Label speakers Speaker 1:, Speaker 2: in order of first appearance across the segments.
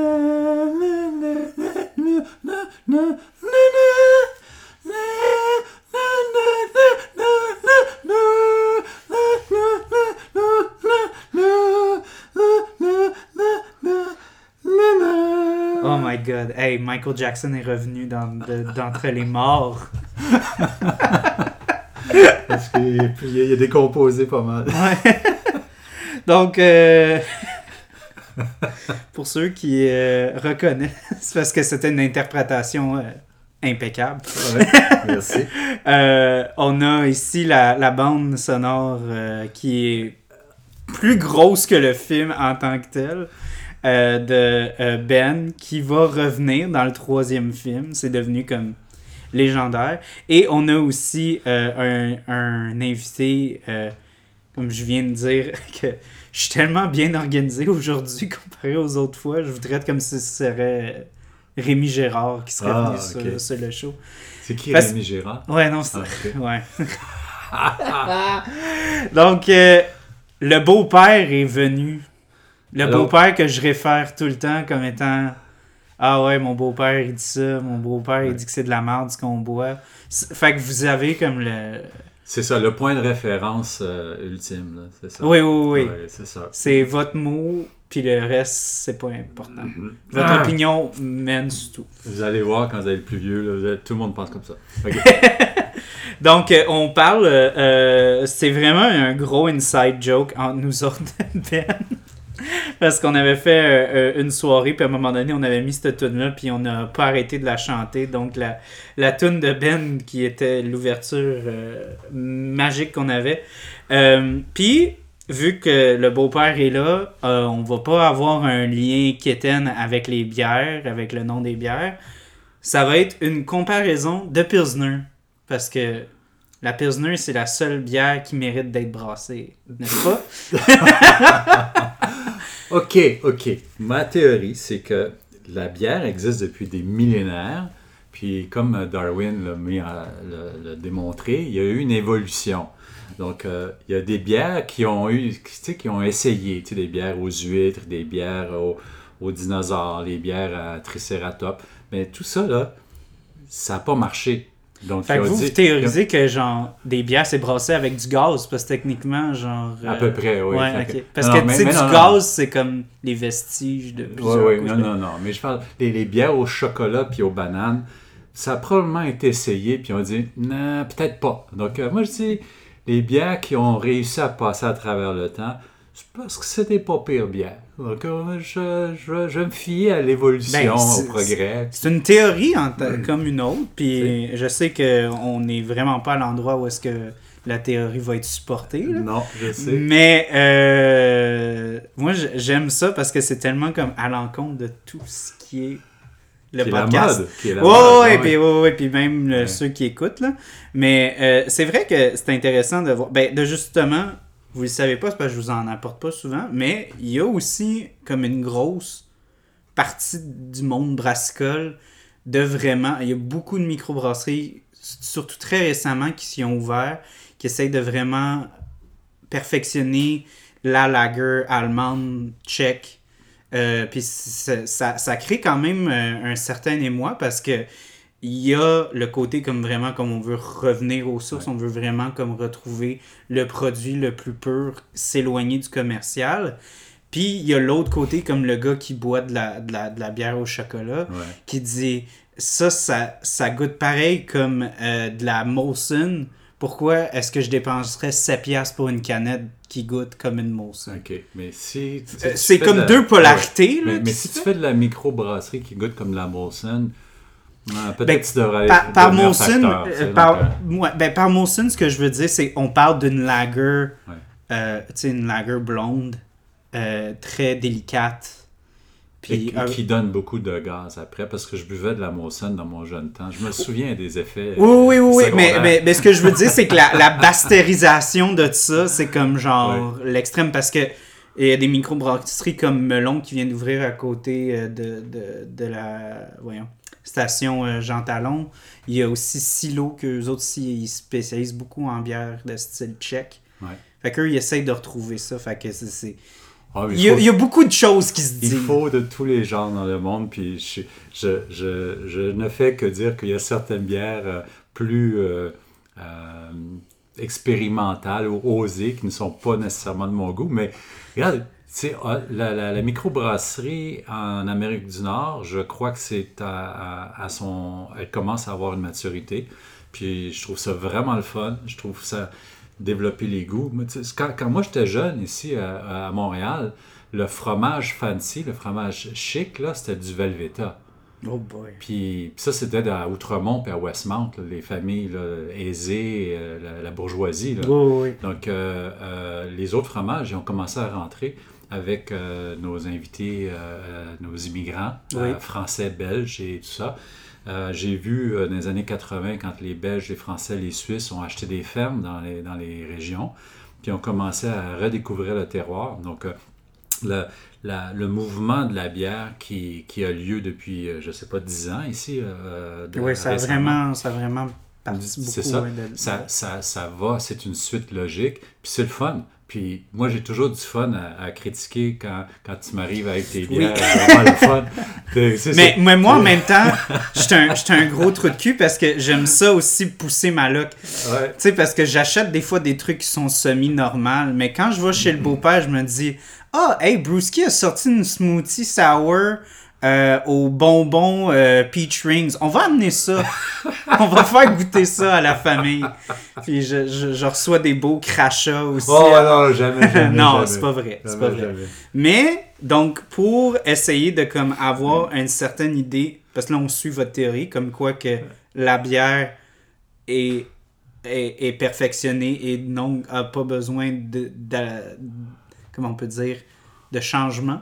Speaker 1: Oh Oh my god. Hey, Michael Jackson est revenu dans, de- d'entre les morts.
Speaker 2: Parce qu'il est plié, il est décomposé pas mal.
Speaker 1: Ouais. Donc, euh, pour ceux qui euh, reconnaissent, parce que c'était une interprétation euh, impeccable,
Speaker 2: Ouais, Merci.
Speaker 1: euh, on a ici la, la bande sonore euh, qui est plus grosse que le film en tant que tel. euh, de euh, Ben qui va revenir dans le troisième film. C'est devenu comme légendaire. Et on a aussi euh, un, un invité, euh, comme je viens de dire, que je suis tellement bien organisé aujourd'hui comparé aux autres fois. Je vous traite comme si ce serait euh, Rémi Gérard qui serait
Speaker 2: Ah,
Speaker 1: venu sur-
Speaker 2: ok.
Speaker 1: sur le show.
Speaker 2: C'est qui
Speaker 1: Parce-
Speaker 2: Rémi Gérard?
Speaker 1: Ouais, non, c'est.
Speaker 2: Ah, ok.
Speaker 1: Ouais. Donc, euh, le beau-père est venu. Le
Speaker 2: Alors-
Speaker 1: beau-père que je réfère tout le temps comme étant. Ah ouais, mon beau-père, il dit ça. Mon beau-père, il dit que c'est de la merde ce qu'on boit. C'est- Fait que vous avez comme le.
Speaker 2: C'est ça, le point de référence euh, ultime, là, c'est ça.
Speaker 1: Oui, oui, oui. oui.
Speaker 2: Ouais, c'est ça.
Speaker 1: C'est votre mot, puis le reste, c'est pas important. Votre
Speaker 2: Ah!
Speaker 1: opinion mène sur tout.
Speaker 2: Vous allez voir quand vous allez être plus vieux, là, vous allez- tout le monde pense comme ça. Ok.
Speaker 1: Donc, euh, on parle. euh, euh, c'est vraiment un gros inside joke entre nous autres, Ben. Parce qu'on avait fait euh, euh, une soirée, puis à un moment donné, on avait mis cette tune-là, puis on n'a pas arrêté de la chanter. Donc, la, la tune de Ben, qui était l'ouverture euh, magique qu'on avait. Euh, puis, vu que le beau-père est là, euh, on va pas avoir un lien quétaine avec les bières, avec le nom des bières. Ça va être une comparaison de Pilsner. Parce que la Pilsner, c'est la seule bière qui mérite d'être brassée, n'est-ce pas?
Speaker 2: OK, OK. Ma théorie, c'est que la bière existe depuis des millénaires. Puis, comme Darwin l'a mis à- l'a- l'a démontré, il y a eu une évolution. Donc, euh, il y a des bières qui ont eu, qui, tu sais, qui ont essayé, tu sais, des bières aux huîtres, des bières aux, aux dinosaures, les bières à tricératops. Mais tout ça, là, ça n'a pas marché. Donc,
Speaker 1: Fait
Speaker 2: ils
Speaker 1: que
Speaker 2: ont
Speaker 1: vous,
Speaker 2: dit-
Speaker 1: vous théorisez que genre des bières c'est brassé avec du gaz parce que techniquement genre
Speaker 2: À
Speaker 1: euh,
Speaker 2: peu près, oui.
Speaker 1: ouais,
Speaker 2: Fait que-
Speaker 1: ok. Parce
Speaker 2: Non,
Speaker 1: que
Speaker 2: non,
Speaker 1: tu
Speaker 2: mais-
Speaker 1: sais du
Speaker 2: mais non, non.
Speaker 1: gaz c'est comme les vestiges de
Speaker 2: Oui,
Speaker 1: plusieurs
Speaker 2: oui,
Speaker 1: couches
Speaker 2: non,
Speaker 1: de-
Speaker 2: non, non. Mais je parle, les, les bières au chocolat puis aux bananes, ça a probablement été essayé, puis on dit, non, peut-être pas. Donc, euh, moi, je dis, les bières qui ont réussi à passer à travers le temps, c'est parce que c'était pas pire bière. Donc, euh, je, je, je me fie à l'évolution,
Speaker 1: Ben,
Speaker 2: au
Speaker 1: c'est-
Speaker 2: progrès.
Speaker 1: C'est une théorie en ta- comme une autre puis je sais que on n'est vraiment pas à l'endroit où est-ce que la théorie va être supportée là.
Speaker 2: Non, je sais.
Speaker 1: Mais euh, moi j- j'aime ça parce que c'est tellement comme à l'encontre de tout ce qui est le
Speaker 2: Qui est la
Speaker 1: podcast.
Speaker 2: mode, qui est la
Speaker 1: Ouais,
Speaker 2: mode, Ah
Speaker 1: ouais,
Speaker 2: ouais.
Speaker 1: ben puis ouais, ouais, puis même euh,
Speaker 2: Ouais.
Speaker 1: ceux qui écoutent là. Mais euh, c'est vrai que c'est intéressant de voir. Ben, de justement, vous le savez pas, c'est parce que je vous en apporte pas souvent, mais il y a aussi comme une grosse partie du monde brassicole de vraiment. Il y a beaucoup de microbrasseries, surtout très récemment, qui s'y ont ouvert, qui essayent de vraiment perfectionner la lager allemande, tchèque. Euh, Puis ça, ça- ça crée quand même euh, un certain émoi parce que il y a le côté comme vraiment comme on veut revenir aux sources, on veut vraiment comme retrouver le produit le plus pur, s'éloigner du commercial. Puis il y a l'autre côté comme le gars qui boit de la, de la, de la bière au chocolat
Speaker 2: Ouais.
Speaker 1: qui dit ça, ça, ça goûte pareil comme euh, de la Molson. Pourquoi est-ce que je dépenserais 7 piastres pour une canette qui goûte comme une Molson?
Speaker 2: OK. Mais si. si
Speaker 1: Euh,
Speaker 2: tu
Speaker 1: c'est
Speaker 2: fais
Speaker 1: comme
Speaker 2: de la- Ah
Speaker 1: deux polarités.
Speaker 2: Ouais.
Speaker 1: là,
Speaker 2: Mais,
Speaker 1: qui
Speaker 2: mais
Speaker 1: se
Speaker 2: si tu
Speaker 1: fait.
Speaker 2: fais de la microbrasserie qui goûte comme de la Molson, euh, peut-être
Speaker 1: Ben,
Speaker 2: que tu devrais
Speaker 1: par, par
Speaker 2: devenir
Speaker 1: Molson,
Speaker 2: facteur, tu
Speaker 1: euh,
Speaker 2: sais, donc,
Speaker 1: par,
Speaker 2: euh,
Speaker 1: ouais, ben, par Molson, ce que je veux dire, c'est on parle d'une lager,
Speaker 2: Ouais.
Speaker 1: euh, tu sais, une lager blonde, euh, très délicate, Puis,
Speaker 2: et,
Speaker 1: euh,
Speaker 2: qui donne beaucoup de gaz après, parce que je buvais de la Molson dans mon jeune temps. Je me souviens des effets. euh,
Speaker 1: Oui, oui, oui, oui. Mais,
Speaker 2: secondaires.
Speaker 1: mais, mais ce que je veux dire, c'est que la, la bastérisation de ça, c'est comme genre l'extrême parce que il y a des microbrasseries comme Melon qui viennent d'ouvrir à côté euh, de, de, de la voyons, station euh, Jean Talon. Il y a aussi Silo, qu'eux autres, aussi, ils spécialisent beaucoup en bière de style tchèque.
Speaker 2: Ouais.
Speaker 1: Fait qu'eux, ils essayent de retrouver ça. Fait que c'est- c'est.
Speaker 2: Ah, mais
Speaker 1: Il y, a,
Speaker 2: faut-
Speaker 1: il y a beaucoup de choses qui se
Speaker 2: Il
Speaker 1: disent.
Speaker 2: faut de tous les genres dans le monde, puis je, je, je, je ne fais que dire qu'il y a certaines bières euh, plus euh, euh, expérimentales ou osées qui ne sont pas nécessairement de mon goût, mais regarde, tu sais, ah, la, la, la microbrasserie en Amérique du Nord, je crois que c'est à, à- à son... Elle commence à avoir une maturité, puis je trouve ça vraiment le fun, je trouve ça développer les goûts. Moi, tu sais, Quand, quand moi j'étais jeune ici à, à Montréal, le fromage fancy, le fromage chic, là, c'était du Velveta.
Speaker 1: Oh boy.
Speaker 2: Puis, puis ça, c'était à Outremont et à Westmount, là, les familles là, aisées, euh, la, la bourgeoisie. là.
Speaker 1: Oui, oui.
Speaker 2: Donc, euh, euh, les autres fromages, ils ont commencé à rentrer avec euh, nos invités, euh, nos immigrants,
Speaker 1: Oui.
Speaker 2: euh, français, belges et tout ça. Euh, J'ai vu euh, dans les années 80, quand les Belges, les Français, les Suisses ont acheté des fermes dans les, dans les régions, puis ont commencé à redécouvrir le terroir. Donc, euh, le, la- le mouvement de la bière qui, qui a lieu depuis, euh, je ne sais pas, 10 ans ici. euh, de-
Speaker 1: Oui, ça a
Speaker 2: récemment.
Speaker 1: vraiment, ça a vraiment parti beaucoup.
Speaker 2: C'est ça.
Speaker 1: ouais, de-
Speaker 2: Ça, ça, ça va, c'est une suite logique, puis c'est le fun. Puis moi, j'ai toujours du fun à, à critiquer quand, quand tu m'arrives avec tes bières. C'est vraiment le fun. C'est- c'est-
Speaker 1: Mais,
Speaker 2: c'est-
Speaker 1: mais moi, en même temps, j'étais un, j'étais un gros trou de cul parce que j'aime ça aussi pousser ma loque. Tu
Speaker 2: ouais.
Speaker 1: sais, parce que j'achète des fois des trucs qui sont semi-normales, mais quand je vais chez le beau-père, je me dis Ah, hey, Brewski a sorti une smoothie sour euh, aux bonbons euh, Peach Rings. On va amener ça. On va faire goûter ça à la famille. Puis je, je, je reçois des beaux crachats aussi.
Speaker 2: Oh non, jamais, jamais,
Speaker 1: non,
Speaker 2: jamais.
Speaker 1: c'est pas vrai. C'est
Speaker 2: Jamais,
Speaker 1: pas vrai.
Speaker 2: jamais.
Speaker 1: Mais, donc, pour essayer de comme
Speaker 2: Mm.
Speaker 1: avoir une certaine idée, parce que là, on suit votre théorie, comme quoi que la bière est, est, est perfectionnée et donc n'a pas besoin de, de- comment on peut dire, de changement,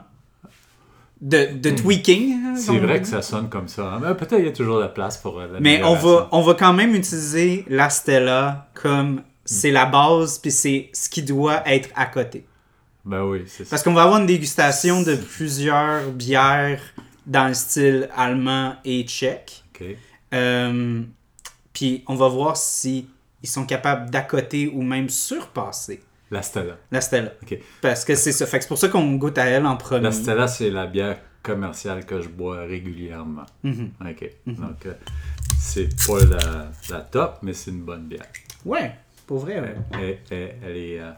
Speaker 1: de, de tweaking. hein,
Speaker 2: Mm. C'est
Speaker 1: on
Speaker 2: vrai
Speaker 1: dit.
Speaker 2: que ça sonne comme ça. hein. Mais peut-être il y a toujours la place pour euh,
Speaker 1: Mais on va,
Speaker 2: l'amélioration.
Speaker 1: on va quand même utiliser la Stella
Speaker 2: Mm.
Speaker 1: comme c'est la base, puis c'est ce qui doit être à côté.
Speaker 2: Ben oui, c'est ça.
Speaker 1: Parce qu'on va avoir une dégustation de plusieurs bières dans le style allemand et tchèque.
Speaker 2: OK.
Speaker 1: Euh, Puis on va voir si ils sont capables d'accoter ou même surpasser
Speaker 2: La Stella.
Speaker 1: la Stella.
Speaker 2: OK.
Speaker 1: Parce que c'est ça. Fait que c'est pour ça qu'on goûte à elle en premier.
Speaker 2: La Stella, c'est la bière commerciale que je bois régulièrement.
Speaker 1: Mm-hmm.
Speaker 2: OK. Donc, euh, c'est pas la, la top, mais c'est une bonne bière.
Speaker 1: Ouais, pour vrai. ouais.
Speaker 2: Elle, elle- elle est. euh,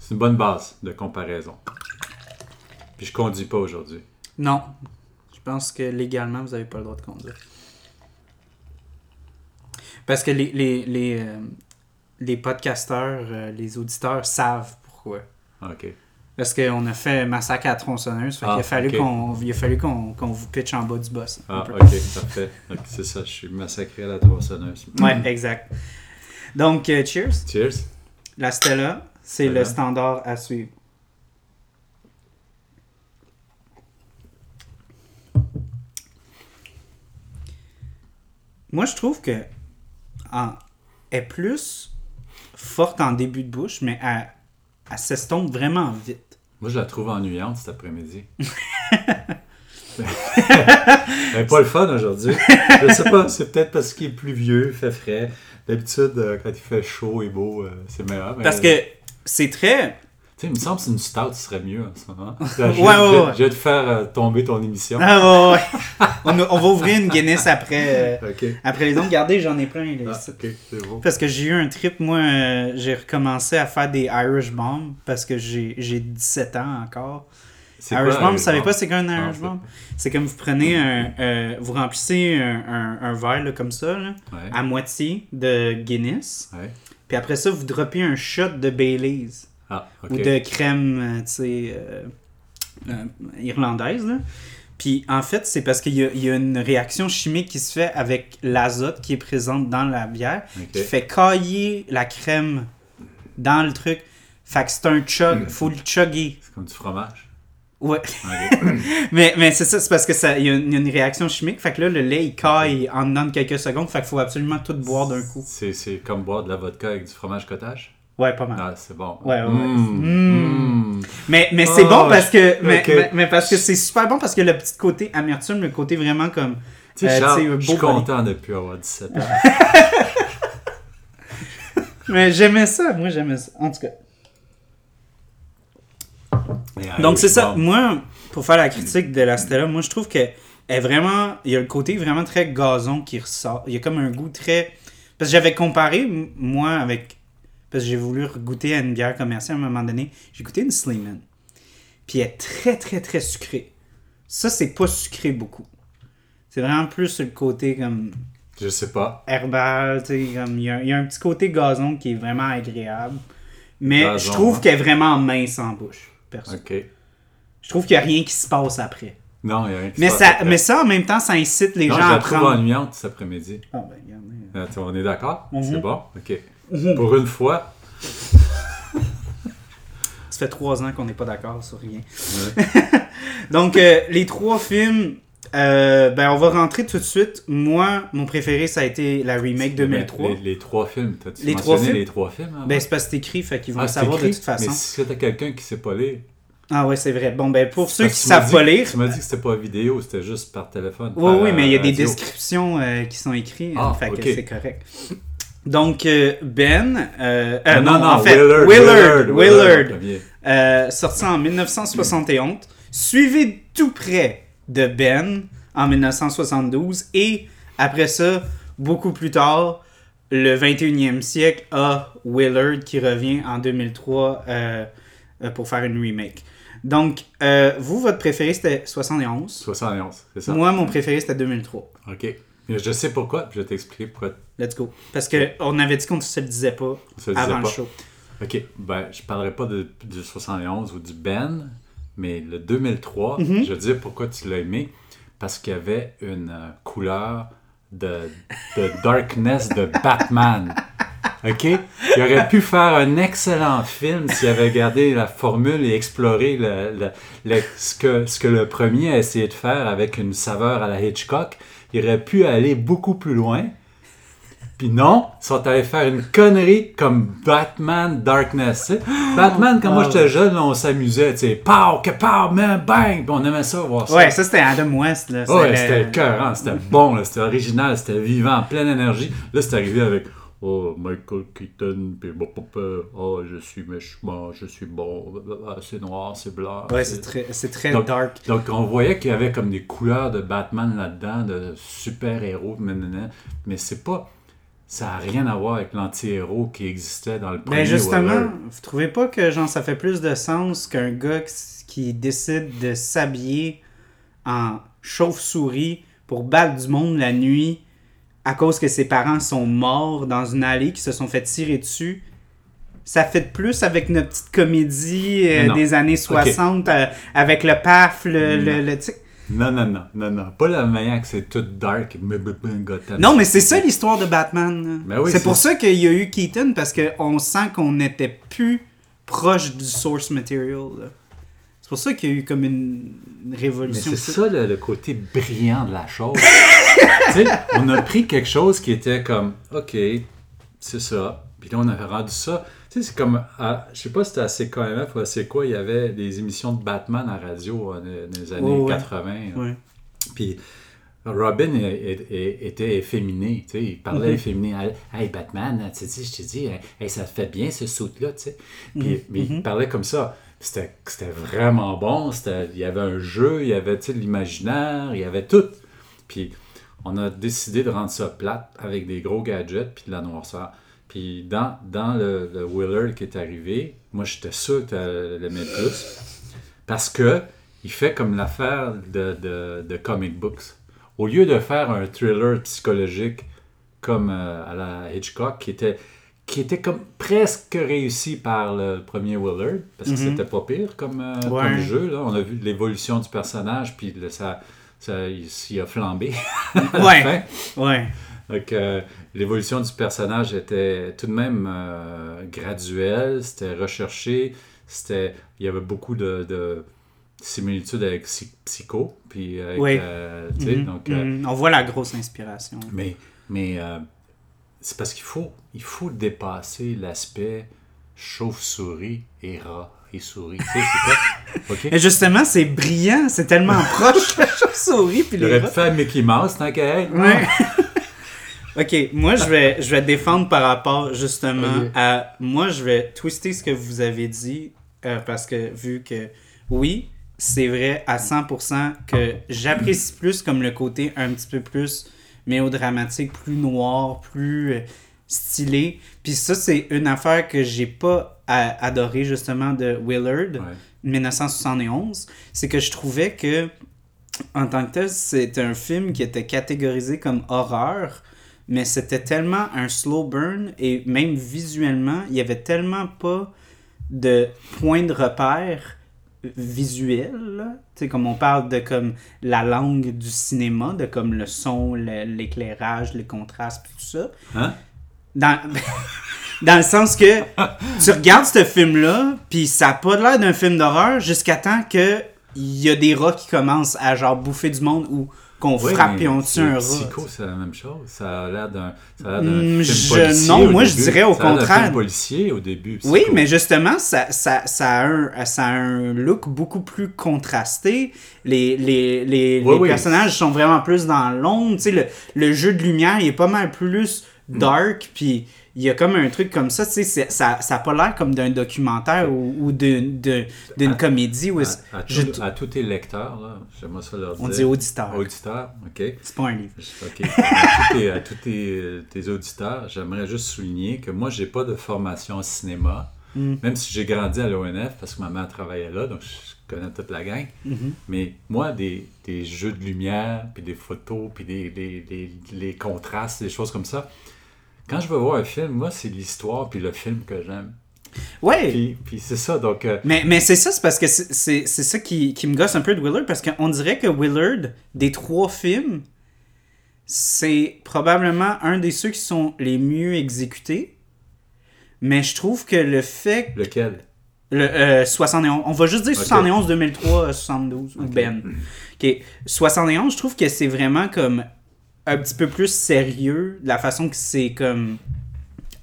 Speaker 2: c'est une bonne base de comparaison. Puis je conduis pas aujourd'hui.
Speaker 1: Non. Je pense que légalement, vous n'avez pas le droit de conduire. Parce que les, les, les, euh, les podcasteurs, euh, les auditeurs savent pourquoi.
Speaker 2: OK.
Speaker 1: Parce qu'on a fait massacre à la tronçonneuse, fait
Speaker 2: Ah,
Speaker 1: qu'il a fallu
Speaker 2: ok.
Speaker 1: qu'on il a fallu qu'on qu'on vous pitche en bas du boss. un
Speaker 2: Ah,
Speaker 1: peu.
Speaker 2: OK, parfait. Donc, c'est ça, je suis massacré à la tronçonneuse.
Speaker 1: Ouais, exact. Donc, euh, cheers.
Speaker 2: Cheers.
Speaker 1: La Stella, c'est le
Speaker 2: Voilà.
Speaker 1: standard à suivre. Moi, je trouve que en- elle est plus forte en début de bouche, mais elle, elle s'estompe vraiment vite.
Speaker 2: Moi, je la trouve ennuyante cet après-midi. Elle est pas le fun aujourd'hui. Je sais pas, c'est peut-être parce qu'il est pluvieux, il fait frais. D'habitude, euh, quand il fait chaud et beau, euh, c'est meilleur. mais-
Speaker 1: Parce que c'est très...
Speaker 2: Tu sais, il me semble que c'est une stout qui serait mieux en ce moment.
Speaker 1: Ouais, ouais, ouais.
Speaker 2: Je vais te faire euh, tomber ton émission.
Speaker 1: Ah ouais, ouais. on, on va ouvrir une Guinness après, euh,
Speaker 2: Ok.
Speaker 1: après les autres. Regardez, j'en ai plein. là,
Speaker 2: Ah,
Speaker 1: ici.
Speaker 2: ok, c'est bon.
Speaker 1: Parce que j'ai eu un trip, moi, euh, j'ai recommencé à faire des Irish Bomb parce que j'ai j'ai 17 ans encore.
Speaker 2: C'est quoi,
Speaker 1: Irish
Speaker 2: euh,
Speaker 1: Bomb, Ah, vous savez
Speaker 2: Bomb?
Speaker 1: pas c'est quoi un
Speaker 2: Non,
Speaker 1: Irish
Speaker 2: c'est-
Speaker 1: Bomb? C'est comme vous prenez un... euh, vous remplissez un, un- un verre là, comme ça, là,
Speaker 2: Ouais.
Speaker 1: à moitié de Guinness.
Speaker 2: Ouais.
Speaker 1: Puis après ça, vous droppez un shot de Baileys
Speaker 2: Ah, ok.
Speaker 1: ou de crème, euh, tu sais, euh, euh, irlandaise. là. Puis en fait, c'est parce qu'il y, a- il y a une réaction chimique qui se fait avec l'azote qui est présente dans la bière,
Speaker 2: Ok.
Speaker 1: qui fait cailler la crème
Speaker 2: Hmm.
Speaker 1: dans le truc. Fait que c'est un chug, faut le chugger.
Speaker 2: C'est comme du fromage.
Speaker 1: Ouais.
Speaker 2: Ok.
Speaker 1: Mais, mais c'est ça, c'est parce que ça, il y, a une il y a une réaction chimique. Fait que là, le lait, il caille en dedans de quelques secondes. Fait qu'il faut absolument tout boire d'un coup.
Speaker 2: C'est c'est comme boire de la vodka avec du fromage cottage.
Speaker 1: Ouais, pas mal.
Speaker 2: Ah, c'est bon.
Speaker 1: Ouais, Mmh. ouais, ouais.
Speaker 2: Mm. Mm.
Speaker 1: Mais, mais c'est
Speaker 2: Oh,
Speaker 1: bon parce que. Mais,
Speaker 2: ok.
Speaker 1: mais- mais parce que c'est super bon parce que le petit côté amertume, le côté vraiment comme.
Speaker 2: Tu
Speaker 1: euh,
Speaker 2: sais, Charles,
Speaker 1: tu sais,
Speaker 2: je suis
Speaker 1: beau palais.
Speaker 2: content de plus avoir 17 ans.
Speaker 1: Mais j'aimais ça, moi j'aimais ça. En tout cas.
Speaker 2: Mais, euh,
Speaker 1: Donc c'est ça.
Speaker 2: bon.
Speaker 1: Moi, pour faire la critique de la Stella, moi je trouve que elle est vraiment, il y a le côté vraiment très gazon qui ressort. Il y a comme un goût très parce que j'avais comparé m- moi avec parce que j'ai voulu goûter à une bière commerciale à un moment donné, j'ai goûté une Sleeman. Puis elle est très très très sucrée. Ça c'est pas sucré beaucoup. C'est vraiment plus sur le côté comme
Speaker 2: Je sais pas.
Speaker 1: herbal, tu sais, comme il y, a- il y a un petit côté gazon qui est vraiment agréable. Mais je
Speaker 2: Gazon,
Speaker 1: trouve
Speaker 2: hein.
Speaker 1: qu'elle est vraiment mince en bouche, perso.
Speaker 2: OK.
Speaker 1: Je trouve qu'il n'y a rien qui se passe après.
Speaker 2: Non, il y a rien qui
Speaker 1: Mais
Speaker 2: se passe
Speaker 1: ça,
Speaker 2: après.
Speaker 1: mais ça, en même temps, ça incite les
Speaker 2: Non,
Speaker 1: gens
Speaker 2: je
Speaker 1: à
Speaker 2: la trouve
Speaker 1: prendre.
Speaker 2: ennuyante cet après-midi.
Speaker 1: Ah, ben, regardez.
Speaker 2: Attends, On est d'accord?
Speaker 1: Mhm.
Speaker 2: C'est bon? OK. Pour une fois.
Speaker 1: Ça fait trois ans qu'on n'est pas d'accord sur rien. Donc, euh, les trois films, euh, ben, on va rentrer tout de suite. Moi, mon préféré, ça a été la remake 2003.
Speaker 2: Les, les trois films. T'as-tu
Speaker 1: Les
Speaker 2: les
Speaker 1: trois
Speaker 2: mentionné
Speaker 1: films?
Speaker 2: les trois films? avant?
Speaker 1: Ben, c'est parce que c'est écrit, fait qu'ils vont
Speaker 2: Ah,
Speaker 1: le
Speaker 2: c'est
Speaker 1: savoir de
Speaker 2: écrit?
Speaker 1: toute façon.
Speaker 2: Mais si c'était quelqu'un qui sait pas lire.
Speaker 1: Ah, ouais, c'est vrai. Bon, ben, pour ceux qui
Speaker 2: Parce que tu m'as
Speaker 1: savent pas
Speaker 2: dit-
Speaker 1: lire.
Speaker 2: Tu m'as dit que c'était pas vidéo, c'était juste par téléphone.
Speaker 1: Oui,
Speaker 2: par,
Speaker 1: oui, mais il y a
Speaker 2: euh,
Speaker 1: des
Speaker 2: radio.
Speaker 1: descriptions euh, qui sont écrites,
Speaker 2: Ah,
Speaker 1: fait
Speaker 2: ok.
Speaker 1: que c'est correct. Donc, euh, Ben. euh, euh,
Speaker 2: Non, non, non,
Speaker 1: en fait,
Speaker 2: Willard.
Speaker 1: Willard.
Speaker 2: Willard,
Speaker 1: Willard.
Speaker 2: le premier.
Speaker 1: Euh, sorti en 1971, suivi de tout près de Ben en 1972, et après ça, beaucoup plus tard, le 21e siècle, a Willard qui revient en 2003 euh, euh, pour faire une remake. Donc, euh, vous, votre préféré, c'était 71.
Speaker 2: 71, c'est ça?
Speaker 1: Moi, mon préféré, c'était 2003.
Speaker 2: OK. Mais je sais pourquoi, puis je vais t'expliquer pourquoi.
Speaker 1: Let's go. Parce que on avait dit qu'on ne se le disait pas
Speaker 2: On se le disait
Speaker 1: avant le
Speaker 2: pas.
Speaker 1: show.
Speaker 2: OK, ben, je parlerai pas de, du 71 ou du Ben, mais le 2003,
Speaker 1: Mhm.
Speaker 2: je veux dire pourquoi tu l'as aimé. Parce qu'il y avait une euh, couleur de, de darkness de Batman. OK? Il aurait pu faire un excellent film s'il avait gardé la formule et exploré le- le- le- ce, que, ce que le premier a essayé de faire avec une saveur à la Hitchcock. Il aurait pu aller beaucoup plus loin. Puis non, ils sont allés faire une connerie comme Batman Darkness. tu sais. Batman, quand moi j'étais jeune, là, on s'amusait, tu sais, pow, que pow, man, bang, puis on aimait ça, voir ça.
Speaker 1: Ouais, ça, c'était Adam West. Là.
Speaker 2: Ouais,
Speaker 1: C'est
Speaker 2: c'était hein.
Speaker 1: le-
Speaker 2: écœurant,
Speaker 1: Mhm.
Speaker 2: c'était bon, là, c'était original, c'était vivant, pleine énergie. Là, c'est arrivé avec Oh, Michael Keaton, puis bon, pop, euh, oh, je suis méchant, je suis bon, ah, c'est noir, c'est blanc.
Speaker 1: Ouais, c'est très, c'est très
Speaker 2: Donc-
Speaker 1: dark.
Speaker 2: Donc, on voyait qu'il y avait comme des couleurs de Batman là-dedans, de super-héros, nanana. mais c'est pas. Ça n'a rien à voir avec l'anti-héros qui existait dans le premier.
Speaker 1: Ben justement,
Speaker 2: Waller.
Speaker 1: vous trouvez pas que genre ça fait plus de sens qu'un gars qui, qui décide de s'habiller en chauve-souris pour battre du monde la nuit à cause que ses parents sont morts dans une allée qui se sont fait tirer dessus. Ça fait de plus avec notre petite comédie euh,
Speaker 2: Mais non.
Speaker 1: des années 60 euh, avec le paf, le, le, le- tu sais.
Speaker 2: Non, non, non, non, non. Pas la manière que c'est tout dark. mais- mais- mais- Gotham.
Speaker 1: Non, mais c'est ça l'histoire de Batman. là.
Speaker 2: Ben oui,
Speaker 1: c'est
Speaker 2: c'est-
Speaker 1: pour ça qu'il y a eu Keaton, parce qu'on sent qu'on n'était plus proche du source material. là. C'est pour ça qu'il y a eu comme une une
Speaker 2: Mais
Speaker 1: révolution.
Speaker 2: c'est ça le, le côté brillant de la chose. Tu sais, on a pris quelque chose qui était comme, OK, c'est ça. Puis là, on a rendu ça. Tu sais, c'est comme, à- je sais pas si c'était à CKMF ou à c'est quoi, il y avait des émissions de Batman à radio euh, dans les années
Speaker 1: Oh, Ouais, ouais.
Speaker 2: 80. là.
Speaker 1: Ouais.
Speaker 2: Puis Robin est- est- est- était efféminé, tu sais, il parlait efféminé. Ah, Hey Batman, tu sais, je te dis, hey, ça te fait bien ce saut-là, tu sais. Puis mais il parlait comme ça. C'était c'était vraiment bon, c'était- il y avait un jeu, il y avait tu sais, de l'imaginaire, il y avait tout. Puis on a décidé de rendre ça plate avec des gros gadgets puis de la noirceur. Puis dans, dans le, le Willard qui est arrivé, moi j'étais sûr que tu l'aimais plus. Parce que il fait comme l'affaire de, de, de comic books. Au lieu de faire un thriller psychologique comme euh, à la Hitchcock, qui était, qui était comme presque réussi par le premier Willard, parce que
Speaker 1: Mhm.
Speaker 2: c'était pas pire comme, euh,
Speaker 1: Ouais.
Speaker 2: comme jeu. Là. On a vu l'évolution du personnage, puis le- ça, ça, il, s'y a flambé. à la
Speaker 1: Ouais.
Speaker 2: fin.
Speaker 1: Ouais.
Speaker 2: Donc, euh, l'évolution du personnage était tout de même euh, graduelle, c'était recherché, c'était, il y avait beaucoup de, de- similitude avec Psy- Psycho, puis avec,
Speaker 1: Oui.
Speaker 2: euh, tu sais,
Speaker 1: Mhm.
Speaker 2: donc, euh,
Speaker 1: Mhm. On voit la grosse inspiration.
Speaker 2: mais, mais euh, c'est parce qu'il faut, il faut dépasser l'aspect chauve-souris et rat et souris. Tu sais, c'est pas-
Speaker 1: Et
Speaker 2: OK?
Speaker 1: justement, c'est brillant, c'est tellement proche la chauve-souris puis
Speaker 2: Il
Speaker 1: les
Speaker 2: aurait pu
Speaker 1: rats.
Speaker 2: faire Mickey Mouse tant qu'à elle.
Speaker 1: Ouais. ok, moi je vais, je vais défendre par rapport justement
Speaker 2: Ok.
Speaker 1: à. Moi je vais twister ce que vous avez dit euh, parce que vu que oui, c'est vrai à 100% que j'apprécie plus comme le côté un petit peu plus mélodramatique, plus noir, plus euh, stylé. Puis ça, c'est une affaire que j'ai pas à- adoré justement de Willard.
Speaker 2: Ouais.
Speaker 1: 1971, c'est que je trouvais que, en tant que tel, c'était un film qui était catégorisé comme horreur, mais c'était tellement un slow burn et même visuellement, il y avait tellement pas de point de repère visuel, là. tu sais, comme on parle de comme la langue du cinéma, de comme le son, le- l'éclairage, les contrastes, puis tout ça.
Speaker 2: Hein?
Speaker 1: Dans... Dans le sens que tu regardes ce film-là, puis ça a pas l'air d'un film d'horreur jusqu'à temps que il y a des rats qui commencent à genre bouffer du monde ou qu'on
Speaker 2: Ouais,
Speaker 1: frappe
Speaker 2: mais
Speaker 1: et on tue un rat.
Speaker 2: Psycho, c'est la même chose. Ça a l'air d'un ça a l'air
Speaker 1: Hmm,
Speaker 2: d'un film
Speaker 1: je-
Speaker 2: policier
Speaker 1: non,
Speaker 2: au
Speaker 1: moi, je
Speaker 2: début.
Speaker 1: dirais au
Speaker 2: Ça a l'air d'un
Speaker 1: contraire.
Speaker 2: film policier au début.
Speaker 1: Oui,
Speaker 2: Psycho.
Speaker 1: mais justement, ça, ça, ça, a un, ça a un look beaucoup plus contrasté. Les, les, les,
Speaker 2: Oui,
Speaker 1: les
Speaker 2: oui.
Speaker 1: personnages sont vraiment plus dans l'ombre. Tu sais, le, le jeu de lumière, il est pas mal plus
Speaker 2: Mm.
Speaker 1: dark. Puis il y a comme un truc comme ça. Tu sais, c'est- ça n'a pas l'air comme d'un documentaire ou, ou d'une de- d'une
Speaker 2: À-
Speaker 1: comédie. Où est-ce-
Speaker 2: À, à
Speaker 1: je-
Speaker 2: tout- à tous tes lecteurs, là, j'aimerais ça leur dire.
Speaker 1: on dit auditeur.
Speaker 2: Auditeurs, OK.
Speaker 1: C'est pas un livre.
Speaker 2: OK. à tous, tes, à tous tes- tes auditeurs, j'aimerais juste souligner que moi, j'ai pas de formation en cinéma, même si j'ai grandi à l'ONF parce que ma mère travaillait là, donc je connais toute la gang. Mais moi, des, des jeux de lumière, puis des photos, puis des, des- des- les contrastes, des choses comme ça, quand je veux voir un film, moi, c'est l'histoire puis le film que j'aime.
Speaker 1: Ouais.
Speaker 2: Puis, puis c'est ça, donc... euh,
Speaker 1: Mais, mais c'est ça, c'est parce que c'est- c'est c'est ça qui, qui me gosse un peu de Willard, parce qu'on dirait que Willard, des trois films, c'est probablement un des ceux qui sont les mieux exécutés. Mais je trouve que le fait.
Speaker 2: lequel?
Speaker 1: Le, euh, 71. On va juste dire
Speaker 2: Ok.
Speaker 1: 71, 2003, euh, 72, ou Ben. Ok. 71, je trouve que c'est vraiment comme un petit peu plus sérieux, la façon que c'est comme.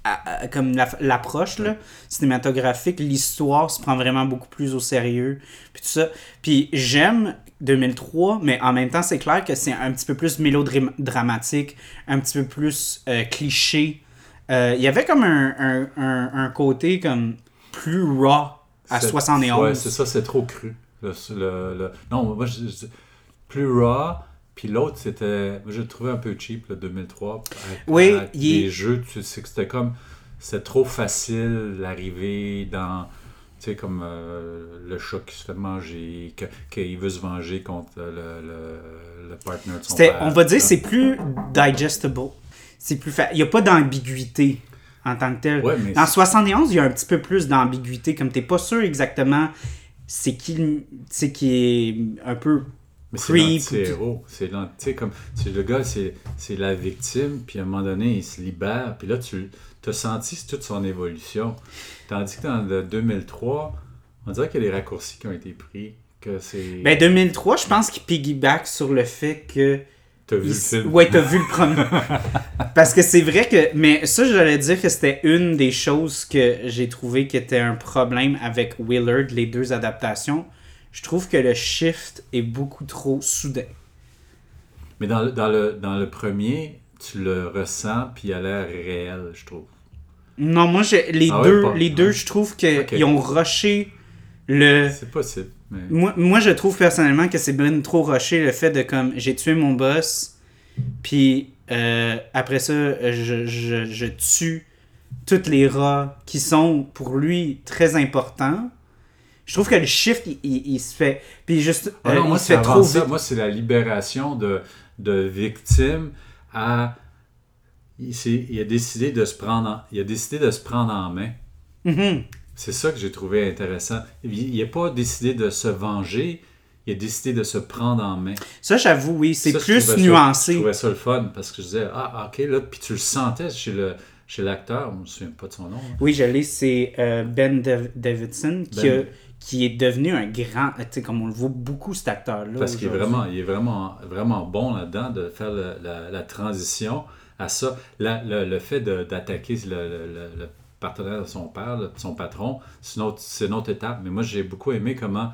Speaker 1: à- à- comme la- l'approche là, cinématographique, l'histoire se prend vraiment beaucoup plus au sérieux, puis tout ça. Puis j'aime 2003, mais en même temps, c'est clair que c'est un petit peu plus mélodramatique, un petit peu plus euh, cliché. Euh, Il y avait comme un, un- un- un côté comme plus raw à
Speaker 2: C'est-
Speaker 1: 71.
Speaker 2: Ouais, c'est ça, c'est trop cru. Le- le- le- Non, moi, je, je- plus raw, puis l'autre, c'était. moi, Je le trouvais un peu cheap, le 2003. avec-
Speaker 1: Oui,
Speaker 2: avec
Speaker 1: il est-
Speaker 2: Les jeux, tu sais que c'était comme. C'était trop facile l'arrivée dans. Tu sais, comme euh, le chat qui se fait manger, que- qu'il veut se venger contre le, le, le partner de son
Speaker 1: C'était-
Speaker 2: père,
Speaker 1: on va dire
Speaker 2: ça.
Speaker 1: c'est plus digestible. C'est plus fa- Il n'y a pas d'ambiguïté en tant que tel.
Speaker 2: Ouais, mais
Speaker 1: Dans
Speaker 2: c'est-
Speaker 1: 71, il y a un petit peu plus d'ambiguïté, comme t'es pas sûr exactement c'est qui, le- c'est qui est un peu
Speaker 2: Mais c'est
Speaker 1: creep.
Speaker 2: l'anti-héros. C'est l'anti- tu sais, comme, c'est le gars, c'est, c'est la victime, puis à un moment donné, il se libère. Puis là, tu as senti toute son évolution. Tandis que dans le 2003, on dirait qu'il y a des raccourcis qui ont été pris. Que c'est...
Speaker 1: Ben 2003, je pense qu'il piggyback sur le fait que
Speaker 2: t'as vu
Speaker 1: Il
Speaker 2: le
Speaker 1: s-
Speaker 2: film?
Speaker 1: Ouais, t'as vu le premier. Parce que c'est vrai que. Mais ça, j'allais dire que c'était une des choses que j'ai trouvé qui était un problème avec Willard, les deux adaptations. Je trouve que le shift est beaucoup trop soudain.
Speaker 2: Mais dans, le- dans, le, dans le premier, tu le ressens, puis il a l'air réel, je trouve.
Speaker 1: Non, moi, j'ai- les
Speaker 2: Ah ouais,
Speaker 1: deux,
Speaker 2: pas-
Speaker 1: les
Speaker 2: non.
Speaker 1: deux je trouve qu'ils
Speaker 2: Ok.
Speaker 1: ont rushé le.
Speaker 2: C'est possible. Mais...
Speaker 1: Moi, moi, je trouve personnellement que c'est bien trop rushé le fait de comme j'ai tué mon boss, puis euh, après ça, euh, je, je- je tue toutes les rats qui sont pour lui très importants. Je trouve que le shift, il, il- il se fait. Puis juste,
Speaker 2: Ah non,
Speaker 1: euh,
Speaker 2: moi,
Speaker 1: il se
Speaker 2: c'est
Speaker 1: fait
Speaker 2: avant
Speaker 1: trop
Speaker 2: ça.
Speaker 1: vite.
Speaker 2: Moi, c'est la libération de, de victime à. Il, s'est- il a décidé de se prendre en, il a décidé de se prendre en main.
Speaker 1: Mhm.
Speaker 2: C'est ça que j'ai trouvé intéressant. Il n'a pas décidé de se venger, il a décidé de se prendre en main.
Speaker 1: Ça, j'avoue, oui, c'est
Speaker 2: Ça, je
Speaker 1: plus
Speaker 2: trouvais ça-
Speaker 1: nuancé.
Speaker 2: je trouvais ça le fun parce que je disais, ah, ok, là, puis tu le sentais chez le, chez l'acteur, je ne me souviens pas de son nom. là.
Speaker 1: Oui, je l'ai, c'est euh, Ben Dav- Davidson qui,
Speaker 2: Ben.
Speaker 1: a- qui est devenu un grand. Tu sais, comme on le voit beaucoup, cet acteur-là.
Speaker 2: Parce qu'il est
Speaker 1: aujourd'hui.
Speaker 2: vraiment, il est vraiment, vraiment bon là-dedans de faire le- la, la transition à ça. La- le, le fait de- d'attaquer le, le- le- le partenaire de son père, le- son patron, c'est une, autre- c'est une autre étape. Mais moi, j'ai beaucoup aimé comment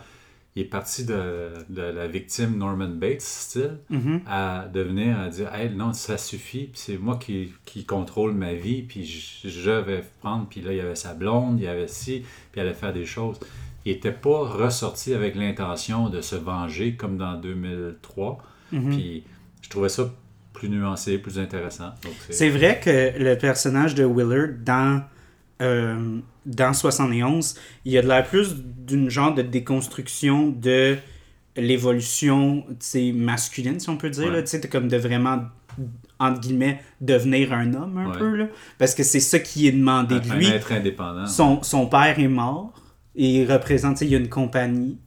Speaker 2: il est parti de, de la victime Norman Bates, style,
Speaker 1: Mhm.
Speaker 2: à devenir, à dire, hey, non, ça suffit, puis c'est moi qui, qui contrôle ma vie, puis je, je vais prendre, puis là, il y avait sa blonde, il y avait ci, puis elle allait faire des choses. Il n'était pas ressorti avec l'intention de se venger comme dans 2003,
Speaker 1: Mhm.
Speaker 2: puis je trouvais ça plus nuancé, plus intéressant. Donc, c'est-
Speaker 1: C'est vrai que le personnage de Willard dans, euh, dans 71, il y a de l'air plus d'une genre de déconstruction de l'évolution tu sais, masculine, si on peut dire.
Speaker 2: Ouais.
Speaker 1: là. Tu sais, t'as comme de vraiment, entre guillemets, devenir un homme un
Speaker 2: Ouais.
Speaker 1: peu. Là, parce que c'est ça qui est demandé de
Speaker 2: un
Speaker 1: lui.
Speaker 2: être indépendant.
Speaker 1: Son, son père est mort et il représente, tu sais, il y a une compagnie.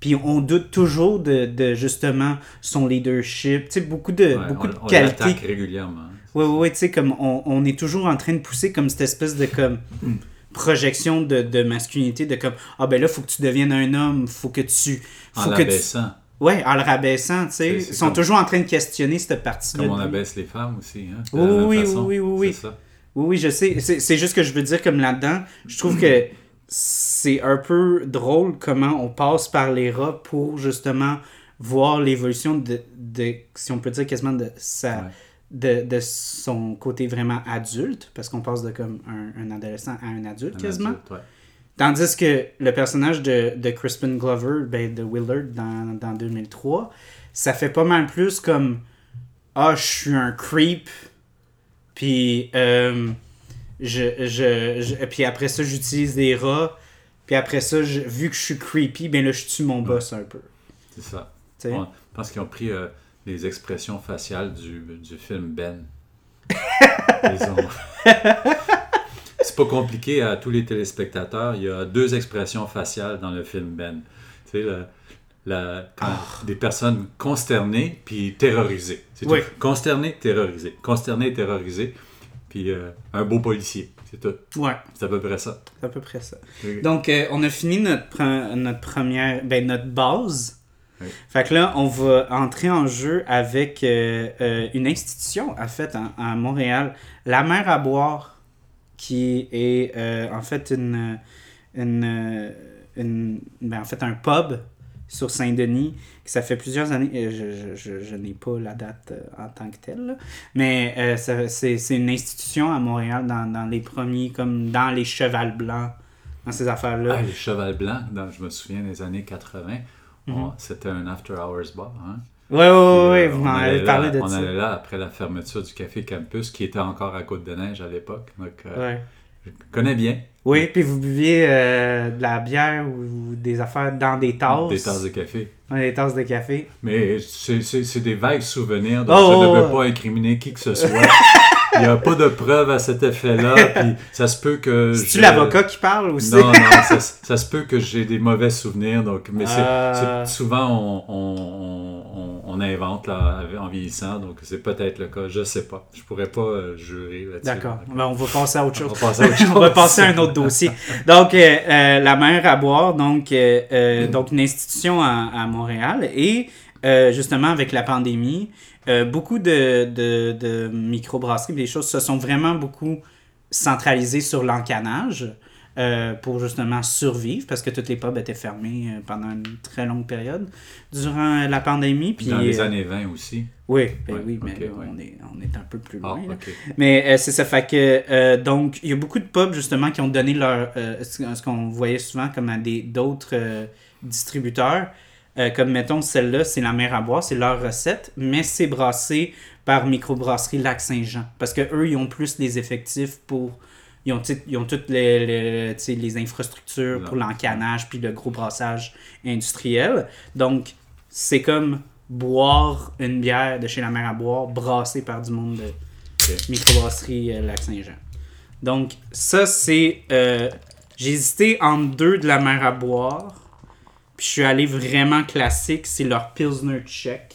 Speaker 1: Puis on doute toujours de, de, justement son leadership. Tu sais, beaucoup de,
Speaker 2: Ouais,
Speaker 1: beaucoup
Speaker 2: on- on
Speaker 1: de qualités
Speaker 2: l'attaque régulièrement. hein.
Speaker 1: oui, oui, tu sais, comme on, on est toujours en train de pousser comme cette espèce de comme
Speaker 2: Mm.
Speaker 1: projection de, de masculinité, de comme ah ben là, faut que tu deviennes un homme, faut que tu.
Speaker 2: En
Speaker 1: faut que tu...
Speaker 2: l'abaissant,
Speaker 1: Ouais, en le rabaissant, tu sais.
Speaker 2: C'est-
Speaker 1: Ils
Speaker 2: c'est
Speaker 1: sont
Speaker 2: comme-
Speaker 1: toujours en train de questionner cette partie-là.
Speaker 2: comme on
Speaker 1: de lui.
Speaker 2: abaisse les femmes aussi. Hein, de
Speaker 1: Oui,
Speaker 2: la même
Speaker 1: oui,
Speaker 2: façon.
Speaker 1: oui, oui, oui,
Speaker 2: C'est ça.
Speaker 1: Oui, oui, je sais. C'est c'est juste que je veux dire, comme là-dedans, je trouve que c'est un peu drôle comment on passe par les rats pour justement voir l'évolution de, de, si on peut dire quasiment de sa.
Speaker 2: Ouais.
Speaker 1: De, de son côté vraiment adulte, parce qu'on passe de comme un, un adolescent à un adulte
Speaker 2: Un
Speaker 1: quasiment.
Speaker 2: adulte, ouais.
Speaker 1: Tandis que le personnage de, de Crispin Glover, ben, de Willard dans, dans 2003, ça fait pas mal plus comme Ah, je suis un creep, puis, euh, je, je, je- puis après ça, j'utilise des rats, puis après ça, je- vu que je suis creepy, ben là, je tue mon boss un peu.
Speaker 2: C'est ça.
Speaker 1: tu sais.
Speaker 2: Ouais, je pense qu'ils ont pris euh, les expressions faciales du, du film Ben. Ils ont- C'est pas compliqué à tous les téléspectateurs. Il y a deux expressions faciales dans le film Ben. Tu sais, le- la- quand des personnes consternées puis terrorisées. C'est
Speaker 1: Ah. Oui.
Speaker 2: tout. Consternées, terrorisées. Consternées, terrorisées. Puis euh, un beau policier. C'est tout.
Speaker 1: Ouais,
Speaker 2: C'est à peu près ça.
Speaker 1: c'est à peu près ça. Donc, euh, on a fini notre, pre- notre première, ben, notre base.
Speaker 2: Oui.
Speaker 1: Fait que là, on va entrer en jeu avec euh, euh, une institution, en fait, en- à Montréal, la mer à boire, qui est euh, en fait une, une, euh, une- ben, en fait un pub sur Saint-Denis, que ça fait plusieurs années, euh, je, je- je- je n'ai pas la date euh, en tant que telle, là. mais euh, ça- c'est c'est une institution à Montréal dans, dans les premiers, comme dans les chevals blancs, dans ces affaires-là.
Speaker 2: Ah, les Cheval Blanc, dans- je me souviens des années 80,
Speaker 1: Mm-hmm.
Speaker 2: on- c'était un after hours bar. hein.
Speaker 1: Ouais, ouais, ouais, ouais,
Speaker 2: Euh,
Speaker 1: vous
Speaker 2: on
Speaker 1: m'en
Speaker 2: allait
Speaker 1: avez
Speaker 2: là-
Speaker 1: parlé de
Speaker 2: On
Speaker 1: ça.
Speaker 2: allait là après la fermeture du Café Campus, qui était encore à Côte-de-Neige à l'époque. Donc, euh,
Speaker 1: Ouais.
Speaker 2: je connais bien
Speaker 1: Oui, puis vous buviez euh, de la bière ou, ou des affaires dans des tasses.
Speaker 2: des tasses de café.
Speaker 1: Ouais, des tasses de café.
Speaker 2: Mais c'est- c'est c'est des vagues souvenirs, donc
Speaker 1: Oh,
Speaker 2: je
Speaker 1: oh,
Speaker 2: ne veux
Speaker 1: oh.
Speaker 2: pas incriminer qui que ce soit. Il n'y a pas de preuves à cet effet-là, puis ça se peut que...
Speaker 1: C'est-tu
Speaker 2: je-
Speaker 1: l'avocat qui parle ou c'est...
Speaker 2: Non, non, ça, se- ça se peut que j'ai des mauvais souvenirs, donc, mais c'est-
Speaker 1: Ah.
Speaker 2: c'est souvent on, on- on- on invente là, en vieillissant, donc c'est peut-être le cas, je sais pas. Je pourrais pas euh, jurer là-dessus.
Speaker 1: D'accord. Ben, on va passer à autre
Speaker 2: On
Speaker 1: chose.
Speaker 2: va passer à autre
Speaker 1: on va
Speaker 2: chose.
Speaker 1: passer à un autre dossier. Donc, euh, euh, la mer à boire, donc, euh, euh, donc une institution à, à Montréal. Et euh, justement, avec la pandémie, euh, beaucoup de, de, de microbrasseries, des choses se sont vraiment beaucoup centralisées sur l'encanage. euh, pour justement survivre, parce que toutes les pubs étaient fermées euh, pendant une très longue période durant la pandémie. Puis,
Speaker 2: Dans les
Speaker 1: euh,
Speaker 2: années 20 aussi.
Speaker 1: Oui, ben
Speaker 2: Ouais,
Speaker 1: oui, mais
Speaker 2: ok,
Speaker 1: là,
Speaker 2: ouais.
Speaker 1: on, est, on est un peu plus
Speaker 2: Ah,
Speaker 1: loin. là.
Speaker 2: ok.
Speaker 1: Mais euh, c'est ça, fait que, euh, donc, il y a beaucoup de pubs, justement, qui ont donné leur, euh, ce ce qu'on voyait souvent comme à des- d'autres euh, distributeurs. Euh, comme, mettons, celle-là, c'est la mer à boire, c'est leur recette, mais c'est brassé par microbrasserie Lac-Saint-Jean. Parce que eux ils ont plus des effectifs pour... Ils ont, tu- ils ont toutes les, les, tu sais, les infrastructures pour l'encanage, puis le gros brassage industriel. Donc, c'est comme boire une bière de chez la mer à boire, brassée par du monde de microbrasserie euh, Lac-Saint-Jean. Donc, ça, c'est. euh, j'ai hésité entre deux de la mer à boire. Puis je suis allé vraiment classique, c'est leur Pilsner Check.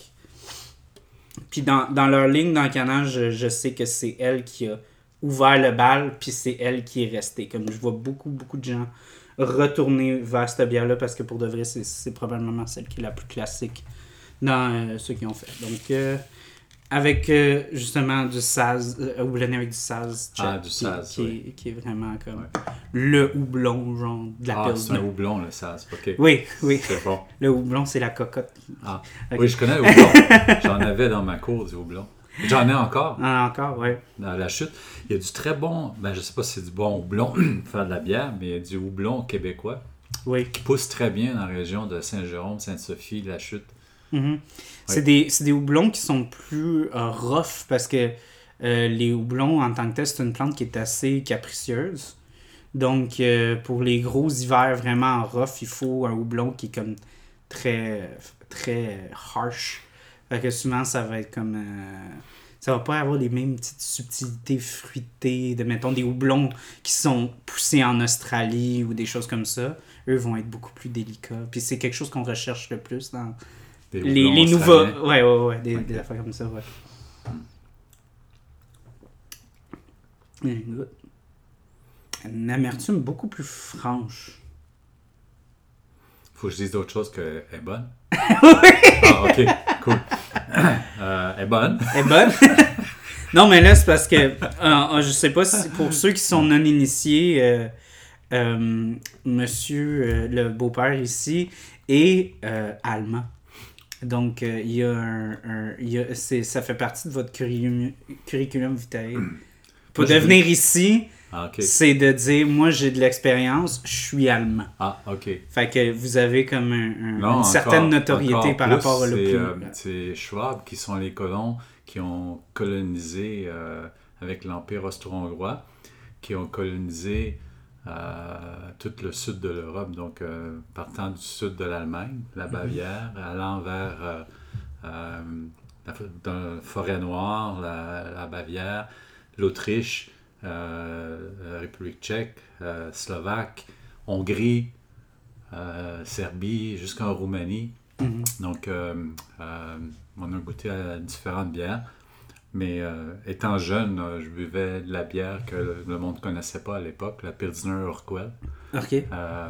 Speaker 1: Puis dans, dans leur ligne d'encanage, je, je sais que c'est elle qui a ouvert le bal, puis c'est elle qui est restée. Comme je vois beaucoup, beaucoup de gens retourner vers cette bière-là parce que pour de vrai, c'est- c'est probablement celle qui est la plus classique dans euh, ceux qui ont fait. Donc, euh, avec euh, justement du Saz, euh, houblonné avec du Saz,
Speaker 2: Ah,
Speaker 1: Chet,
Speaker 2: du
Speaker 1: qui-
Speaker 2: Saz,
Speaker 1: qui,
Speaker 2: oui.
Speaker 1: est- qui est vraiment comme le houblon, genre de la
Speaker 2: Ah, c'est
Speaker 1: Pilsner.
Speaker 2: un houblon, le sas. OK.
Speaker 1: Oui, oui.
Speaker 2: C'est bon.
Speaker 1: Le houblon, c'est la cocotte.
Speaker 2: Ah.
Speaker 1: Ok.
Speaker 2: Oui, je connais le houblon. J'en avais dans ma cour du houblon. J'en ai encore
Speaker 1: Ah, encore, ouais.
Speaker 2: dans la chute. Il y a du très bon, ben, je sais pas si c'est du bon houblon pour faire de la bière, mais il y a du houblon québécois
Speaker 1: Oui.
Speaker 2: qui pousse très bien dans la région de Saint-Jérôme, Sainte-Sophie, la chute.
Speaker 1: Mhm. C'est des, c'est des houblons qui sont plus euh, rough parce que euh, les houblons, en tant que tel, c'est une plante qui est assez capricieuse. Donc, euh, pour les gros hivers vraiment rough, il faut un houblon qui est comme très, très harsh. Fait que souvent, ça va être comme. euh, ça va pas avoir les mêmes petites subtilités fruitées, de mettons des houblons qui sont poussés en Australie ou des choses comme ça. Eux vont être beaucoup plus délicats. Puis c'est quelque chose qu'on recherche le plus dans,
Speaker 2: Des
Speaker 1: les,
Speaker 2: houblons
Speaker 1: les nouveaux.
Speaker 2: australiens.
Speaker 1: Ouais, ouais, ouais. Des,
Speaker 2: Ok.
Speaker 1: des affaires comme ça, ouais. Mm, good. Une amertume beaucoup plus franche.
Speaker 2: Faut que je dise d'autres choses qu'elle est bonne. Ah, OK. Cool. Euh, elle est bonne.
Speaker 1: Elle est bonne. non, mais là, c'est parce que. euh, euh, je sais pas si pour ceux qui sont non initiés, euh, euh, monsieur euh, le beau-père ici est euh, allemand. Donc, euh, il y a un. un- il y a- c'est- ça fait partie de votre curriculum, curriculum vitae. Pour
Speaker 2: Hmm. Moi, je
Speaker 1: devenir ici,
Speaker 2: Ah, OK.
Speaker 1: c'est de dire moi j'ai de l'expérience, je suis allemand.
Speaker 2: Ah, OK.
Speaker 1: Fait que vous avez comme un- un-
Speaker 2: Non,
Speaker 1: une
Speaker 2: encore-
Speaker 1: certaine notoriété
Speaker 2: encore
Speaker 1: par
Speaker 2: plus,
Speaker 1: rapport à
Speaker 2: c'est,
Speaker 1: l'opinion.
Speaker 2: euh, C'est Schwab qui sont les colons qui ont colonisé euh, avec l'Empire austro-hongrois, qui ont colonisé euh, tout le sud de l'Europe, donc euh, partant du sud de l'Allemagne, la
Speaker 1: Mhm.
Speaker 2: Bavière, allant vers euh, euh, la, f- dans la forêt noire, la, la Bavière, l'Autriche, euh, la République tchèque, euh, Slovaque, Hongrie, euh, Serbie, jusqu'en Roumanie.
Speaker 1: Mhm.
Speaker 2: Donc, euh, euh, on a goûté à différentes bières. Mais euh, étant jeune, euh, je buvais de la bière que le, le monde ne connaissait pas à l'époque, la Pilsner Urquell,
Speaker 1: Ok.
Speaker 2: euh,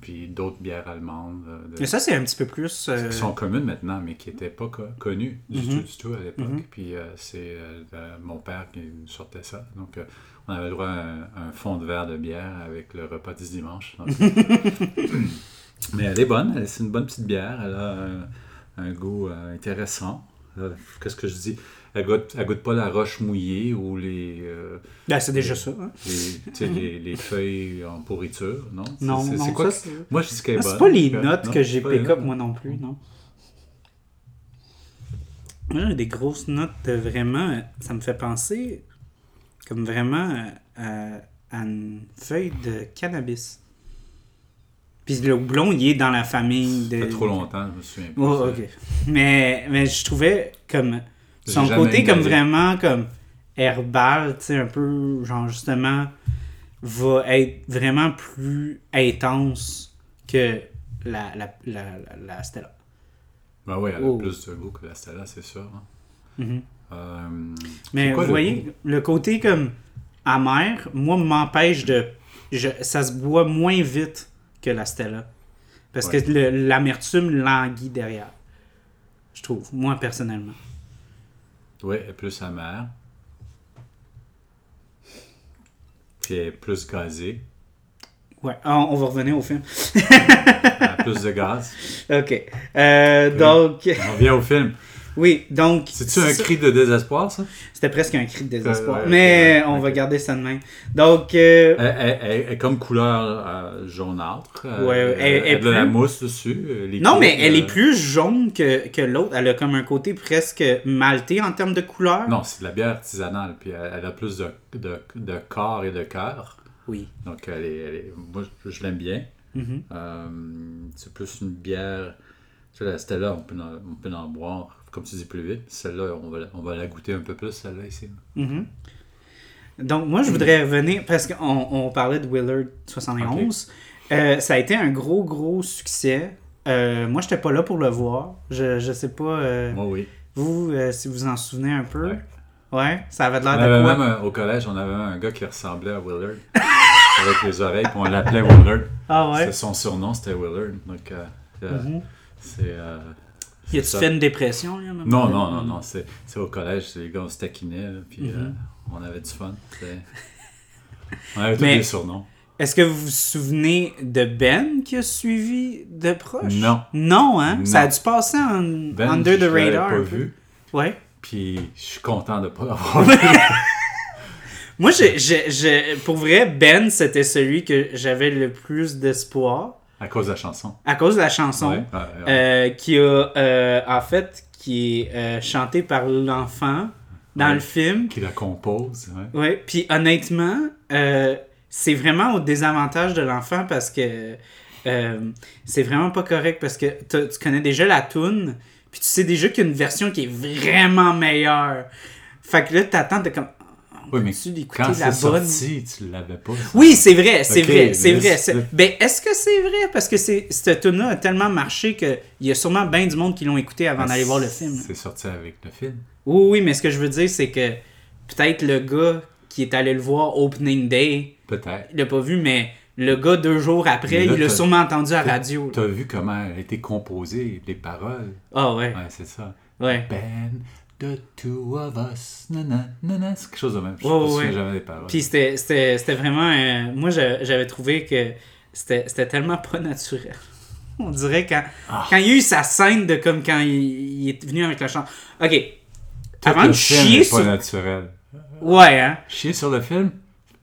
Speaker 2: puis d'autres bières allemandes euh, de-
Speaker 1: Mais ça, c'est un petit peu plus. euh,
Speaker 2: qui sont communes maintenant, mais qui n'étaient pas co- connues du
Speaker 1: Mhm.
Speaker 2: tout, du tout à l'époque.
Speaker 1: Mhm.
Speaker 2: Puis euh, c'est euh, euh, mon père qui nous sortait ça. Donc, euh, on avait le droit à un, un fond de verre de bière avec le repas du dimanche. Donc, euh, Mais elle est bonne, elle- c'est une bonne petite bière, elle a un, un goût euh, intéressant. Euh, Qu'est-ce que je dis? Elle goûte, elle goûte pas la roche mouillée ou les, euh,
Speaker 1: ben, c'est déjà ça. hein.
Speaker 2: les, tu sais, les- les feuilles en pourriture, non? C'est-
Speaker 1: Non,
Speaker 2: c'est-
Speaker 1: non,
Speaker 2: c'est quoi
Speaker 1: ça,
Speaker 2: que-
Speaker 1: c'est-
Speaker 2: Moi, je dis qu'elle est
Speaker 1: Ah,
Speaker 2: bonne. euh,
Speaker 1: c'est pas les
Speaker 2: Non,
Speaker 1: notes que
Speaker 2: c'est
Speaker 1: j'ai
Speaker 2: pas les
Speaker 1: pick up
Speaker 2: notes.
Speaker 1: moi non plus, non. Moi, j'ai des grosses notes de vraiment. euh, Ça me fait penser comme vraiment euh, à- à une feuille de cannabis. Puis le houblon, il est dans la famille de.
Speaker 2: Ça fait trop longtemps, je me souviens plus.
Speaker 1: Oh, ok. Mais, mais je trouvais comme
Speaker 2: J'ai
Speaker 1: son
Speaker 2: jamais
Speaker 1: côté comme
Speaker 2: inhalé.
Speaker 1: vraiment comme herbal, tu sais, un peu genre justement va être vraiment plus intense que la, la, la, la, la Stella.
Speaker 2: Ben oui, elle a
Speaker 1: Oh.
Speaker 2: plus de goût que la Stella, c'est sûr. hein.
Speaker 1: Mhm.
Speaker 2: Euh,
Speaker 1: Mais
Speaker 2: c'est quoi
Speaker 1: vous
Speaker 2: le
Speaker 1: voyez,
Speaker 2: goût?
Speaker 1: le côté comme amer, moi, m'empêche de. je- ça se boit moins vite que la Stella. Parce
Speaker 2: Ouais.
Speaker 1: que le- l'amertume languit derrière. Je trouve, moi personnellement.
Speaker 2: Oui, elle est plus amère. Puis elle est plus gazée.
Speaker 1: Ouais, on, on va revenir au film.
Speaker 2: Elle a plus de gaz.
Speaker 1: Ok. Euh, donc,
Speaker 2: On revient au film.
Speaker 1: oui, donc.
Speaker 2: C'est-tu un cri de désespoir, ça?
Speaker 1: C'était presque un cri de désespoir.
Speaker 2: Euh, ouais,
Speaker 1: mais
Speaker 2: ok, ouais,
Speaker 1: on va
Speaker 2: ok.
Speaker 1: garder ça de même. Donc, euh,
Speaker 2: Elle, elle- elle- elle est comme couleur euh, jaunâtre. Euh,
Speaker 1: Ouais, elle- elle
Speaker 2: a de la
Speaker 1: plus-
Speaker 2: mousse dessus. euh, liquide,
Speaker 1: non, mais elle
Speaker 2: euh,
Speaker 1: est plus jaune que, que l'autre. Elle a comme un côté presque malté en termes de couleur.
Speaker 2: Non, c'est de la bière artisanale. Puis elle, elle a plus de, de, de corps et de cœur.
Speaker 1: Oui.
Speaker 2: Donc, elle est, elle est- moi, je, je l'aime bien.
Speaker 1: Mhm.
Speaker 2: Euh, c'est plus une bière. Tu sais, la Stella, on peut, en, on peut en boire, comme tu dis, plus vite. Celle-là, on va, la- on va la goûter un peu plus, celle-là ici.
Speaker 1: Mhm. Donc, moi, je voudrais revenir parce qu'on on parlait de Willard 71. Euh, ça a été un gros, gros succès. Euh, moi, j'étais pas là pour le voir. Je, je sais pas euh,
Speaker 2: Moi, oui.
Speaker 1: vous euh, si vous en souvenez un peu.
Speaker 2: Ouais.
Speaker 1: Ouais, ça avait
Speaker 2: On
Speaker 1: l'air
Speaker 2: avait
Speaker 1: Ah, de quoi?
Speaker 2: même un- au collège, on avait même un gars qui ressemblait à Willard. avec les oreilles, puis on l'appelait Willard.
Speaker 1: Ah ouais?
Speaker 2: C'était son surnom, c'était Willard. Donc, euh, euh,
Speaker 1: Mhm.
Speaker 2: c'est. euh,
Speaker 1: Y a-tu
Speaker 2: ça.
Speaker 1: fait une dépression? lui, à un moment
Speaker 2: Non,
Speaker 1: donné?
Speaker 2: non, non, non. C'est c'est au collège, c'est les gars, on se taquinait, là, puis euh,
Speaker 1: Mhm.
Speaker 2: on avait du fun. c'est- On avait tous
Speaker 1: Mais-
Speaker 2: des surnoms.
Speaker 1: Est-ce que vous vous souvenez de Ben qui a suivi de proche?
Speaker 2: Non.
Speaker 1: Non, hein?
Speaker 2: Non.
Speaker 1: Ça a dû passer en
Speaker 2: Ben,
Speaker 1: under the
Speaker 2: je l'avais
Speaker 1: radar.
Speaker 2: pas
Speaker 1: un peu.
Speaker 2: vu,
Speaker 1: Ouais.
Speaker 2: puis je suis content de pas l'avoir vu.
Speaker 1: Moi, j'ai- j'ai- j'ai- pour vrai, Ben, c'était celui que j'avais le plus d'espoir
Speaker 2: à cause de la chanson.
Speaker 1: à cause de la chanson.
Speaker 2: Ouais, ouais, ouais.
Speaker 1: Euh, qui a euh, en fait qui est euh, chanté par l'enfant dans
Speaker 2: Ouais.
Speaker 1: le film.
Speaker 2: Qui la compose. ouais.
Speaker 1: Ouais, puis honnêtement, euh, c'est vraiment au désavantage de l'enfant parce que euh, c'est vraiment pas correct parce que t'as- tu connais déjà la tune, puis tu sais déjà qu'il y a une version qui est vraiment meilleure. Fait que là, t'attends, t'es comme.
Speaker 2: Oui, mais
Speaker 1: Peux-tu l'écouter,
Speaker 2: quand
Speaker 1: la
Speaker 2: c'est
Speaker 1: bonne?
Speaker 2: sorti, tu l'avais pas. ça.
Speaker 1: Oui, c'est vrai, c'est
Speaker 2: Ok,
Speaker 1: vrai, c'est
Speaker 2: mais c'est-
Speaker 1: vrai. c'est- Ben, est-ce que c'est vrai? Parce que c'est- cette tune-là a tellement marché qu'il y a sûrement bien du monde qui l'ont écouté avant d'aller voir le film. là.
Speaker 2: C'est sorti avec le film.
Speaker 1: Oui, oui, mais ce que je veux dire, c'est que peut-être le gars qui est allé le voir opening day,
Speaker 2: Peut-être.
Speaker 1: il l'a pas vu, mais le gars deux jours après,
Speaker 2: Mais là,
Speaker 1: il l'a
Speaker 2: t'as-
Speaker 1: sûrement entendu à la radio. là.
Speaker 2: T'as vu comment elle a été composée, les paroles.
Speaker 1: Ah ouais,
Speaker 2: Ouais, c'est ça.
Speaker 1: ouais.
Speaker 2: Ben, the two of us, nanana, nanana. C'est quelque chose de même. Je
Speaker 1: Ouais,
Speaker 2: me
Speaker 1: ouais,
Speaker 2: souviens
Speaker 1: ouais.
Speaker 2: jamais des paroles.
Speaker 1: Puis c'était- c'était c'était vraiment... euh, moi, j'a- j'avais trouvé que c'était c'était tellement pas naturel. On dirait quand,
Speaker 2: Ah.
Speaker 1: quand il y a eu sa scène de comme quand il, il est venu avec la chanson. OK.
Speaker 2: Tout
Speaker 1: avant
Speaker 2: le
Speaker 1: de
Speaker 2: film
Speaker 1: chier
Speaker 2: est pas
Speaker 1: sur-
Speaker 2: naturel.
Speaker 1: Ouais, hein?
Speaker 2: Chier sur le film?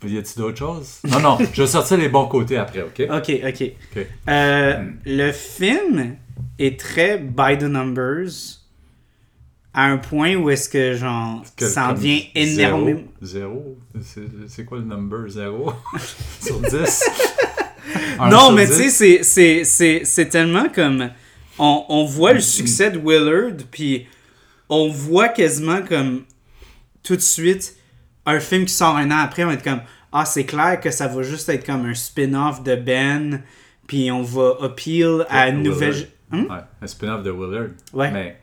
Speaker 2: Y a-t-il d'autres choses? Non, non, je vais sortir les bons côtés après, OK?
Speaker 1: OK, OK.
Speaker 2: OK. Hmm.
Speaker 1: Euh, le film est très by the numbers à un point où est-ce que genre
Speaker 2: Que-
Speaker 1: ça en
Speaker 2: comme
Speaker 1: vient
Speaker 2: zéro-
Speaker 1: énormément.
Speaker 2: Zéro? C'est- C'est quoi le number? Zéro? sur 10?
Speaker 1: Non, mais tu sais, c'est- c'est- c'est- c'est tellement comme. On, on voit le succès de Willard, puis on voit quasiment comme tout de suite un film qui sort un an après, on va être comme Ah, c'est clair que ça va juste être comme un spin-off de Ben, puis on va appeal à une nouvelle. Hum?
Speaker 2: Ouais, un spin-off de Willard.
Speaker 1: Ouais.
Speaker 2: Mais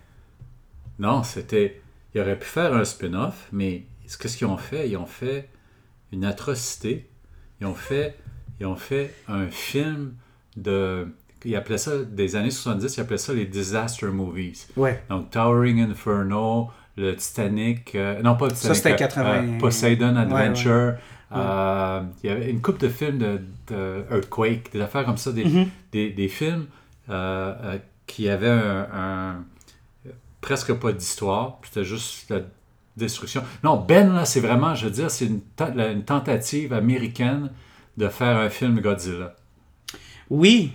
Speaker 2: non, c'était. Ils auraient pu faire un spin-off, mais ce qu'est-ce qu'ils ont fait Ils ont fait une atrocité. Ils ont fait, ils ont fait un film de. Ils appelaient ça, des années 70, ils appelaient ça les disaster movies.
Speaker 1: Ouais.
Speaker 2: Donc Towering Inferno, le Titanic, euh, non pas le Titanic,
Speaker 1: c'était
Speaker 2: euh,
Speaker 1: 80.
Speaker 2: euh, Poseidon Adventure,
Speaker 1: Ouais,
Speaker 2: euh, il y avait une coupe de films de, de Earthquake, des affaires comme ça, des,
Speaker 1: Mhm.
Speaker 2: des, des films euh, euh, qui avaient un, un- presque pas d'histoire, puis c'était juste la destruction. Non, Ben, là, c'est vraiment, je veux dire, c'est une, ta- la- une tentative américaine de faire un film Godzilla.
Speaker 1: Oui,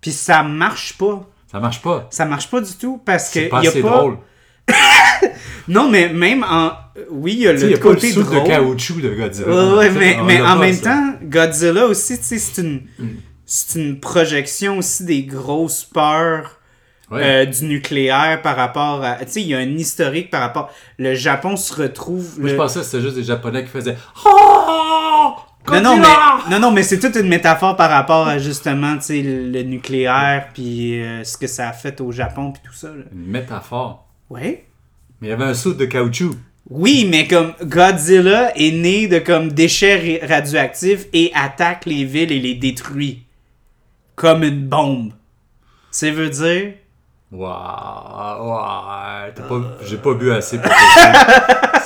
Speaker 1: puis ça marche pas.
Speaker 2: Ça marche pas.
Speaker 1: Ça marche pas du tout parce que.
Speaker 2: C'est pas
Speaker 1: y a
Speaker 2: assez
Speaker 1: pas...
Speaker 2: drôle.
Speaker 1: Non, mais même en. Oui, il y a
Speaker 2: Tu sais, Il
Speaker 1: le
Speaker 2: n'y a pas le
Speaker 1: côté
Speaker 2: soude
Speaker 1: drôle.
Speaker 2: de caoutchouc de Godzilla.
Speaker 1: Ouais, ouais,
Speaker 2: Tu sais,
Speaker 1: mais,
Speaker 2: on
Speaker 1: mais
Speaker 2: l'a
Speaker 1: en
Speaker 2: pas,
Speaker 1: même
Speaker 2: ça. Hmm.
Speaker 1: temps, Godzilla aussi, tu sais, c'est une, c'est une projection aussi des grosses peurs
Speaker 2: Ouais.
Speaker 1: euh, du nucléaire par rapport à. Tu sais, il y a un historique par rapport. Le Japon se retrouve.
Speaker 2: Moi,
Speaker 1: le-
Speaker 2: je pensais que c'était juste des Japonais qui faisaient Oh
Speaker 1: non,
Speaker 2: Godzilla!
Speaker 1: non, mais, non, non, mais c'est toute une métaphore par rapport à justement, tu sais, le, le nucléaire, puis euh, ce que ça a fait au Japon, puis tout ça. là.
Speaker 2: Une métaphore.
Speaker 1: Ouais.
Speaker 2: Mais il y avait un soude de caoutchouc.
Speaker 1: Oui, mais comme Godzilla est né de comme déchets ra- radioactifs et attaque les villes et les détruit comme une bombe. Ça veut dire
Speaker 2: Waouh, waouh, t'as pas-
Speaker 1: Euh.
Speaker 2: j'ai pas bu assez pour ça.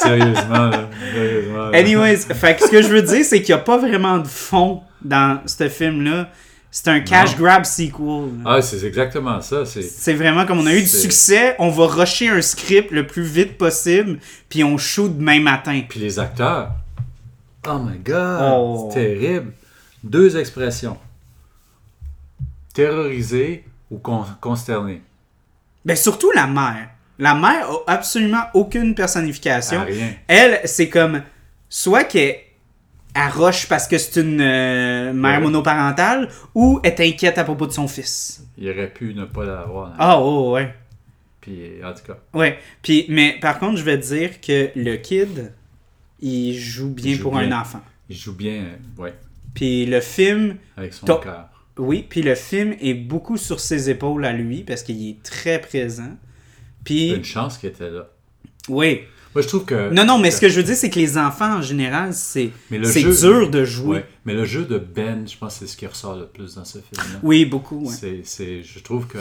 Speaker 2: Sérieusement, là. Sérieusement, là.
Speaker 1: Anyways, fait que ce que je veux dire c'est qu'il n'y a pas vraiment de fond dans ce film là. C'est un cash grab sequel. là.
Speaker 2: Ah, c'est exactement ça. C'est
Speaker 1: C'est vraiment comme on a eu du
Speaker 2: C'est-
Speaker 1: succès, on va rusher un script le plus vite possible, puis on shoot demain matin.
Speaker 2: Puis les acteurs. Oh my god,
Speaker 1: Oh.
Speaker 2: c'est terrible. Deux expressions. Terrorisé ou con- consterné.
Speaker 1: Ben surtout la mère. La mère a absolument aucune personification.
Speaker 2: Ah, rien.
Speaker 1: Elle, c'est comme soit qu'elle elle roche parce que c'est une euh, mère
Speaker 2: Ouais.
Speaker 1: monoparentale ou elle est inquiète à propos de son fils.
Speaker 2: Il aurait pu ne pas l'avoir. hein.
Speaker 1: Ah oh, oh, ouais.
Speaker 2: Puis en tout cas,
Speaker 1: Ouais. Puis mais par contre, je vais te dire que le kid il joue bien
Speaker 2: Il joue
Speaker 1: pour
Speaker 2: bien.
Speaker 1: un enfant.
Speaker 2: il joue bien, euh, ouais,
Speaker 1: Puis le film
Speaker 2: avec son
Speaker 1: Ton-
Speaker 2: cœur.
Speaker 1: Oui, puis le film est beaucoup sur ses épaules à lui parce qu'il est très présent.
Speaker 2: C'est
Speaker 1: Puis
Speaker 2: une chance qu'il était là.
Speaker 1: oui,
Speaker 2: Moi, je trouve que.
Speaker 1: Non, non, mais ce que je veux dire, c'est que les enfants, en général, c'est
Speaker 2: Mais le
Speaker 1: c'est
Speaker 2: jeu-
Speaker 1: dur de jouer.
Speaker 2: Ouais. Mais le jeu de Ben, je pense que c'est ce qui ressort le plus dans ce film-là.
Speaker 1: Oui, beaucoup. ouais.
Speaker 2: C'est- c'est- je trouve que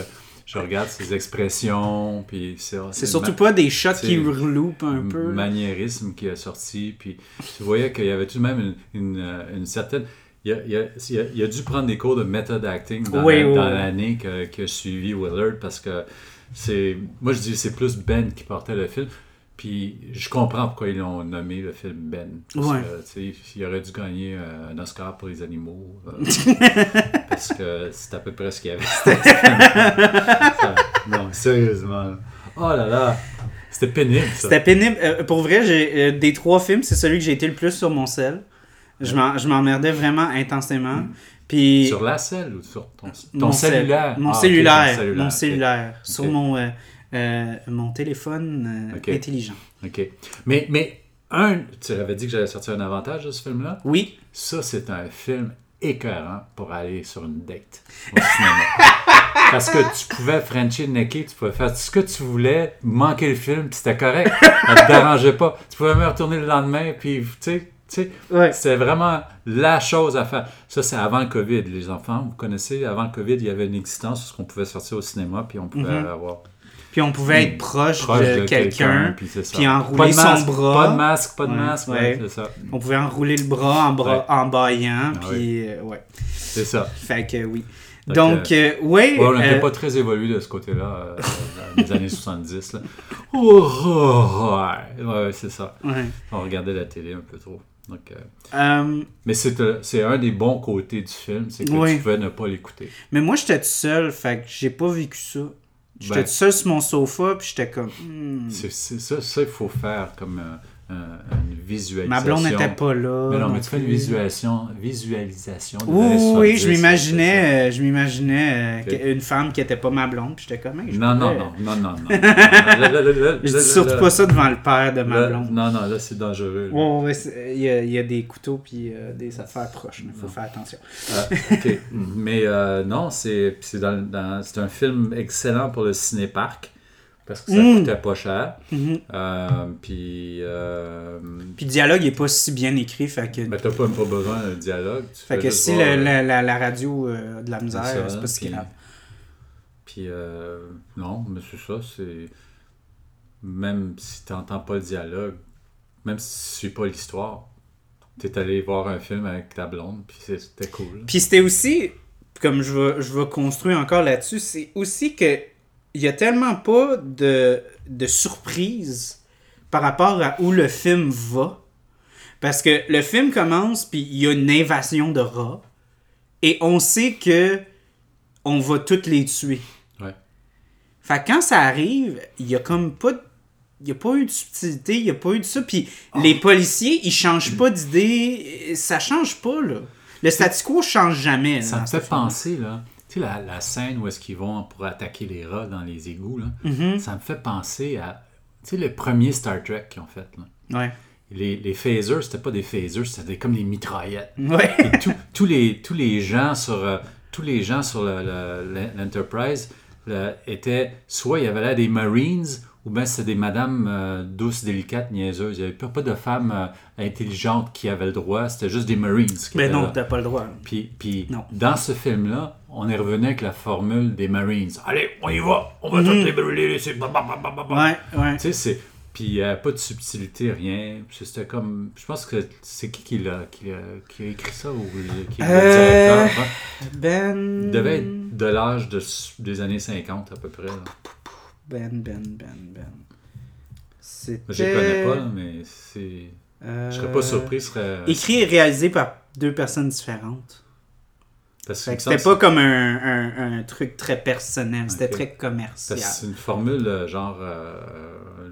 Speaker 2: je regarde ses expressions, puis c'est...
Speaker 1: C'est surtout pas des shots
Speaker 2: c'est-
Speaker 1: qui reloupent un
Speaker 2: le
Speaker 1: peu.
Speaker 2: maniérisme qui est sorti, puis tu voyais qu'il y avait tout de même une, une, euh, une certaine... Il a, il, a, il a- il a dû prendre des cours de method acting dans
Speaker 1: Oui,
Speaker 2: la-
Speaker 1: oui,
Speaker 2: dans
Speaker 1: oui.
Speaker 2: l'année que- qui a suivi Willard, parce que c'est... Moi, je dis c'est plus Ben qui portait le film, puis je comprends pourquoi ils l'ont nommé le film Ben. Parce
Speaker 1: Ouais.
Speaker 2: que, tu sais, il aurait dû gagner euh, un Oscar pour les animaux, euh, parce que c'est à peu près ce qu'il y avait. Ça- non, sérieusement. Oh là là, c'était pénible ça.
Speaker 1: C'était pénible. Euh, pour vrai, j'ai euh, des trois films, c'est celui que j'ai été le plus sur mon sel. Je m'en- je m'emmerdais vraiment intensément. Puis
Speaker 2: Hmm. Sur la selle ou sur ton, ton
Speaker 1: mon cell-
Speaker 2: cellulaire?
Speaker 1: Mon
Speaker 2: Ah, ok, ton
Speaker 1: cellulaire. mon
Speaker 2: ok.
Speaker 1: cellulaire. Sur
Speaker 2: Ok.
Speaker 1: mon, euh, euh, mon téléphone euh,
Speaker 2: Ok.
Speaker 1: intelligent.
Speaker 2: OK. Mais, mais un, tu avais dit que j'avais sorti un avantage de ce film-là.
Speaker 1: Oui.
Speaker 2: Ça, c'est un film écœurant pour aller sur une date au cinéma. Parce que tu pouvais Frencher necker, tu pouvais faire ce que tu voulais, manquer le film, puis c'était correct. Ça te dérangeait pas. Tu pouvais même retourner le lendemain, puis tu sais, tu sais,
Speaker 1: Ouais.
Speaker 2: C'est vraiment la chose à faire. Ça, c'est avant le COVID, les enfants. Vous connaissez, avant le COVID, il y avait une existence où on pouvait sortir au cinéma, puis on pouvait avoir
Speaker 1: Puis on pouvait
Speaker 2: Hmm.
Speaker 1: être proche, Mhm. de, quelqu'un.
Speaker 2: puis c'est ça.
Speaker 1: puis enrouler
Speaker 2: Pas de
Speaker 1: son
Speaker 2: masque,
Speaker 1: bras.
Speaker 2: Pas de masque, pas de
Speaker 1: Ouais,
Speaker 2: masque, ouais,
Speaker 1: ouais.
Speaker 2: c'est ça.
Speaker 1: On pouvait enrouler le bras en, bras,
Speaker 2: Ouais.
Speaker 1: en baillant.
Speaker 2: Ah
Speaker 1: puis euh, ouais.
Speaker 2: C'est ça.
Speaker 1: Fait que oui.
Speaker 2: Fait
Speaker 1: Donc, euh, ouais.
Speaker 2: Ouais, on n'était
Speaker 1: euh,
Speaker 2: pas très évolué de ce côté-là euh, dans les années 70. Là. Oh, oh, ouais, ouais, c'est ça.
Speaker 1: ouais.
Speaker 2: On regardait la télé un peu trop. Donc, euh,
Speaker 1: Euh,
Speaker 2: mais c'est euh, c'est un des bons côtés du film, c'est que
Speaker 1: Ouais.
Speaker 2: tu pouvais ne pas l'écouter.
Speaker 1: Mais moi, j'étais tout seul, fait que j'ai pas vécu ça. J'étais
Speaker 2: Ben.
Speaker 1: tout seul sur mon sofa, puis j'étais comme. hmm,
Speaker 2: C'est c'est ça, ça il faut faire comme euh, un- une visualisation.
Speaker 1: ma blonde n'était pas là.
Speaker 2: Mais non, mais tu fais une
Speaker 1: plus.
Speaker 2: visualisation, visualisation des
Speaker 1: Oui,
Speaker 2: années 70, là,
Speaker 1: oui, oui, je
Speaker 2: c'est ça.
Speaker 1: m'imaginais, euh, je m'imaginais euh,
Speaker 2: Ok.
Speaker 1: que- une femme qui était pas ma blonde, puis j'étais comme. hey, je
Speaker 2: Non, non,
Speaker 1: pourrais-
Speaker 2: non, non, non, non. Là, là, là, là,
Speaker 1: Je
Speaker 2: là,
Speaker 1: dis surtout
Speaker 2: là,
Speaker 1: pas ça devant le père de ma
Speaker 2: là,
Speaker 1: blonde.
Speaker 2: Non, non, là, c'est dangereux. là.
Speaker 1: Ouais, ouais, c'est- euh, il y, a- il y a des couteaux puis euh, des affaires proches, il faut faire attention.
Speaker 2: Ah, ok. Mais euh, non, c'est c'est dans- dans- c'est un film excellent pour le ciné-parc parce que ça
Speaker 1: Mm.
Speaker 2: coûtait pas cher.
Speaker 1: Mhm.
Speaker 2: Euh, puis, euh,
Speaker 1: Puis le dialogue est pas si bien écrit, fait que,
Speaker 2: ben, t'as pas, pas besoin de dialogue. tu
Speaker 1: fait
Speaker 2: fais
Speaker 1: que
Speaker 2: juste
Speaker 1: si
Speaker 2: voir,
Speaker 1: la,
Speaker 2: euh,
Speaker 1: la- la- la radio euh, a de la misère,
Speaker 2: ça,
Speaker 1: c'est pas si
Speaker 2: puis-
Speaker 1: grave.
Speaker 2: Puis, euh, non, mais c'est ça, c'est. Même si tu n'entends pas le dialogue, même si tu suis pas l'histoire, tu es allé voir un film avec ta blonde, puis c'est- c'était cool.
Speaker 1: Puis c'était aussi, comme je vais, je vais construire encore là-dessus, c'est aussi que il y a tellement pas de, de surprise par rapport à où le film va. Parce que le film commence, puis il y a une invasion de rats. Et on sait que on va toutes les tuer.
Speaker 2: Ouais.
Speaker 1: Fait que quand ça arrive, il y a comme pas de- il y a pas eu de subtilité, il y a pas eu de ça puis les policiers, ils changent pas d'idée, ça change pas là. Le statu quo change jamais. là,
Speaker 2: Ça me
Speaker 1: dans ce
Speaker 2: fait
Speaker 1: film.
Speaker 2: penser, là. Tu sais, la, la scène où est-ce qu'ils vont pour attaquer les rats dans les égouts, là, ça me fait penser à. Tu sais, le premier Star Trek qu'ils ont fait, là.
Speaker 1: Ouais.
Speaker 2: Les, les phasers, c'était pas des phasers, c'était comme des mitraillettes.
Speaker 1: Ouais.
Speaker 2: Et tous- tous les tous les gens sur euh, tous les gens sur le- le- le- l'Enterprise le- étaient soit il y avait là des Marines ou bien c'était des madames euh, douces, délicates, niaiseuses. Il n'y avait pas, pas de femmes euh, intelligentes qui avaient le droit, c'était juste des Marines. Qui
Speaker 1: Mais
Speaker 2: étaient
Speaker 1: Ben non,
Speaker 2: là.
Speaker 1: t'as pas le droit.
Speaker 2: Puis, puis
Speaker 1: Non.
Speaker 2: dans ce film-là, on est revenu avec la formule des Marines. Allez, on y va, on
Speaker 1: Mm-hmm.
Speaker 2: va tous les brûler. c'est ba, ba, ba, ba, ba, ba.
Speaker 1: Ouais, ouais.
Speaker 2: Tu sais, c'est. Puis il n'y a pas de subtilité, rien. Puis C'était comme. Je pense que c'est qui qui l'a qui, l'a- qui a écrit ça ou le- qui est le
Speaker 1: Euh,
Speaker 2: directeur. hein?
Speaker 1: Ben.
Speaker 2: Il devait être de l'âge de- des années 50 à peu près. là.
Speaker 1: Ben, ben, ben, ben. C'était.
Speaker 2: Je ne connais pas, là, mais c'est. Je serais
Speaker 1: Euh,
Speaker 2: pas surpris. ce Serait...
Speaker 1: Écrit et réalisé par deux personnes différentes.
Speaker 2: Parce que
Speaker 1: Fait que
Speaker 2: il me
Speaker 1: C'était
Speaker 2: semble
Speaker 1: pas comme un, un- un truc très personnel, c'était
Speaker 2: Ok.
Speaker 1: très commercial.
Speaker 2: Parce que C'est une formule euh, genre euh,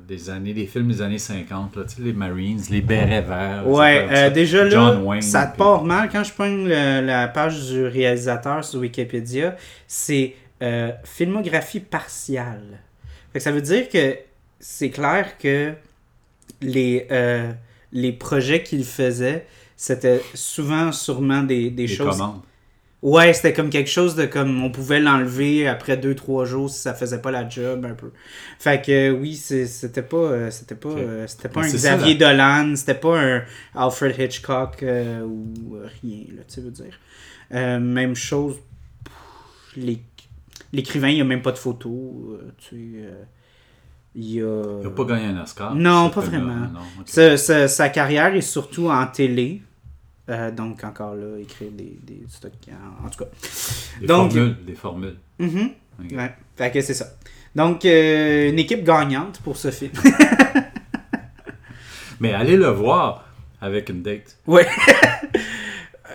Speaker 2: des années, des films des années 50, là, tu sais, les Marines, les Bérets verts.
Speaker 1: Ouais,
Speaker 2: ça,
Speaker 1: euh, déjà là,
Speaker 2: John Wayne,
Speaker 1: ça
Speaker 2: puis-
Speaker 1: te part mal. Quand je pogne le- la page du réalisateur sur Wikipédia, c'est euh, filmographie partiale. Fait que ça veut dire que c'est clair que les, euh, les projets qu'il faisait, c'était souvent sûrement des,
Speaker 2: les
Speaker 1: des choses.
Speaker 2: commandes.
Speaker 1: Ouais, c'était comme quelque chose de comme on pouvait l'enlever après 2-3 jours si ça faisait pas la job un peu. Fait que euh, oui, c'est- c'était pas euh, c'était pas
Speaker 2: Ok.
Speaker 1: euh, c'était pas
Speaker 2: Mais
Speaker 1: un
Speaker 2: c'est ça,
Speaker 1: Xavier Dolan, c'était pas un Alfred Hitchcock euh, ou euh, rien là, tu sais veux dire. Euh, même chose pff, l'é- l'écrivain, il a même pas de photo, euh, tu sais euh, il y a
Speaker 2: Il n'a pas gagné un Oscar.
Speaker 1: Non,
Speaker 2: ce
Speaker 1: pas
Speaker 2: film-là.
Speaker 1: vraiment.
Speaker 2: Non, ok.
Speaker 1: ce- ce- sa carrière est surtout en télé. Euh, donc, encore là, écrire des, des stocks. en- en tout cas.
Speaker 2: Des
Speaker 1: Donc-
Speaker 2: formules. Des formules.
Speaker 1: Mhm.
Speaker 2: Ok.
Speaker 1: Ouais. Fait que c'est ça. Donc, euh, une équipe gagnante pour ce film.
Speaker 2: Mais allez le voir avec une date.
Speaker 1: ouais.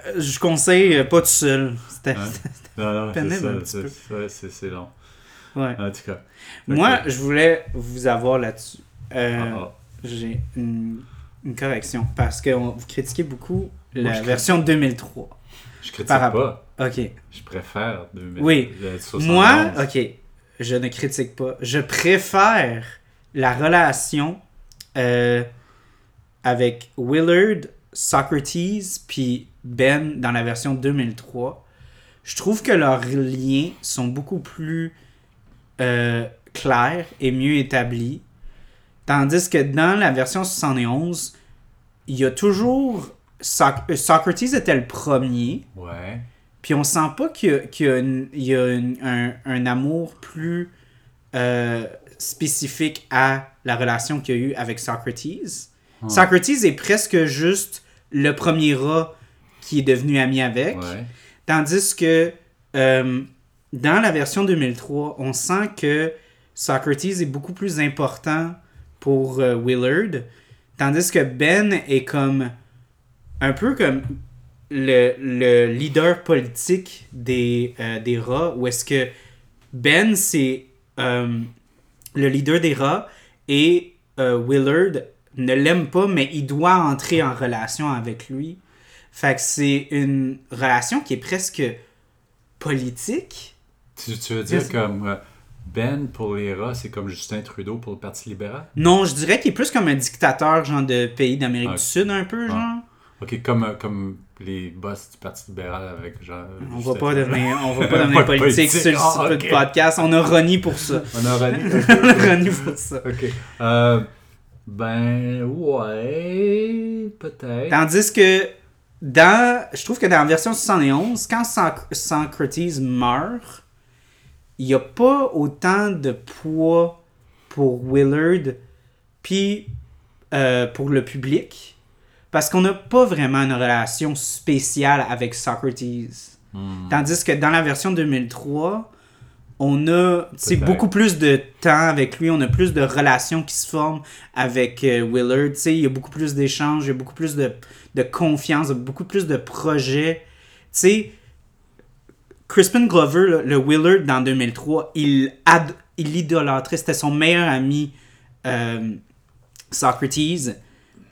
Speaker 1: Euh, Je conseille euh, pas tout seul. C'était-
Speaker 2: Hein? Non, non, c'est
Speaker 1: Pénible un
Speaker 2: ça,
Speaker 1: petit
Speaker 2: c'est- c'est-
Speaker 1: peu.
Speaker 2: c'est c'est long.
Speaker 1: Ouais.
Speaker 2: En tout cas.
Speaker 1: Moi,
Speaker 2: Ok.
Speaker 1: je voulais vous avoir là-dessus. Euh,
Speaker 2: Ah, ah.
Speaker 1: J'ai une, une correction. Parce que on- vous critiquez beaucoup
Speaker 2: Moi,
Speaker 1: la
Speaker 2: je critique.
Speaker 1: version 2003.
Speaker 2: je critique
Speaker 1: par rapport-
Speaker 2: pas.
Speaker 1: Ok.
Speaker 2: Je préfère euh, 2000.
Speaker 1: Oui.
Speaker 2: le 71.
Speaker 1: Moi, ok, je ne critique pas. Je préfère la relation euh, avec Willard, Socrates, puis Ben dans la version 2003. Je trouve que leurs liens sont beaucoup plus euh, clairs et mieux établis. Tandis que dans la version 71, il y a toujours. Soc- euh, Socrates était le premier.
Speaker 2: Ouais.
Speaker 1: Puis on sent pas qu'il y a, qu'il y a une- il y a une- un, un amour plus euh, spécifique à la relation qu'il y a eu avec Socrates. Socrates est presque juste le premier rat qui est devenu ami avec.
Speaker 2: Ouais.
Speaker 1: Tandis que euh, dans la version 2003, on sent que Socrates est beaucoup plus important pour euh, Willard, tandis que Ben est comme un peu comme le, le leader politique des, euh, des rats, où est-ce que Ben, c'est euh, le leader des rats et euh, Willard ne l'aime pas, mais il doit entrer en relation avec lui. Fait que c'est une relation qui est presque politique.
Speaker 2: Tu, tu veux dire
Speaker 1: Qu'est-ce-
Speaker 2: comme euh, Ben pour les rats, c'est comme Justin Trudeau pour le Parti libéral?
Speaker 1: Non, je dirais qu'il est plus comme un dictateur, genre de pays d'Amérique
Speaker 2: Ah,
Speaker 1: du Sud, un peu,
Speaker 2: ah.
Speaker 1: genre.
Speaker 2: Ok, comme, euh, comme les boss du Parti libéral avec Jean. euh,
Speaker 1: On
Speaker 2: Justin
Speaker 1: va pas
Speaker 2: Trudeau.
Speaker 1: devenir, on va pas devenir
Speaker 2: Pas de
Speaker 1: politique sur le
Speaker 2: politique. Ah,
Speaker 1: sur le
Speaker 2: ok.
Speaker 1: podcast. On a Ronnie pour ça.
Speaker 2: On a René.
Speaker 1: On a Ronnie pour ça.
Speaker 2: ok. Euh, ben, ouais, peut-être.
Speaker 1: Tandis que dans. Je trouve que dans la version 71, quand Soc- Socrates meurt, il n'y a pas autant de poids pour Willard, puis euh, pour le public, parce qu'on n'a pas vraiment une relation spéciale avec Socrates. Tandis que dans la version 2003, on a tu sais,
Speaker 2: Peut-être.
Speaker 1: beaucoup plus de temps avec lui, on a plus de relations qui se forment avec euh, Willard. tu sais, Il y a beaucoup plus d'échanges, il y a beaucoup plus de, de confiance, il y a beaucoup plus de projets. Tu sais, Crispin Glover, là, le Willard dans 2003, il, ad- il l'idolâtrait. C'était son meilleur ami, euh, Socrates.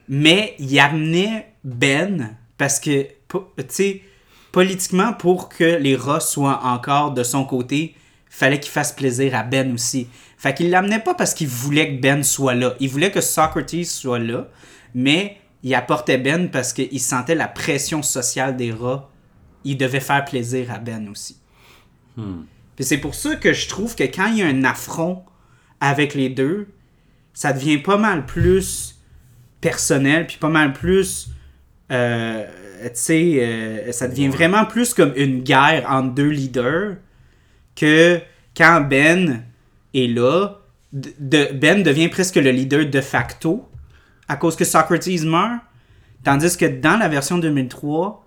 Speaker 1: Mais il amenait Ben parce que, po- tu sais, politiquement, pour que les rats soient encore de son côté, fallait qu'il fasse plaisir à Ben aussi. Fait qu'il l'amenait pas parce qu'il voulait que Ben soit là. Il voulait que Socrates soit là, mais il apportait Ben parce qu'il sentait la pression sociale des rats. Il devait faire plaisir à Ben aussi. Puis c'est pour ça que je trouve que quand il y a un affront avec les deux, ça devient pas mal plus personnel, puis pas mal plus. euh, tu sais, euh, ça devient vraiment plus comme une guerre entre deux leaders que quand Ben est là, de- de- Ben devient presque le leader de facto à cause que Socrates meurt, tandis que dans la version 2003,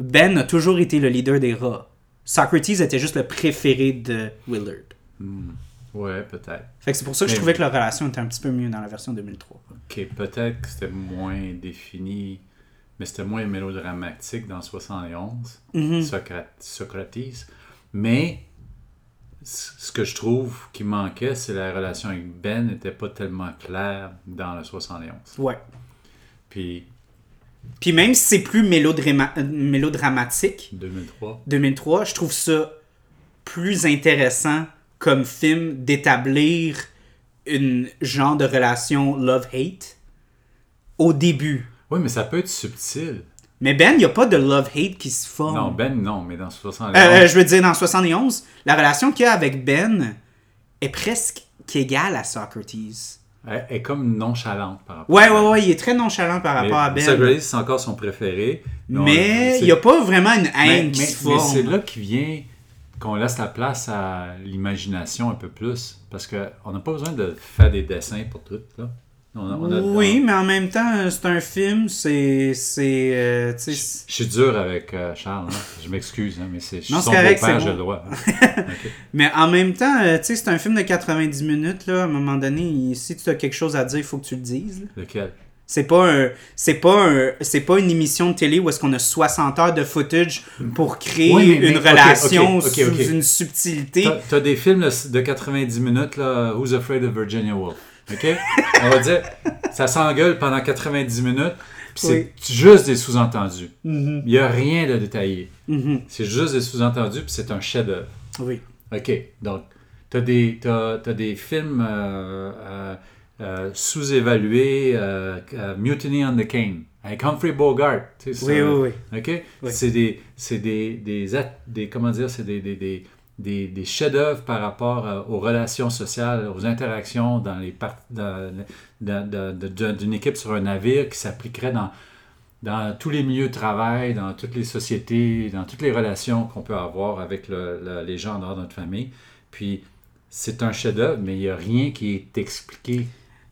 Speaker 1: Ben a toujours été le leader des rats. Socrates était juste le préféré de Willard.
Speaker 2: Ouais, peut-être.
Speaker 1: Fait que c'est pour ça que je
Speaker 2: Mais-
Speaker 1: trouvais que leur relation était un petit peu mieux dans la version 2003.
Speaker 2: Ok, peut-être que c'était moins défini, mais c'était moins mélodramatique dans 71,
Speaker 1: Mhm.
Speaker 2: Socra- Socrates. Mais c- ce que je trouve qui manquait, c'est la relation avec Ben n'était pas tellement claire dans le 71.
Speaker 1: Ouais.
Speaker 2: Puis
Speaker 1: Puis même si c'est plus mélodrama- euh, mélodramatique,
Speaker 2: 2003,
Speaker 1: 2003, je trouve ça plus intéressant comme film d'établir une genre de relation love-hate au début.
Speaker 2: oui, mais ça peut être subtil.
Speaker 1: Mais Ben, il n'y a pas de love-hate qui se forme.
Speaker 2: Non, Ben, non, mais dans 71.
Speaker 1: Oh. Euh, euh, je veux dire, dans 71, la relation qu'il y a avec Ben est presque égale à Socrates.
Speaker 2: Elle est comme nonchalante par rapport
Speaker 1: Ouais,
Speaker 2: à Ben.
Speaker 1: ouais, ouais, il est très nonchalant par rapport à
Speaker 2: Mais
Speaker 1: Ben.
Speaker 2: Socrates, c'est encore son préféré. Donc,
Speaker 1: mais
Speaker 2: c'est-
Speaker 1: il n'y a pas vraiment une
Speaker 2: Mais,
Speaker 1: haine Hein, qui
Speaker 2: mais-
Speaker 1: se
Speaker 2: mais
Speaker 1: forme.
Speaker 2: c'est là qui vient qu'on laisse la place à l'imagination un peu plus. Parce qu'on n'a pas besoin de faire des dessins pour tout. Là. On a- on a-
Speaker 1: Oui, mais en même temps, euh, c'est un film, c'est. c'est euh, tu sais, c'est-
Speaker 2: Je suis dur avec euh, Charles, hein. je m'excuse, hein, mais c'est je suis
Speaker 1: Non,
Speaker 2: son
Speaker 1: c'est correct,
Speaker 2: beau-père,
Speaker 1: c'est
Speaker 2: j'ai
Speaker 1: bon.
Speaker 2: le droit.
Speaker 1: mais en même temps, euh, tu sais, c'est un film de 90 minutes, là. À un moment donné, il- si tu as quelque chose à dire, il faut que tu le dises. là.
Speaker 2: Lequel
Speaker 1: C'est pas un, c'est pas un, c'est pas une émission de télé où est-ce qu'on a 60 heures de footage pour créer
Speaker 2: Oui, mais- mais-
Speaker 1: une
Speaker 2: ok,
Speaker 1: relation
Speaker 2: ok, ok,
Speaker 1: sous
Speaker 2: ok.
Speaker 1: une subtilité.
Speaker 2: T'as t'as des films là, de 90 minutes, là, Who's Afraid of Virginia Woolf? OK? On va dire, ça s'engueule pendant 90 minutes, puis
Speaker 1: Oui.
Speaker 2: c'est juste des sous-entendus.
Speaker 1: Mhm,
Speaker 2: Il n'y a rien de détaillé.
Speaker 1: mhm,
Speaker 2: C'est juste des sous-entendus, puis c'est un chef-d'œuvre.
Speaker 1: oui.
Speaker 2: OK. Donc, tu as des, t'as- t'as des films euh, euh, euh, sous-évalués, euh, euh, Mutiny on the Cane, avec Humphrey Bogart. tu sais,
Speaker 1: Oui,
Speaker 2: ça-
Speaker 1: oui,
Speaker 2: OK?
Speaker 1: Oui.
Speaker 2: C'est des, c'est des, des, at- des- comment dire, c'est des, des, des, des- des chefs-d'œuvre par rapport euh, aux relations sociales, aux interactions dans les par- dans- dans- dans- de- de- d'une équipe sur un navire qui s'appliquerait dans, dans tous les milieux de travail, dans toutes les sociétés, dans toutes les relations qu'on peut avoir avec le- le- les gens dans notre famille. Puis, c'est un chef-d'œuvre, mais il n'y a rien qui est expliqué.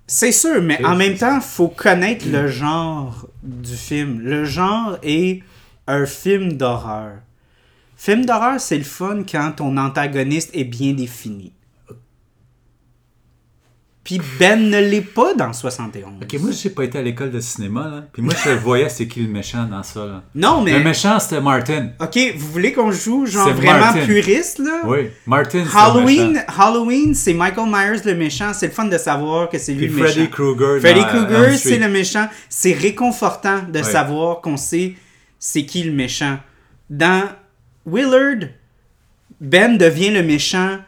Speaker 1: C'est sûr, mais
Speaker 2: C'est-
Speaker 1: en même
Speaker 2: c'est-
Speaker 1: temps, faut connaître le genre du film. Le genre est un film d'horreur. Film d'horreur, c'est le fun quand ton antagoniste est bien défini. Puis Ben ne l'est pas dans 71.
Speaker 2: Ok, moi, j'ai pas été à l'école de cinéma, là. Puis moi, je voyais c'est qui le méchant dans ça, là.
Speaker 1: non, mais...
Speaker 2: Le méchant, c'était Martin.
Speaker 1: Ok, vous voulez qu'on joue genre
Speaker 2: C'est
Speaker 1: vraiment
Speaker 2: Martin.
Speaker 1: puriste là?
Speaker 2: Oui, Martin. c'est le méchant.
Speaker 1: Halloween, Halloween, c'est Michael Myers le méchant. C'est le fun de savoir que c'est lui
Speaker 2: Puis
Speaker 1: le méchant.
Speaker 2: Freddy Krueger.
Speaker 1: Freddy
Speaker 2: dans, euh,
Speaker 1: Krueger,
Speaker 2: Elm Street.
Speaker 1: c'est le méchant. C'est réconfortant de
Speaker 2: Ouais.
Speaker 1: savoir qu'on sait c'est qui le méchant. Dans Willard, Ben devient le méchant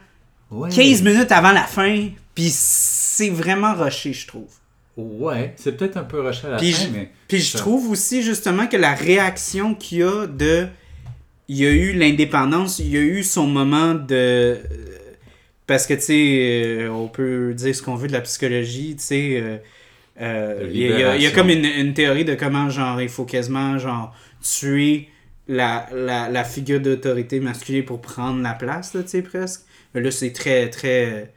Speaker 2: Ouais.
Speaker 1: 15 minutes avant la fin, puis c'est vraiment rushé, je trouve.
Speaker 2: Ouais, c'est peut-être un peu rushé à la
Speaker 1: Puis
Speaker 2: fin,
Speaker 1: je,
Speaker 2: mais.
Speaker 1: puis je trouve aussi justement que la réaction qu'il y a de... Il y a eu l'indépendance, il y a eu son moment de... Parce que, tu sais, euh, on peut dire ce qu'on veut de la psychologie, tu sais... euh, euh,
Speaker 2: De
Speaker 1: il, y a- il y a, il y a
Speaker 2: libération.
Speaker 1: comme une, une théorie de comment, genre, il faut quasiment, genre, tuer la, la, la figure d'autorité masculine pour prendre la place, là, tu sais, presque. Mais là, c'est très, très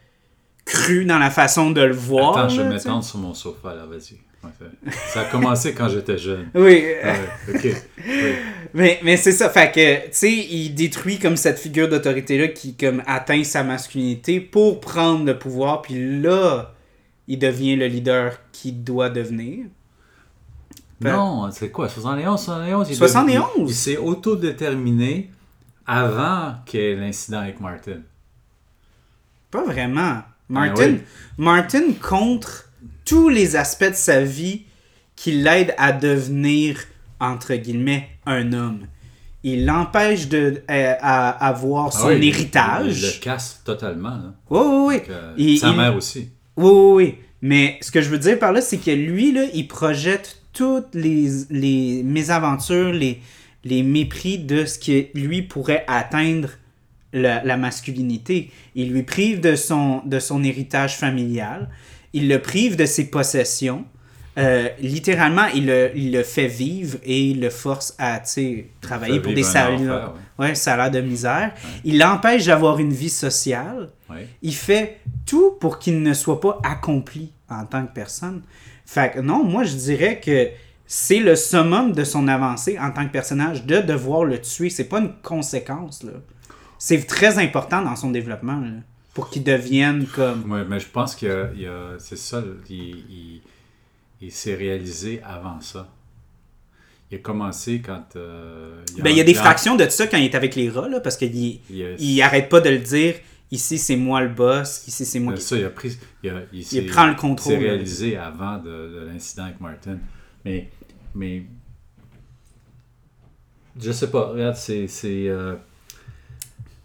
Speaker 1: cru dans la façon de le voir.
Speaker 2: Attends, je
Speaker 1: là,
Speaker 2: vais
Speaker 1: tu sais.
Speaker 2: m'étendre sur mon sofa, là, vas-y. Ouais, ça- ça a commencé quand j'étais jeune.
Speaker 1: Oui, euh,
Speaker 2: Ouais, ok. Oui.
Speaker 1: Mais, mais c'est ça, fait que, tu sais, il détruit comme cette figure d'autorité-là qui, comme, atteint sa masculinité pour prendre le pouvoir, puis là, il devient le leader qu'il doit devenir. Ben-
Speaker 2: Non, c'est quoi 71, 71 il est
Speaker 1: 71?
Speaker 2: devenu- Il s'est autodéterminé avant qu'il y ait l'incident avec Martin.
Speaker 1: Pas vraiment. Martin,
Speaker 2: Ben oui.
Speaker 1: Martin contre tous les aspects de sa vie qui l'aident à devenir, entre guillemets, un homme. Il l'empêche de euh, à- à- avoir son
Speaker 2: Ah oui, Il, il
Speaker 1: héritage.
Speaker 2: le casse totalement. Là.
Speaker 1: Oui, oui, oui.
Speaker 2: Donc, euh,
Speaker 1: Il-
Speaker 2: sa
Speaker 1: il-
Speaker 2: mère aussi.
Speaker 1: Oui, oui, oui. Mais ce que je veux dire par là, c'est que lui, là, il projette toutes les, les mésaventures, les, les mépris de ce que lui pourrait atteindre la, la masculinité. Il lui prive de son, de son héritage familial. Il le prive de ses possessions. Euh, littéralement, il le, il le fait vivre et il le force à tu sais, travailler
Speaker 2: Faire
Speaker 1: pour des
Speaker 2: vivre un
Speaker 1: salaires,
Speaker 2: enfer,
Speaker 1: ouais, salaires de misère. Il l'empêche d'avoir une vie sociale.
Speaker 2: Ouais.
Speaker 1: Il fait tout pour qu'il ne soit pas accompli en tant que personne. Fait que non, moi je dirais que c'est le summum de son avancée en tant que personnage de devoir le tuer. C'est pas une conséquence, là. C'est très important dans son développement, là, pour qu'il devienne comme.
Speaker 2: Ouais, mais je pense qu'il y a- il y a- c'est ça, il, il- il s'est réalisé avant ça. Il a commencé quand. euh,
Speaker 1: Ben, il y a des
Speaker 2: en-
Speaker 1: fractions de ça quand il est avec les rats, là, parce qu'il
Speaker 2: Il y a-
Speaker 1: il arrête pas de le dire. Ici, c'est moi le boss. Ici, c'est moi qui.
Speaker 2: Ça, il a pris. Il, a- il s'est-
Speaker 1: prend le contrôle.
Speaker 2: Il s'est réalisé avant de, de l'incident avec Martin. Mais. mais je sais pas. Regarde, c'est. c'est, euh,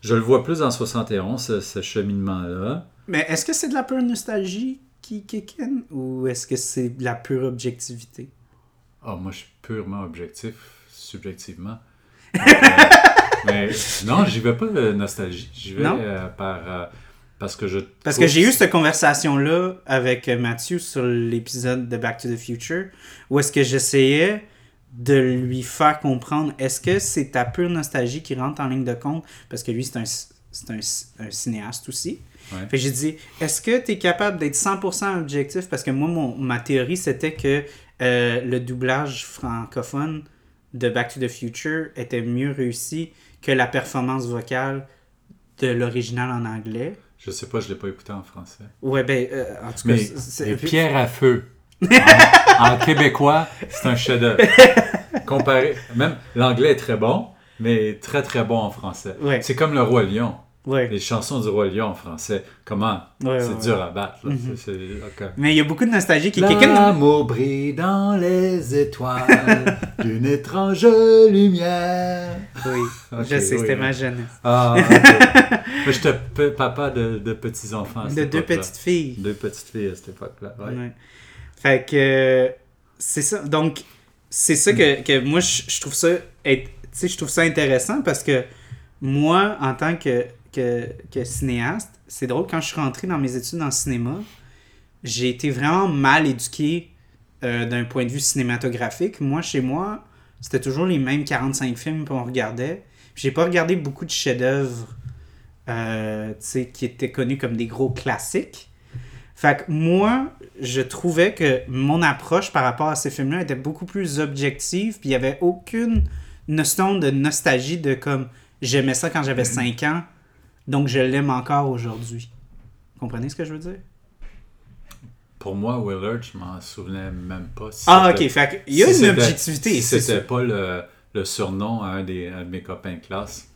Speaker 2: je le vois plus dans 71, ce, ce cheminement-là.
Speaker 1: Mais est-ce que c'est de la pure nostalgie qui kick in ou est-ce que c'est de la pure objectivité?
Speaker 2: Ah, moi, je suis purement objectif. subjectivement. Donc, euh, mais non, j'y vais pas de nostalgie. J'y vais
Speaker 1: Non.
Speaker 2: euh, par. euh, parce que je.
Speaker 1: Parce
Speaker 2: trouve-
Speaker 1: que j'ai eu cette conversation-là avec Mathieu sur l'épisode de Back to the Future, où est-ce que j'essayais de lui faire comprendre est-ce que c'est ta pure nostalgie qui rentre en ligne de compte, parce que lui, c'est un, c- c'est un, c- un cinéaste aussi.
Speaker 2: Ouais.
Speaker 1: Fait que j'ai dit, est-ce que tu es capable d'être 100% objectif? Parce que moi, mon, ma théorie, c'était que euh, le doublage francophone de Back to the Future était mieux réussi que la performance vocale de l'original en anglais.
Speaker 2: Je sais pas, je l'ai pas écouté en français.
Speaker 1: Ouais, ben, euh, en tout cas,
Speaker 2: Mais
Speaker 1: c'est- c'est-
Speaker 2: les pierres à feu. en, en québécois, c'est un chef-d'œuvre. Comparé, même l'anglais est très bon, mais très très bon en français.
Speaker 1: Ouais.
Speaker 2: C'est comme le roi lion.
Speaker 1: ouais.
Speaker 2: Les chansons du roi lion en français. Comment
Speaker 1: Ouais,
Speaker 2: C'est
Speaker 1: ouais, Mm-hmm.
Speaker 2: dur à battre. là. C'est- c'est- ok.
Speaker 1: Mais il y a beaucoup de nostalgie qui quelqu'un
Speaker 2: L'amour brille dans les étoiles d'une étrange lumière.
Speaker 1: Oui,
Speaker 2: Ok,
Speaker 1: je sais,
Speaker 2: oui,
Speaker 1: c'était
Speaker 2: oui.
Speaker 1: ma jeunesse.
Speaker 2: Ah, ok. Moi, j'étais p- papa de, de petits enfants. à
Speaker 1: De
Speaker 2: cette
Speaker 1: deux
Speaker 2: époque-là.
Speaker 1: petites filles.
Speaker 2: Deux petites filles à cette époque-là. ouais.
Speaker 1: Ouais. Fait que, euh, c'est ça. Donc, c'est ça que, que moi, je je trouve ça, être- tu sais, je trouve ça intéressant parce que moi, en tant que, que, que cinéaste, c'est drôle, quand je suis rentré dans mes études en cinéma, j'ai été vraiment mal éduqué euh, d'un point de vue cinématographique. Moi, chez moi, c'était toujours les mêmes 45 films qu'on regardait. J'ai pas regardé beaucoup de chefs-d'œuvre euh, tu sais, qui étaient connus comme des gros classiques. Fait que moi, je trouvais que mon approche par rapport à ces films-là était beaucoup plus objective, puis il n'y avait aucune notion de nostalgie de comme j'aimais ça quand
Speaker 2: Mhm.
Speaker 1: j'avais 5 ans, donc je l'aime encore aujourd'hui. Comprenez ce que je veux dire?
Speaker 2: Pour moi, Willard, je m'en souvenais même pas. si
Speaker 1: Ah,
Speaker 2: c'était-
Speaker 1: ok, fait qu'il y a
Speaker 2: si
Speaker 1: une
Speaker 2: c'était-
Speaker 1: objectivité.
Speaker 2: Si
Speaker 1: c'est
Speaker 2: c'était pas le, le surnom à un, des, un de mes copains de classe.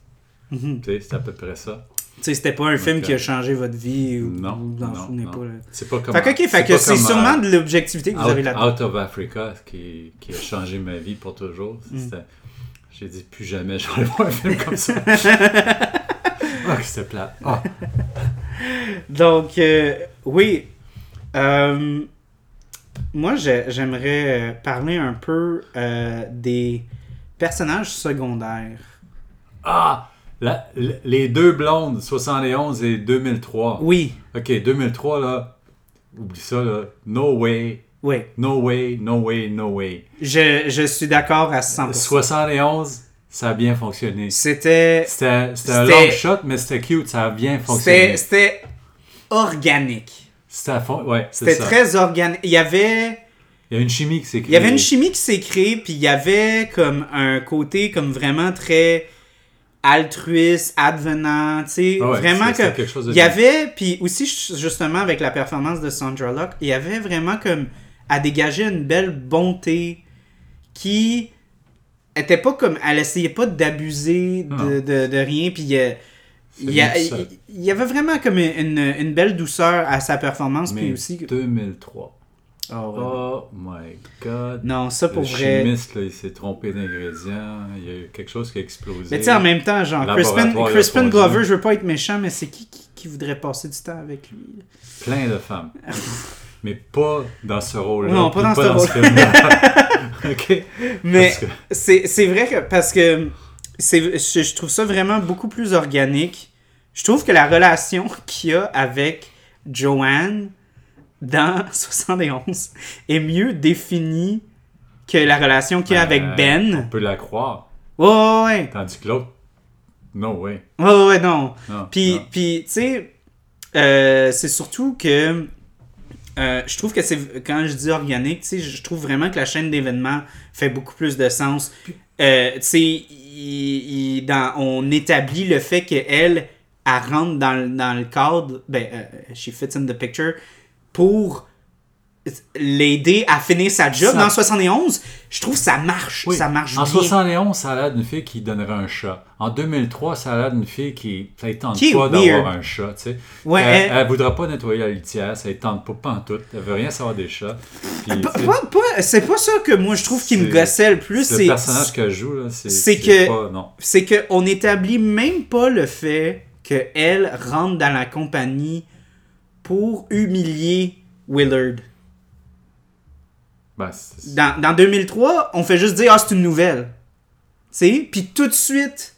Speaker 2: Tu sais, c'est à peu près ça.
Speaker 1: Mhm. Tu sais, c'était pas un film
Speaker 2: Ok.
Speaker 1: qui a changé votre vie ou
Speaker 2: Non,
Speaker 1: vous vous en
Speaker 2: non,
Speaker 1: souvenez
Speaker 2: non.
Speaker 1: pas. là.
Speaker 2: C'est pas comme.
Speaker 1: Fait que, ok, fait que
Speaker 2: pas
Speaker 1: c'est
Speaker 2: comme,
Speaker 1: sûrement
Speaker 2: euh,
Speaker 1: de l'objectivité que vous
Speaker 2: Out,
Speaker 1: avez là-dedans.
Speaker 2: Out of Africa qui, qui a changé ma vie pour toujours.
Speaker 1: Mm.
Speaker 2: C'était- J'ai dit plus jamais je vais aller voir un film comme ça. Ah, que c'était plat. Ah,
Speaker 1: Donc, euh, oui. Euh, moi, j'ai- j'aimerais euh, parler un peu euh, des personnages secondaires.
Speaker 2: Ah! La- l- les deux blondes, 71 et 2003.
Speaker 1: Oui,
Speaker 2: Ok, 2003, là, oublie ça, là. No way,
Speaker 1: oui.
Speaker 2: no way, no way, no way.
Speaker 1: Je, je suis d'accord à 100%.
Speaker 2: 71, ça a bien fonctionné.
Speaker 1: C'était
Speaker 2: C'était c'était un
Speaker 1: C'était-
Speaker 2: long shot, mais c'était cute, ça a bien
Speaker 1: c'était-
Speaker 2: fonctionné.
Speaker 1: c'était organique.
Speaker 2: C'était à fond- ouais, c'est
Speaker 1: C'était
Speaker 2: ça.
Speaker 1: très organique. Il y avait...
Speaker 2: Il y a une chimie qui s'est
Speaker 1: Il y avait une
Speaker 2: créée.
Speaker 1: chimie qui s'est créée, puis il y avait comme un côté comme vraiment très altruiste, advenant, tu sais,
Speaker 2: Ah ouais,
Speaker 1: vraiment
Speaker 2: c'était-
Speaker 1: que
Speaker 2: c'était quelque chose de
Speaker 1: il y
Speaker 2: bien.
Speaker 1: avait puis aussi ju- justement avec la performance de Sandra Locke, il y avait vraiment comme à dégager une belle bonté qui était pas comme elle essayait pas d'abuser
Speaker 2: Ah.
Speaker 1: de, de, de rien puis il y a- il y, a-
Speaker 2: bien ça.
Speaker 1: il y avait vraiment comme une, une belle douceur à sa performance puis
Speaker 2: Mais
Speaker 1: aussi
Speaker 2: 2003.
Speaker 1: Oh, ouais.
Speaker 2: Oh my god.
Speaker 1: non ça
Speaker 2: Le
Speaker 1: pour vrai
Speaker 2: chimiste, là, il s'est trompé d'ingrédients. Il y a eu quelque chose qui a explosé.
Speaker 1: Mais tu sais, en même temps, genre, Crispin,
Speaker 2: Laboratoire
Speaker 1: Crispin
Speaker 2: répondu.
Speaker 1: Glover, je veux pas être méchant, mais c'est qui, qui qui voudrait passer du temps avec lui?
Speaker 2: Plein de femmes. Mais pas dans ce rôle-là.
Speaker 1: Non, pas
Speaker 2: puis
Speaker 1: dans ce
Speaker 2: film-là. OK.
Speaker 1: Mais
Speaker 2: Parce que-
Speaker 1: c'est c'est vrai que, parce que c'est- je, je trouve ça vraiment beaucoup plus organique. Je trouve que la relation qu'il y a avec Joanne dans 71 est mieux définie que la relation qu'il y a avec
Speaker 2: Euh,
Speaker 1: Ben.
Speaker 2: On peut la croire.
Speaker 1: Ouais, ouais, ouais.
Speaker 2: Tandis que l'autre, no way.
Speaker 1: Ouais, ouais, ouais, non.
Speaker 2: Non,
Speaker 1: Puis,
Speaker 2: non.
Speaker 1: puis, tu sais, euh, c'est surtout que euh, je trouve que c'est quand je dis organique, tu sais, je trouve vraiment que la chaîne d'événements fait beaucoup plus de sens. Euh, tu sais, il- il- dans- on établit le fait qu'elle, elle rentre dans, le- dans le cadre, ben, euh, she fits in the picture, pour l'aider à finir sa job
Speaker 2: Ça-
Speaker 1: dans 71. Je trouve que ça marche,
Speaker 2: Oui.
Speaker 1: ça marche
Speaker 2: En
Speaker 1: bien.
Speaker 2: 71, ça a l'air d'une fille qui donnerait un chat. En 2003, ça a l'air d'une fille qui ne tente
Speaker 1: Qui est
Speaker 2: pas
Speaker 1: weird.
Speaker 2: d'avoir un chat. tu sais.
Speaker 1: Ouais, hein.
Speaker 2: elle,
Speaker 1: elle-
Speaker 2: elle voudra pas nettoyer la litière, ça ne tente pas pantoute. Elle veut rien savoir des chats. Puis,
Speaker 1: Pas-
Speaker 2: tu sais,
Speaker 1: pas- pas- c'est pas ça que moi je trouve qui me
Speaker 2: C'est-
Speaker 1: gossait le plus.
Speaker 2: le personnage qu'elle joue, là, c'est
Speaker 1: c'est
Speaker 2: c'est
Speaker 1: que-
Speaker 2: pas- non.
Speaker 1: c'est que on n'établit même pas le fait que elle rentre dans la compagnie pour humilier Willard.
Speaker 2: Ben, c'est- Ben,
Speaker 1: Dans, dans 2003, on fait juste dire ah c'est une nouvelle. sais, puis tout de suite,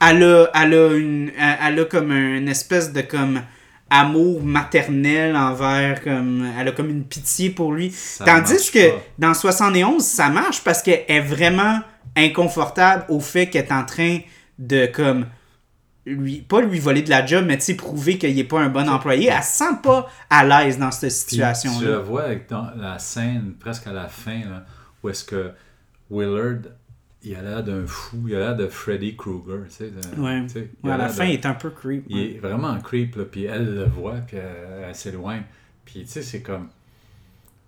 Speaker 1: elle a, elle a une, elle elle a comme une espèce de comme amour maternel envers comme elle a comme une pitié pour lui
Speaker 2: Ça
Speaker 1: tandis
Speaker 2: marche
Speaker 1: que
Speaker 2: pas.
Speaker 1: dans 71 ça marche parce qu'elle est vraiment inconfortable au fait qu'elle est en train de comme lui pas lui voler de la job mais tu sais prouver qu'il n'est pas un bon employé elle se sent pas à l'aise dans cette
Speaker 2: Puis
Speaker 1: situation
Speaker 2: Tu
Speaker 1: là
Speaker 2: le vois avec- dans la scène, presque à la fin, là, où est-ce que Willard, il a l'air d'un fou, il a l'air de Freddy Krueger. Tu sais, de-
Speaker 1: ouais.
Speaker 2: tu sais, il
Speaker 1: Ouais,
Speaker 2: a
Speaker 1: à la
Speaker 2: l'air
Speaker 1: fin
Speaker 2: de-
Speaker 1: il est un peu creep
Speaker 2: il
Speaker 1: ouais.
Speaker 2: est vraiment creep, là, puis elle le voit, puis elle, elle s'éloigne. Puis tu sais, c'est comme.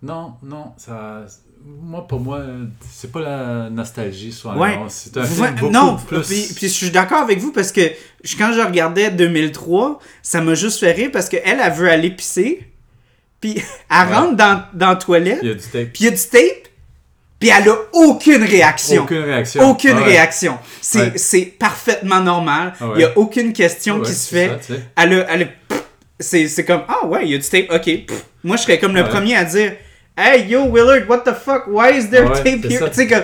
Speaker 2: Non, non, ça. Moi, pour moi, c'est pas la nostalgie sur
Speaker 1: Ouais.
Speaker 2: annonce. C'est un
Speaker 1: Vous
Speaker 2: film
Speaker 1: voyez-
Speaker 2: beaucoup
Speaker 1: non,
Speaker 2: plus.
Speaker 1: puis, puis je suis d'accord avec vous parce que je- quand je regardais 2003, ça m'a juste fait rire parce qu'elle, elle veut aller pisser, puis elle
Speaker 2: Ouais.
Speaker 1: rentre dans, dans la toilette,
Speaker 2: il y a du tape.
Speaker 1: puis il y a du tape, puis elle a aucune réaction.
Speaker 2: Aucune réaction.
Speaker 1: Aucune
Speaker 2: Ah ouais.
Speaker 1: réaction. C'est
Speaker 2: Ouais.
Speaker 1: c'est parfaitement normal.
Speaker 2: Ah ouais.
Speaker 1: Il n'y a aucune question
Speaker 2: Ouais,
Speaker 1: qui se
Speaker 2: c'est
Speaker 1: fait.
Speaker 2: ça, tu sais.
Speaker 1: elle a- elle a- pff, c'est c'est comme ah ouais, il y a du tape. OK. pff. Moi je serais comme le
Speaker 2: Ouais.
Speaker 1: premier à dire "Hey yo Willard, what the fuck? Why is there
Speaker 2: Ah ouais,
Speaker 1: tape
Speaker 2: c'est
Speaker 1: here?"
Speaker 2: ça.
Speaker 1: Tu sais comme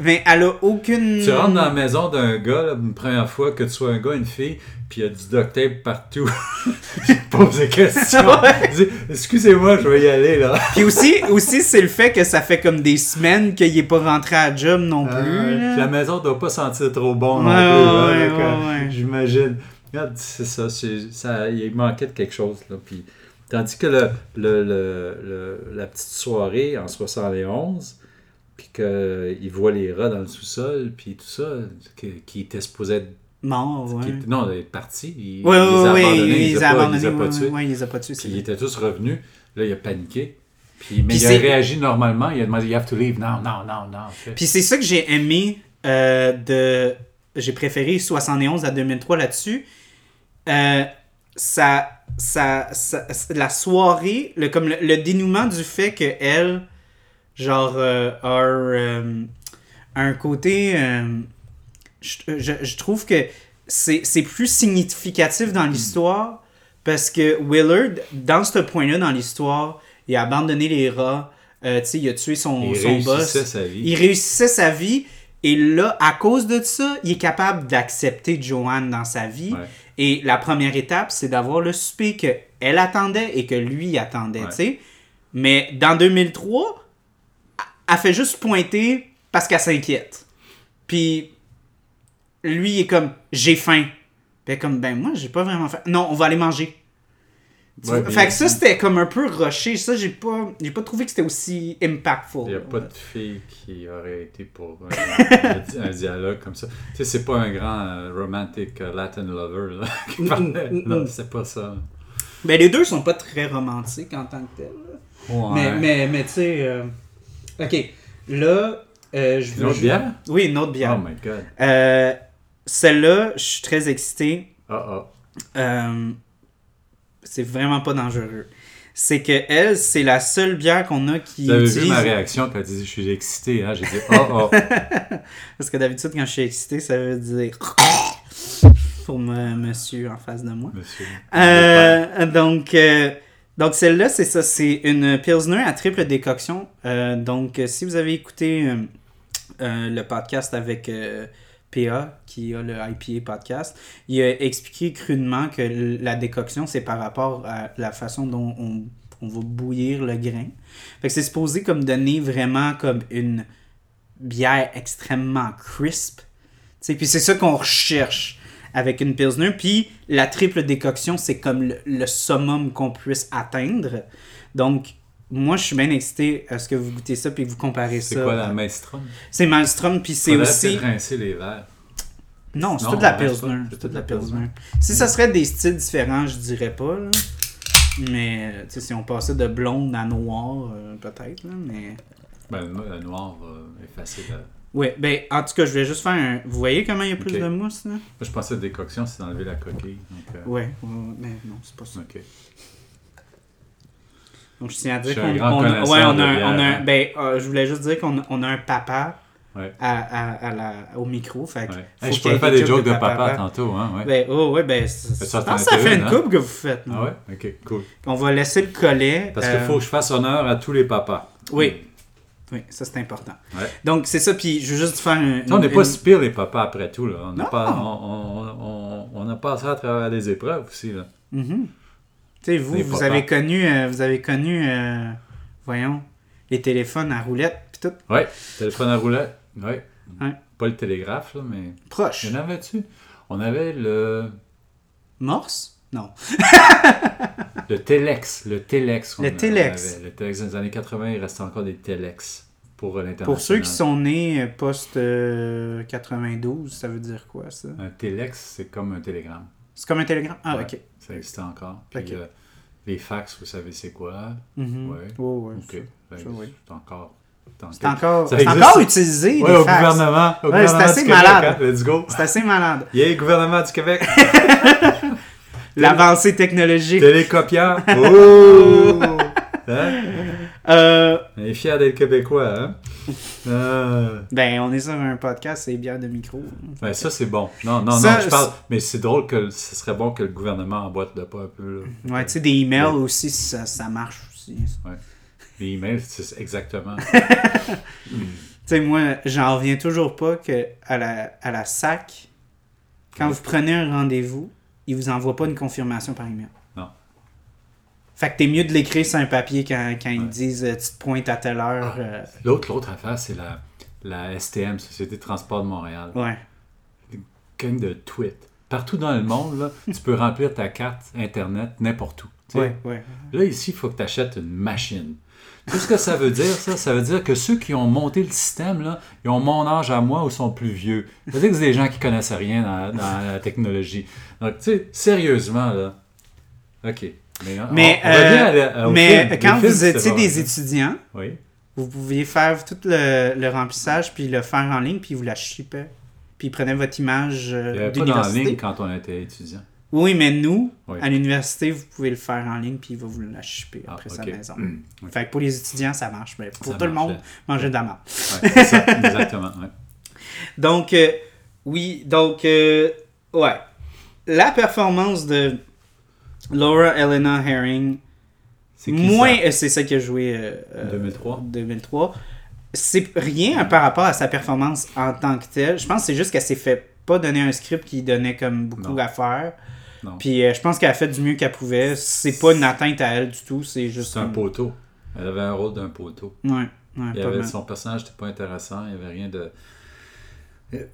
Speaker 1: mais elle a aucune
Speaker 2: Tu rentres dans la maison d'un gars, là, une première fois, que tu sois un gars, une fille, puis il y a du duct tape partout. il te pose des questions.
Speaker 1: Ouais.
Speaker 2: Il dit, Excusez-moi, je vais y aller, là.
Speaker 1: Puis aussi, aussi c'est le fait que ça fait comme des semaines qu'il est pas rentré à job non plus.
Speaker 2: Euh,
Speaker 1: là.
Speaker 2: la maison doit pas sentir trop bon non
Speaker 1: Ouais,
Speaker 2: plus, là,
Speaker 1: ouais,
Speaker 2: donc, euh,
Speaker 1: ouais, ouais.
Speaker 2: J'imagine. Regarde, c'est ça, c'est- ça. Il manquait de quelque chose, là. Puis, tandis que le, le- le- le- la petite soirée en 71, puis qu'il voit les rats dans le sous-sol, puis tout ça, qui, qui était supposé être
Speaker 1: Mort, ouais.
Speaker 2: qui était- non, il est parti. Il,
Speaker 1: Ouais,
Speaker 2: il les
Speaker 1: ouais,
Speaker 2: a
Speaker 1: ouais,
Speaker 2: abandonnés.
Speaker 1: il
Speaker 2: il
Speaker 1: les
Speaker 2: les
Speaker 1: a
Speaker 2: pas- il
Speaker 1: abandonnés.
Speaker 2: les a pas
Speaker 1: ouais,
Speaker 2: tués.
Speaker 1: ouais, il les a pas tués. c'est
Speaker 2: Puis ils
Speaker 1: vrai.
Speaker 2: étaient tous revenus. Là, il a paniqué. Puis, mais
Speaker 1: Puis
Speaker 2: il a
Speaker 1: c'est-
Speaker 2: réagi normalement. Il a demandé You have to leave. Non, non, non, non. Fait-
Speaker 1: Puis c'est ça que j'ai aimé euh, de. J'ai préféré 71 à 2003 là-dessus. Euh, ça, ça, ça- la soirée, le, comme le, le dénouement du fait que elle, genre, euh, a euh, un côté. euh, je, je- je trouve que c'est c'est plus significatif
Speaker 2: Hmm.
Speaker 1: dans l'histoire parce que Willard, dans ce point-là dans l'histoire, il a abandonné les rats. euh, tu sais, il a tué son,
Speaker 2: Il
Speaker 1: son boss.
Speaker 2: réussissait sa vie.
Speaker 1: Il réussissait sa vie. Et là, à cause de ça, il est capable d'accepter Joanne dans sa vie.
Speaker 2: Ouais.
Speaker 1: Et la première étape, c'est d'avoir le souper que elle attendait et que lui attendait,
Speaker 2: Ouais.
Speaker 1: tu sais. Mais dans 2003, elle- elle fait juste pointer parce qu'elle s'inquiète. Puis lui, il est comme j'ai faim. Puis elle est comme ben moi, j'ai pas vraiment faim. Non, on va aller manger. Tu
Speaker 2: Ouais,
Speaker 1: vois?
Speaker 2: mais
Speaker 1: fait
Speaker 2: il-
Speaker 1: que ça c'était comme un peu rushé, ça j'ai pas j'ai pas trouvé que c'était aussi impactful.
Speaker 2: Il n'y a pas de fille qui aurait été pour un, un dialogue comme ça. Tu sais, c'est pas un grand euh, romantic euh, Latin lover là,
Speaker 1: Mm,
Speaker 2: qui parlait. Non, c'est pas ça.
Speaker 1: Mais Ben, les deux sont pas très romantiques en tant que tels. là.
Speaker 2: Ouais.
Speaker 1: Mais, mais, mais tu sais. euh, Ok, là, euh, je
Speaker 2: Une autre bière?
Speaker 1: Oui, une autre bière.
Speaker 2: Oh my god.
Speaker 1: Euh, Celle-là, je suis très excité.
Speaker 2: Ah ah.
Speaker 1: Euh, c'est vraiment pas dangereux. C'est que elle, c'est la seule bière qu'on a qui
Speaker 2: Vous avez
Speaker 1: utilise.
Speaker 2: vu ma réaction quand tu dis je suis excité, hein? J'ai dit oh oh.
Speaker 1: Parce que d'habitude, quand je suis excité, ça veut dire. Pour me- monsieur en face de moi.
Speaker 2: Monsieur.
Speaker 1: Euh, donc, euh, donc celle-là, c'est ça. C'est une Pilsner à triple décoction. Euh, donc, euh, si vous avez écouté euh, euh, le podcast avec euh, PA, qui a le IPA podcast, il a expliqué crudement que l- la décoction, c'est par rapport à la façon dont on, on va bouillir le grain. Fait que c'est supposé comme donner vraiment comme une bière extrêmement crisp. Tu sais, puis c'est ça qu'on recherche avec une pilsner. Puis la triple décoction, c'est comme le, le summum qu'on puisse atteindre. Donc, moi, je suis bien excité à ce que vous goûtez ça puis que vous comparez ça.
Speaker 2: C'est quoi la maestrum?
Speaker 1: C'est Malmstrom, puis c'est
Speaker 2: Faudrait
Speaker 1: aussi...
Speaker 2: peut-être rincer les verres.
Speaker 1: Non, c'est
Speaker 2: Non,
Speaker 1: toute de la
Speaker 2: on reste
Speaker 1: Pilsner.
Speaker 2: pas.
Speaker 1: C'est toute de la Pilsner. Si ça serait des styles différents, je dirais pas, là. Mais, euh, tu sais, si on passait de blonde à noir, euh, peut-être, là, mais...
Speaker 2: Ben, le, le noir euh, va effacer la- Moi,
Speaker 1: Ouais, ben, en tout cas, je vais juste faire un... Vous voyez comment il y a plus
Speaker 2: Ok.
Speaker 1: de mousse, là?
Speaker 2: je pensais décoction, c'est d'enlever la coquille. Donc, euh,
Speaker 1: Ouais, ouais, ouais, mais non, c'est pas ça.
Speaker 2: ok.
Speaker 1: Donc, je tiens à
Speaker 2: Je
Speaker 1: dire
Speaker 2: suis
Speaker 1: qu'on
Speaker 2: un grand
Speaker 1: on- ouais, on
Speaker 2: connaisseur
Speaker 1: a,
Speaker 2: de
Speaker 1: un-
Speaker 2: bière,
Speaker 1: on a un-
Speaker 2: hein.
Speaker 1: ben, euh, je voulais juste dire qu'on on a un papa
Speaker 2: Ouais.
Speaker 1: à, à- à la- au micro, fait que
Speaker 2: Ouais.
Speaker 1: faut
Speaker 2: Hey, je
Speaker 1: qu'il y
Speaker 2: pourrais
Speaker 1: ait
Speaker 2: faire des jokes de papa,
Speaker 1: papa.
Speaker 2: tantôt, hein? Ouais.
Speaker 1: Ben, oh, ouais, ben, c'est-
Speaker 2: Ça,
Speaker 1: je
Speaker 2: t'en
Speaker 1: pense que ça
Speaker 2: étais
Speaker 1: fait
Speaker 2: une,
Speaker 1: une
Speaker 2: hein?
Speaker 1: coupe que vous faites, non?
Speaker 2: ah ouais? Ok, cool.
Speaker 1: On va laisser le collet.
Speaker 2: Parce
Speaker 1: euh,
Speaker 2: qu'il faut que je fasse honneur à tous les papas.
Speaker 1: Oui. Oui, ça c'est important.
Speaker 2: Ouais.
Speaker 1: Donc c'est ça, puis je veux juste faire un.
Speaker 2: Ça, on n'est
Speaker 1: une-
Speaker 2: pas si pire les papas après tout. Là. On,
Speaker 1: Non.
Speaker 2: a pas, on, on- on- on a passé à travers des épreuves aussi. Là.
Speaker 1: Mhm. Tu sais, vous,
Speaker 2: Les
Speaker 1: vous
Speaker 2: papas.
Speaker 1: avez connu, euh, vous avez connu, euh, voyons, les téléphones à roulette, puis tout,
Speaker 2: Oui, téléphone à roulette. Ouais.
Speaker 1: Ouais.
Speaker 2: Pas le télégraphe, là, mais.
Speaker 1: proche.
Speaker 2: Il y en avait-tu On avait le,
Speaker 1: Morse? Non.
Speaker 2: le Telex. Le Telex. qu'on
Speaker 1: Le
Speaker 2: a- on
Speaker 1: Telex.
Speaker 2: avait. Le Telex dans les années 80, il reste encore des Telex pour euh, l'international.
Speaker 1: Pour ceux qui sont nés euh, post euh, 92, ça veut dire quoi, ça?
Speaker 2: Un Telex, c'est comme un télégramme.
Speaker 1: C'est comme un télégramme? Ah,
Speaker 2: Ouais.
Speaker 1: ok.
Speaker 2: Ça existe encore. Puis
Speaker 1: Ok.
Speaker 2: euh, les fax, vous savez c'est quoi
Speaker 1: Mhm.
Speaker 2: Ouais.
Speaker 1: Oh, ouais,
Speaker 2: Ok.
Speaker 1: c'est-
Speaker 2: Fait que
Speaker 1: ça, oui.
Speaker 2: C'est encore.
Speaker 1: C'est encore,
Speaker 2: Ça
Speaker 1: c'est
Speaker 2: existe.
Speaker 1: encore utilisé,
Speaker 2: Ouais,
Speaker 1: les
Speaker 2: au
Speaker 1: fax.
Speaker 2: gouvernement. Au
Speaker 1: Ouais,
Speaker 2: gouvernement
Speaker 1: c'est assez
Speaker 2: du Québec,
Speaker 1: malade.
Speaker 2: hein. Let's go.
Speaker 1: C'est assez malade.
Speaker 2: Yeah, gouvernement du Québec.
Speaker 1: L'avancée technologique.
Speaker 2: Télécopiant. Oh! Hein?
Speaker 1: Euh,
Speaker 2: On est fiers d'être québécois, hein? Euh,
Speaker 1: ben, on est sur un podcast, c'est bière de micro.
Speaker 2: ben, ça, c'est bon. Non, non,
Speaker 1: Ça,
Speaker 2: non, je parle. Mais c'est drôle que le- ce serait bon que le gouvernement emboîte de pas un peu. Là.
Speaker 1: Ouais, tu sais, des emails aussi, ça, ça marche aussi. Tu
Speaker 2: Les emails, c'est exactement.
Speaker 1: sais, moi, j'en reviens toujours pas que à la, à la SAC, quand vous prenez un rendez-vous, ils vous envoient pas une confirmation par email.
Speaker 2: Non.
Speaker 1: Fait que t'es mieux de l'écrire sur un papier quand, quand ils
Speaker 2: Ouais.
Speaker 1: disent euh, tu te pointes à telle heure. euh,
Speaker 2: L'autre, l'autre affaire, c'est la, la STM, Société de Transport de Montréal.
Speaker 1: ouais.
Speaker 2: Gang de tweets. Partout dans le monde, là, tu peux remplir ta carte Internet n'importe où. tu sais.
Speaker 1: Ouais, ouais.
Speaker 2: Là, ici, il faut que tu achètes une machine. Tout ce que ça veut dire, ça, ça veut dire que ceux qui ont monté le système, là, ils ont mon âge à moi ou sont plus vieux. Ça veut dire que c'est des gens qui connaissent rien dans, dans la technologie. Donc, tu sais, sérieusement, là. OK. Mais, on-
Speaker 1: Mais,
Speaker 2: on revient
Speaker 1: euh,
Speaker 2: à la- au
Speaker 1: Mais
Speaker 2: film.
Speaker 1: euh, quand
Speaker 2: Les films,
Speaker 1: vous
Speaker 2: c'est
Speaker 1: étiez
Speaker 2: bon.
Speaker 1: des étudiants,
Speaker 2: Oui.
Speaker 1: vous pouviez faire tout le, le remplissage, puis le faire en ligne, puis vous la shippez. Puis ils prenaient votre image
Speaker 2: Il n'y
Speaker 1: euh,
Speaker 2: avait pas dans la ligne
Speaker 1: d'université.
Speaker 2: quand on était étudiant.
Speaker 1: Oui, mais nous,
Speaker 2: Oui.
Speaker 1: à l'université, vous pouvez le faire en ligne, puis il va vous la shipper
Speaker 2: Ah,
Speaker 1: après
Speaker 2: ok.
Speaker 1: sa maison.
Speaker 2: Mm. Ouais,
Speaker 1: Fait que pour les étudiants, ça marche. Mais pour
Speaker 2: Ça
Speaker 1: tout le
Speaker 2: marche,
Speaker 1: monde, manger de la merde.
Speaker 2: c'est ça, exactement. ouais.
Speaker 1: Donc, euh, oui, donc, euh, ouais. La performance de Laura Elena Herring,
Speaker 2: C'est qui, ça?
Speaker 1: moins, euh, c'est ça qui a joué euh, euh,
Speaker 2: 2003.
Speaker 1: 2003. C'est rien hein, par rapport à sa performance en tant que telle. Je pense que c'est juste qu'elle s'est fait pas donner un script qui donnait comme beaucoup
Speaker 2: Non.
Speaker 1: à faire.
Speaker 2: Non.
Speaker 1: Puis euh, je pense qu'elle a fait du mieux qu'elle pouvait. C'est pas une atteinte à elle du tout, c'est juste
Speaker 2: C'est un
Speaker 1: une-
Speaker 2: poteau. Elle avait un rôle d'un poteau.
Speaker 1: Ouais, ouais, pas
Speaker 2: Il y avait-
Speaker 1: mal.
Speaker 2: son personnage n'était pas intéressant, il n'y avait rien de.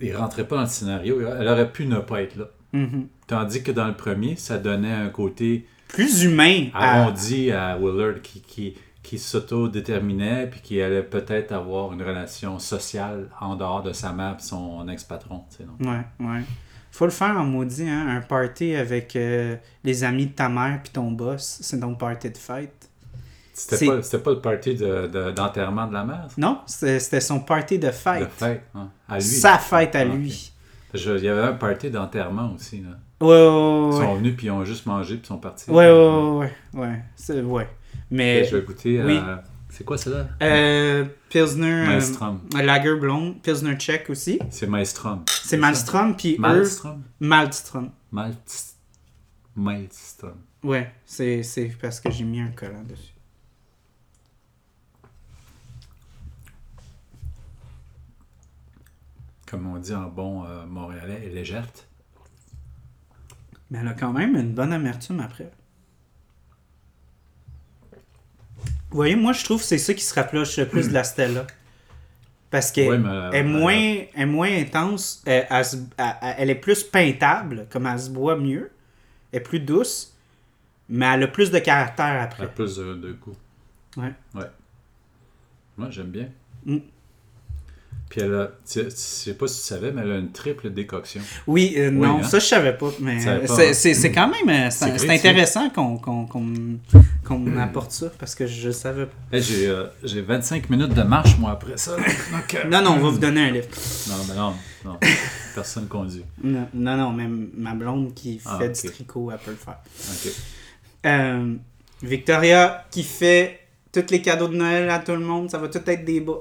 Speaker 2: Il rentrait pas dans le scénario, elle aurait pu ne pas être là.
Speaker 1: Mhm.
Speaker 2: Tandis que dans le premier, ça donnait un côté
Speaker 1: Plus humain. à-
Speaker 2: arrondi à Willard qui, qui, qui s'auto-déterminait puis qui allait peut-être avoir une relation sociale en dehors de sa mère et son ex-patron. tu sais, donc.
Speaker 1: Ouais, ouais. Faut le faire en maudit, hein, un party avec euh, les amis de ta mère puis ton boss. C'est donc party de fête. C'est-
Speaker 2: C'était pas, c'était pas le party de- de- d'enterrement de, la mère, ça?
Speaker 1: Non, c'était c'était son party de
Speaker 2: De
Speaker 1: fête.
Speaker 2: fête, hein, à lui.
Speaker 1: Sa fête à
Speaker 2: Ah,
Speaker 1: lui.
Speaker 2: Je- il y avait un party d'enterrement aussi. Là.
Speaker 1: Ouais, ouais,
Speaker 2: Ils
Speaker 1: ouais, ouais.
Speaker 2: sont venus puis ils ont juste mangé puis ils sont partis.
Speaker 1: Ouais, ouais, ouais, ouais. ouais. C'est- ouais. Mais.
Speaker 2: Eh, Je vais goûter à-
Speaker 1: Eh, Oui.
Speaker 2: C'est quoi celle-là?
Speaker 1: euh, Pilsner. euh,
Speaker 2: Maelstrom.
Speaker 1: Lager blonde. Pilsner tchèque aussi.
Speaker 2: C'est Maelstrom.
Speaker 1: C'est Malstrom, puis eux.
Speaker 2: Maelstrom?
Speaker 1: Malstrom.
Speaker 2: Malst- Maelstrom.
Speaker 1: Ouais, c'est c'est parce que j'ai mis un collant dessus.
Speaker 2: Comme on dit en bon euh, montréalais, elle est légère.
Speaker 1: Mais elle a quand même une bonne amertume après. Vous voyez, moi, je trouve que c'est ça qui se rapproche le plus de la Stella. Parce qu'elle
Speaker 2: Ouais, mais, euh,
Speaker 1: est,
Speaker 2: elle a-
Speaker 1: moins, elle est moins intense, elle, elle se- elle- elle est plus peintable, comme elle se boit mieux, elle est plus douce, mais elle a plus de caractère
Speaker 2: Elle a
Speaker 1: après.
Speaker 2: plus de, de goût.
Speaker 1: Ouais.
Speaker 2: Ouais. Moi, j'aime bien.
Speaker 1: Mm.
Speaker 2: Puis elle a, tu- tu sais pas si tu savais, mais elle a une triple décoction.
Speaker 1: Oui, euh, non,
Speaker 2: hein?
Speaker 1: ça je savais pas, mais
Speaker 2: Tu savais
Speaker 1: euh,
Speaker 2: pas,
Speaker 1: c'est-
Speaker 2: hein?
Speaker 1: c'est c'est quand même euh, c'est
Speaker 2: C'est
Speaker 1: c'est
Speaker 2: vrai, ça.
Speaker 1: intéressant qu'on qu'on- qu'on- qu'on apporte ça, parce que je savais pas.
Speaker 2: Hey, j'ai, euh, j'ai 25 minutes de marche, moi, après ça. Donc, euh,
Speaker 1: Non, non, on va vous donner un livre.
Speaker 2: Non, mais non, non. Personne conduit.
Speaker 1: Non, non, non, mais ma blonde qui fait
Speaker 2: Ah, ok.
Speaker 1: du tricot, elle peut le faire.
Speaker 2: OK.
Speaker 1: Euh, Victoria qui fait tous les cadeaux de Noël à tout le monde, ça va tout être des bas.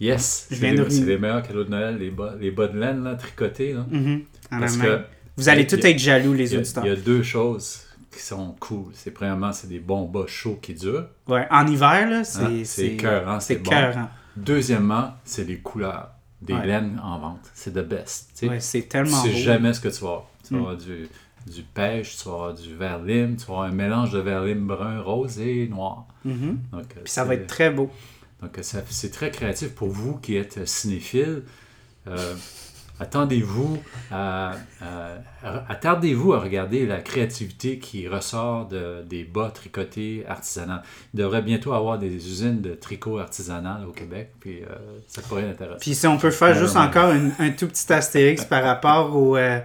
Speaker 2: Yes!
Speaker 1: Je
Speaker 2: C'est
Speaker 1: viens de
Speaker 2: les, c'est
Speaker 1: ruiner.
Speaker 2: les meilleurs cadeaux de Noël, les bas, les bas de laine, là, tricotés. Là.
Speaker 1: Mhm, à la
Speaker 2: Mm-hmm. Parce
Speaker 1: main.
Speaker 2: que
Speaker 1: Vous allez tous
Speaker 2: il y a-
Speaker 1: être jaloux,
Speaker 2: il
Speaker 1: les
Speaker 2: y a-
Speaker 1: auditeurs.
Speaker 2: il y a deux choses qui sont cool. C'est premièrement, c'est des bons bas chauds qui durent.
Speaker 1: Ouais, en hiver, là,
Speaker 2: hein,
Speaker 1: c'est.
Speaker 2: C'est écœurant, c'est
Speaker 1: C'est hein.
Speaker 2: bon.
Speaker 1: écœurant.
Speaker 2: Deuxièmement, c'est les couleurs des
Speaker 1: Ouais.
Speaker 2: laines en vente. C'est the best. tu sais.
Speaker 1: Ouais, c'est
Speaker 2: tu
Speaker 1: tellement
Speaker 2: sais
Speaker 1: beau. Mm.
Speaker 2: jamais ce que tu vas avoir. Tu vas avoir du, du pêche, tu vas avoir du vert lime, tu vas avoir un mélange de vert lime brun, rose et noir.
Speaker 1: Mhm.
Speaker 2: Donc, euh,
Speaker 1: Puis ça
Speaker 2: c'est-
Speaker 1: va être très beau.
Speaker 2: donc, euh, ça- c'est très créatif pour vous qui êtes euh, cinéphile. Euh, attendez-vous à, à- à- attardez-vous à regarder la créativité qui ressort de- des bas tricotés artisanaux. Il devrait bientôt avoir des usines de tricot artisanal au Québec, puis euh, ça pourrait être intéressant.
Speaker 1: Puis si on peut faire
Speaker 2: Ouais,
Speaker 1: juste
Speaker 2: ouais.
Speaker 1: encore une- un tout petit astérix par rapport au. euh,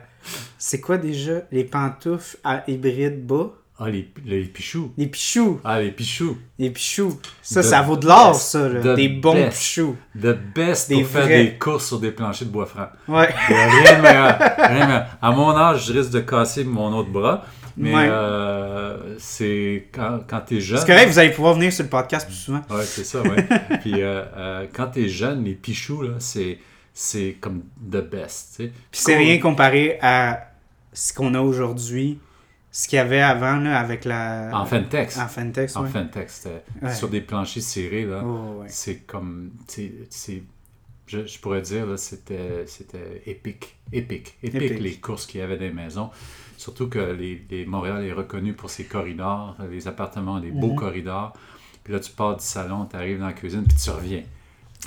Speaker 1: c'est quoi déjà Les pantoufles à hybride bas
Speaker 2: Ah, les, les pichous!
Speaker 1: Les pichous
Speaker 2: Ah, les pichous!
Speaker 1: Les pichous Ça,
Speaker 2: The
Speaker 1: ça vaut de l'or,
Speaker 2: best.
Speaker 1: ça. là.
Speaker 2: The
Speaker 1: Des bons
Speaker 2: best.
Speaker 1: pichous.
Speaker 2: The best
Speaker 1: Des
Speaker 2: pour faire
Speaker 1: vrais.
Speaker 2: des courses sur des planchers de bois franc.
Speaker 1: Ouais.
Speaker 2: Il y a rien de meilleur, rien de meilleur. À mon âge, je risque de casser mon autre bras, mais
Speaker 1: Ouais.
Speaker 2: euh, c'est quand, quand t'es jeune.
Speaker 1: C'est correct, vous allez pouvoir venir sur le podcast plus souvent.
Speaker 2: Ouais, c'est ça, ouais. Puis euh, euh, quand t'es jeune, les pichous, là, c'est, c'est comme the best, tu sais.
Speaker 1: Puis c'est rien comparé à ce qu'on a aujourd'hui, ce qu'il y avait avant, là, avec la.
Speaker 2: En fin de texte.
Speaker 1: En Fentex,
Speaker 2: En
Speaker 1: ouais.
Speaker 2: fin de texte. euh,
Speaker 1: Ouais.
Speaker 2: Sur des planchers serrés, là.
Speaker 1: Oh, ouais.
Speaker 2: C'est comme. C'est, c'est- je, je pourrais dire, là, c'était, c'était épique. Épique. Épique,
Speaker 1: Épique.
Speaker 2: les courses qu'il y avait dans les maisons. Surtout que les, les- Montréal est reconnu pour ses corridors, les appartements, ont des
Speaker 1: Mhm.
Speaker 2: beaux corridors. Puis là, tu pars du salon, tu arrives dans la cuisine, puis tu reviens.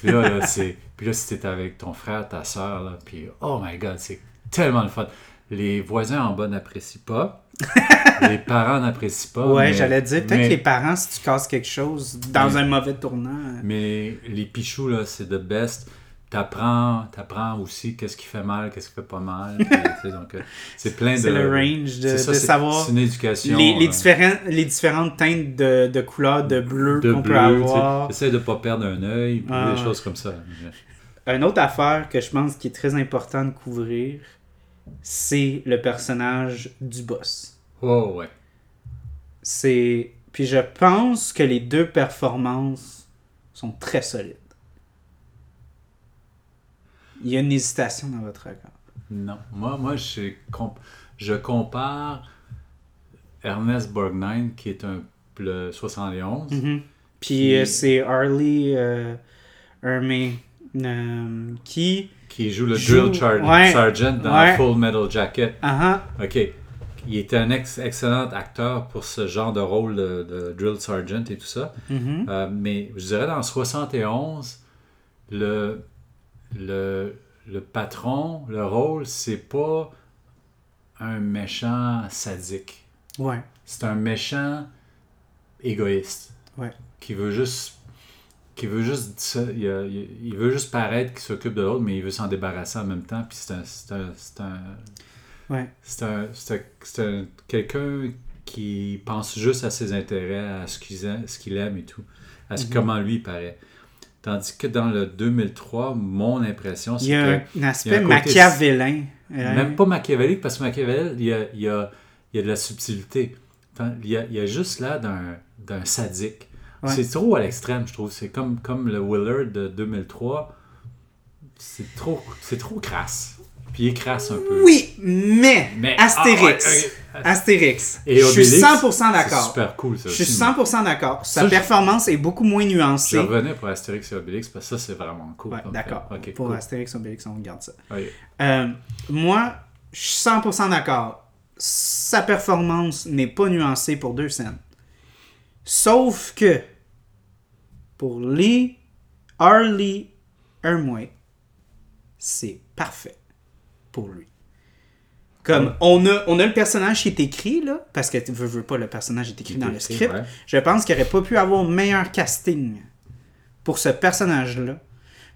Speaker 2: Puis là, là, c'est, puis là si tu avec ton frère, ta soeur, là, puis oh my god, c'est tellement le fun. Les voisins en bas n'apprécient pas. les parents n'apprécient pas.
Speaker 1: Ouais,
Speaker 2: mais-
Speaker 1: j'allais dire, peut-être
Speaker 2: mais-
Speaker 1: que les parents, si tu casses quelque chose dans un mauvais tournant.
Speaker 2: mais les pichous, là, c'est the best. T'apprends, t'apprends aussi qu'est-ce qui fait mal, qu'est-ce qui fait pas mal. puis, tu sais, donc, euh, c'est plein de.
Speaker 1: C'est le range de-
Speaker 2: c'est ça,
Speaker 1: de
Speaker 2: c'est-
Speaker 1: savoir
Speaker 2: C'est une éducation.
Speaker 1: les, les
Speaker 2: euh,
Speaker 1: différents, les différentes teintes de, de couleurs de bleu
Speaker 2: de
Speaker 1: qu'on
Speaker 2: bleu,
Speaker 1: peut avoir.
Speaker 2: tu sais, Essaye de pas perdre un œil, puis
Speaker 1: Ah,
Speaker 2: des
Speaker 1: ouais.
Speaker 2: choses comme ça.
Speaker 1: Une autre affaire que je pense qui est très important de couvrir, c'est le personnage du boss.
Speaker 2: Oh, ouais.
Speaker 1: C'est. Puis je pense que les deux performances sont très solides. Il y a une hésitation dans votre regard.
Speaker 2: Non. Moi, moi je, comp- je compare Ernest Borgnine, qui est un, le 71,
Speaker 1: Mhm. Puis euh, c'est Harley euh, Hermé euh, qui.
Speaker 2: qui joue le
Speaker 1: Joue-
Speaker 2: Drill Char-
Speaker 1: ouais,
Speaker 2: Sergeant dans
Speaker 1: ouais.
Speaker 2: Full Metal Jacket.
Speaker 1: Ah
Speaker 2: OK. Il était un ex- excellent acteur pour ce genre de rôle de, de drill sergeant et tout ça.
Speaker 1: ah, mhm.
Speaker 2: Euh, mais je dirais dans 71, le, le, le patron, le rôle, c'est pas un méchant sadique.
Speaker 1: Ouais.
Speaker 2: C'est un méchant égoïste
Speaker 1: Ouais.
Speaker 2: qui veut juste qui veut juste se- il, a- il- il veut juste paraître qu'il s'occupe de l'autre mais il veut s'en débarrasser en même temps puis c'est un- c'est un- c'est un
Speaker 1: Ouais.
Speaker 2: c'est un, c'est un- c'est un- quelqu'un qui pense juste à ses intérêts, à ce qu'il aime, ce qu'il aime et tout, à
Speaker 1: Mhm.
Speaker 2: ce, comment lui il paraît. Tandis que dans le 2003, mon impression,
Speaker 1: Il
Speaker 2: c'est
Speaker 1: y a
Speaker 2: que...
Speaker 1: un, un aspect
Speaker 2: il y a un côté-
Speaker 1: machiavélin. Euh,
Speaker 2: Même pas machiavélique, parce que Machiavel, il y a, il y a- il y a de la subtilité. Tant- Il y a, il y a juste là d'un, d'un sadique.
Speaker 1: Ouais.
Speaker 2: C'est trop à l'extrême, je trouve. C'est comme, comme le Willard de 2003. C'est trop, c'est trop crasse. Puis il est crasse un peu.
Speaker 1: Oui, mais,
Speaker 2: Mais-
Speaker 1: Astérix.
Speaker 2: Ah, ouais, ok.
Speaker 1: Astérix.
Speaker 2: Et
Speaker 1: je suis
Speaker 2: Obélix,
Speaker 1: 100%
Speaker 2: C'est
Speaker 1: d'accord.
Speaker 2: super cool, ça
Speaker 1: Je suis
Speaker 2: aussi,
Speaker 1: 100% d'accord. Sa
Speaker 2: Ça, je-
Speaker 1: performance est beaucoup moins
Speaker 2: Je
Speaker 1: nuancée.
Speaker 2: revenais pour Astérix et Obélix parce que ça, c'est vraiment cool.
Speaker 1: Ouais,
Speaker 2: comme
Speaker 1: d'accord.
Speaker 2: film. Ok,
Speaker 1: Pour
Speaker 2: cool.
Speaker 1: Astérix, Obélix, on regarde ça.
Speaker 2: Ouais.
Speaker 1: Euh, moi, je suis 100% d'accord. Sa performance n'est pas nuancée pour deux scènes. Sauf que pour Lee, Harley Hermway, c'est parfait pour lui. Comme on, a, on a le personnage qui est écrit, là, parce que tu veux, veux pas, le personnage est écrit
Speaker 2: Il est
Speaker 1: dans le
Speaker 2: écrit,
Speaker 1: script.
Speaker 2: ouais.
Speaker 1: Je pense qu'il aurait pas pu avoir meilleur casting pour ce personnage-là.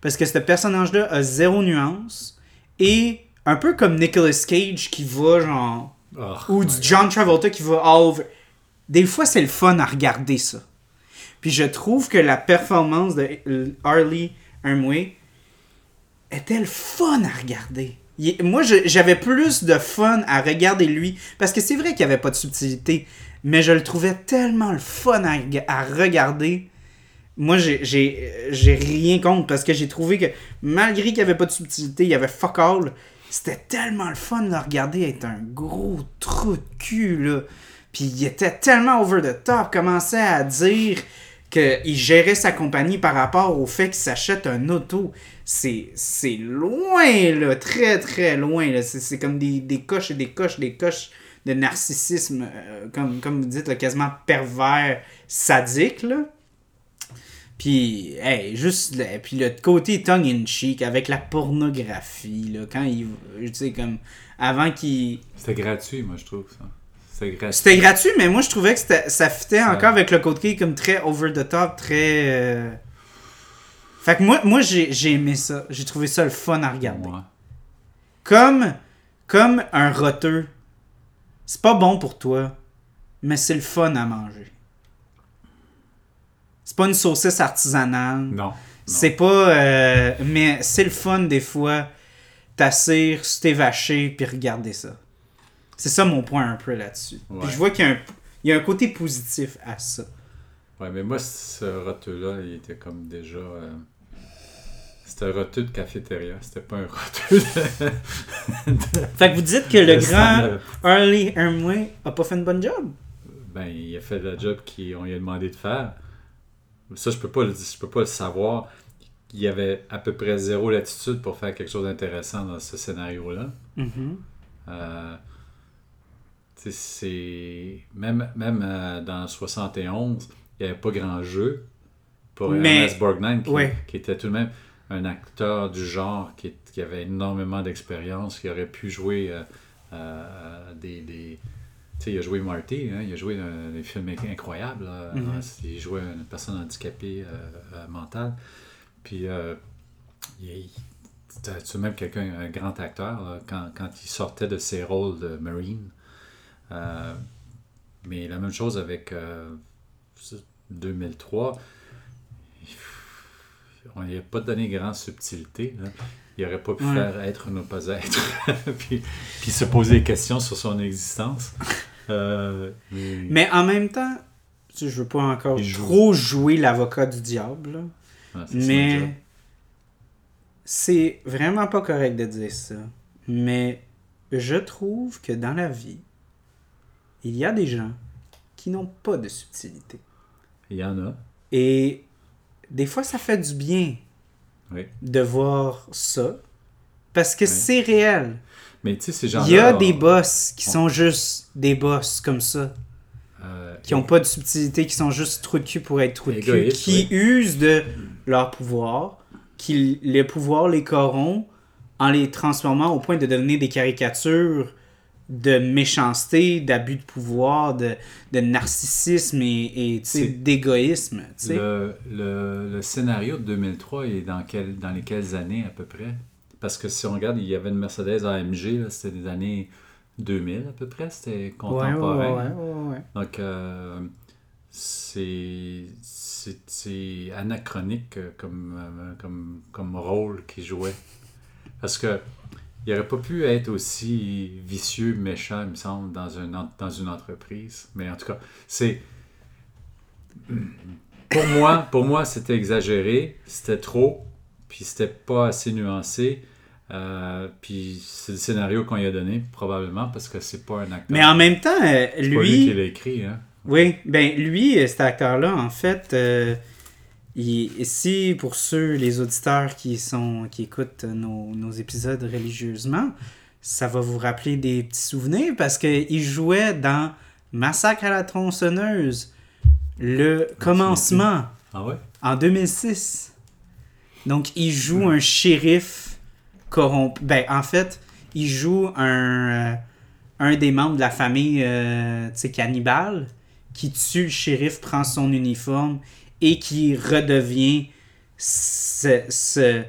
Speaker 1: Parce que ce personnage-là a zéro nuance. Et un peu comme Nicolas Cage qui va genre.
Speaker 2: Oh,
Speaker 1: ou du John Travolta qui va all over. Des fois, c'est le fun à regarder ça. Puis je trouve que la performance de Harley Hermway était le fun à regarder. Il est- moi, je- j'avais plus de fun à regarder lui. Parce que c'est vrai qu'il n'y avait pas de subtilité. Mais je le trouvais tellement le fun à, rega- à regarder. Moi, j'ai- j'ai euh, j'ai rien contre. Parce que j'ai trouvé que malgré qu'il n'y avait pas de subtilité, il y avait fuck all. C'était tellement le fun de le regarder être un gros trou de cul, là. Puis il était tellement over the top, commençait à dire qu'il gérait sa compagnie par rapport au fait qu'il s'achète un auto. C'est c'est loin, là, très très loin. là. C'est c'est comme des, des coches et des coches, des coches de narcissisme, euh, comme, comme vous dites, là, quasiment pervers, sadique. Là. Puis, hey, juste, là, puis le côté tongue in cheek avec la pornographie, là, quand il. Tu sais, comme. Avant qu'il.
Speaker 2: C'était gratuit, moi, je trouve, ça. C'était gratuit.
Speaker 1: C'était gratuit, mais moi, je trouvais que c'était- ça fitait encore avec le côté comme très over the top, très. euh, Fait que moi, moi j'ai j'ai aimé ça. J'ai trouvé ça le fun à regarder.
Speaker 2: Ouais.
Speaker 1: Comme, comme un roteux. C'est pas bon pour toi, mais c'est le fun à manger. C'est pas une saucisse artisanale.
Speaker 2: Non.
Speaker 1: C'est pas. euh, mais c'est le fun des fois, t'assir, sur tes vacher, puis regarder ça. C'est ça mon point un peu là-dessus.
Speaker 2: Ouais.
Speaker 1: Puis je vois qu'il y a, un, il y a un côté positif à ça.
Speaker 2: Ouais, mais moi, ce roteux-là, il était comme déjà. euh, C'était un roteux de cafétéria, c'était pas un roteux de.
Speaker 1: Fait que vous dites que le
Speaker 2: de
Speaker 1: grand
Speaker 2: stand-up.
Speaker 1: Early Hermway a pas fait une bonne job.
Speaker 2: Ben, il a fait le job qu'on lui a demandé de faire. Ça, je peux pas le, je peux pas le savoir. Il y avait à peu près zéro latitude pour faire quelque chose d'intéressant dans ce scénario-là. Euh, tu sais, c'est. Même, même euh, dans 71, il n'y avait pas grand jeu pour
Speaker 1: Mais-
Speaker 2: Ernest Borgnine, qui,
Speaker 1: Ouais.
Speaker 2: qui était tout de même un acteur du genre qui, est- qui avait énormément d'expérience, qui aurait pu jouer euh, euh, des. des- tu sais, il a joué Marty, hein, il a joué dans des films inc- incroyables. là. Euh,
Speaker 1: Mhm.
Speaker 2: Il jouait une personne handicapée euh, euh, mentale. Puis, euh, il- c'était tout de même quelqu'un, un grand acteur, là, quand, quand il sortait de ses rôles de Marine. Euh, mais la même chose avec euh, 2003. On n'y a pas donné grande subtilité. là. Il n'aurait pas pu
Speaker 1: Ouais.
Speaker 2: faire être ou ne pas être. puis, puis se poser des questions sur son existence. Euh, mais-
Speaker 1: Mais en même temps, tu sais, je veux pas encore
Speaker 2: Il joue.
Speaker 1: trop jouer l'avocat du diable. là.
Speaker 2: Ouais, c'est son job.
Speaker 1: Mais c'est vraiment pas correct de dire ça. Mais je trouve que dans la vie, il y a des gens qui n'ont pas de subtilité.
Speaker 2: Il y en a.
Speaker 1: Et des fois, ça fait du bien
Speaker 2: Oui.
Speaker 1: de voir ça parce que
Speaker 2: Oui.
Speaker 1: c'est réel.
Speaker 2: Mais tu sais, ces gens-là.
Speaker 1: Il y a
Speaker 2: on-
Speaker 1: des boss qui
Speaker 2: on-
Speaker 1: sont juste des boss comme ça,
Speaker 2: euh,
Speaker 1: qui n'ont pas de subtilité, qui sont juste trous de cul pour être trous de cul,
Speaker 2: Égoïstes,
Speaker 1: qui usent de leur pouvoir, qui le pouvoir les corrompt en les transformant au point de devenir des caricatures de méchanceté, d'abus de pouvoir, de, de narcissisme et, et, tu sais,
Speaker 2: C'est-
Speaker 1: d'égoïsme. tu sais.
Speaker 2: Le, le- le scénario de 2003 est dans, quel- dans les quelles années à peu près Parce que si on regarde, il y avait une Mercedes AMG, là, c'était des années 2000 à peu près, c'était
Speaker 1: Ouais, ouais,
Speaker 2: contemporain.
Speaker 1: ouais, ouais, ouais.
Speaker 2: Donc, euh, c'est c'est- c'est anachronique euh, comme, euh, comme, comme rôle qu'il jouait. Parce que il n'aurait pas pu être aussi vicieux, méchant, il me semble, dans, un, en- dans une entreprise. Mais en tout cas, c'est. Pour moi, pour moi c'était exagéré, c'était trop, puis c'était pas assez nuancé. Euh, puis c'est le scénario qu'on lui a donné, probablement, parce que c'est pas un acteur.
Speaker 1: Mais en même temps, euh,
Speaker 2: C'est pas
Speaker 1: lui
Speaker 2: qui l'a écrit, hein.
Speaker 1: Oui, ben lui, euh, cet acteur-là, en fait, euh, il- si pour ceux, les auditeurs qui, sont, qui écoutent nos, nos épisodes religieusement, ça va vous rappeler des petits souvenirs parce qu'il jouait dans Massacre à la tronçonneuse, le commencement
Speaker 2: Ah ouais?
Speaker 1: en 2006. Donc, il joue un shérif corrompu. Ben, en fait, il joue un, euh, un des membres de la famille, euh, tu sais, cannibale, qui tue le shérif, prend son uniforme et qui redevient ce, ce-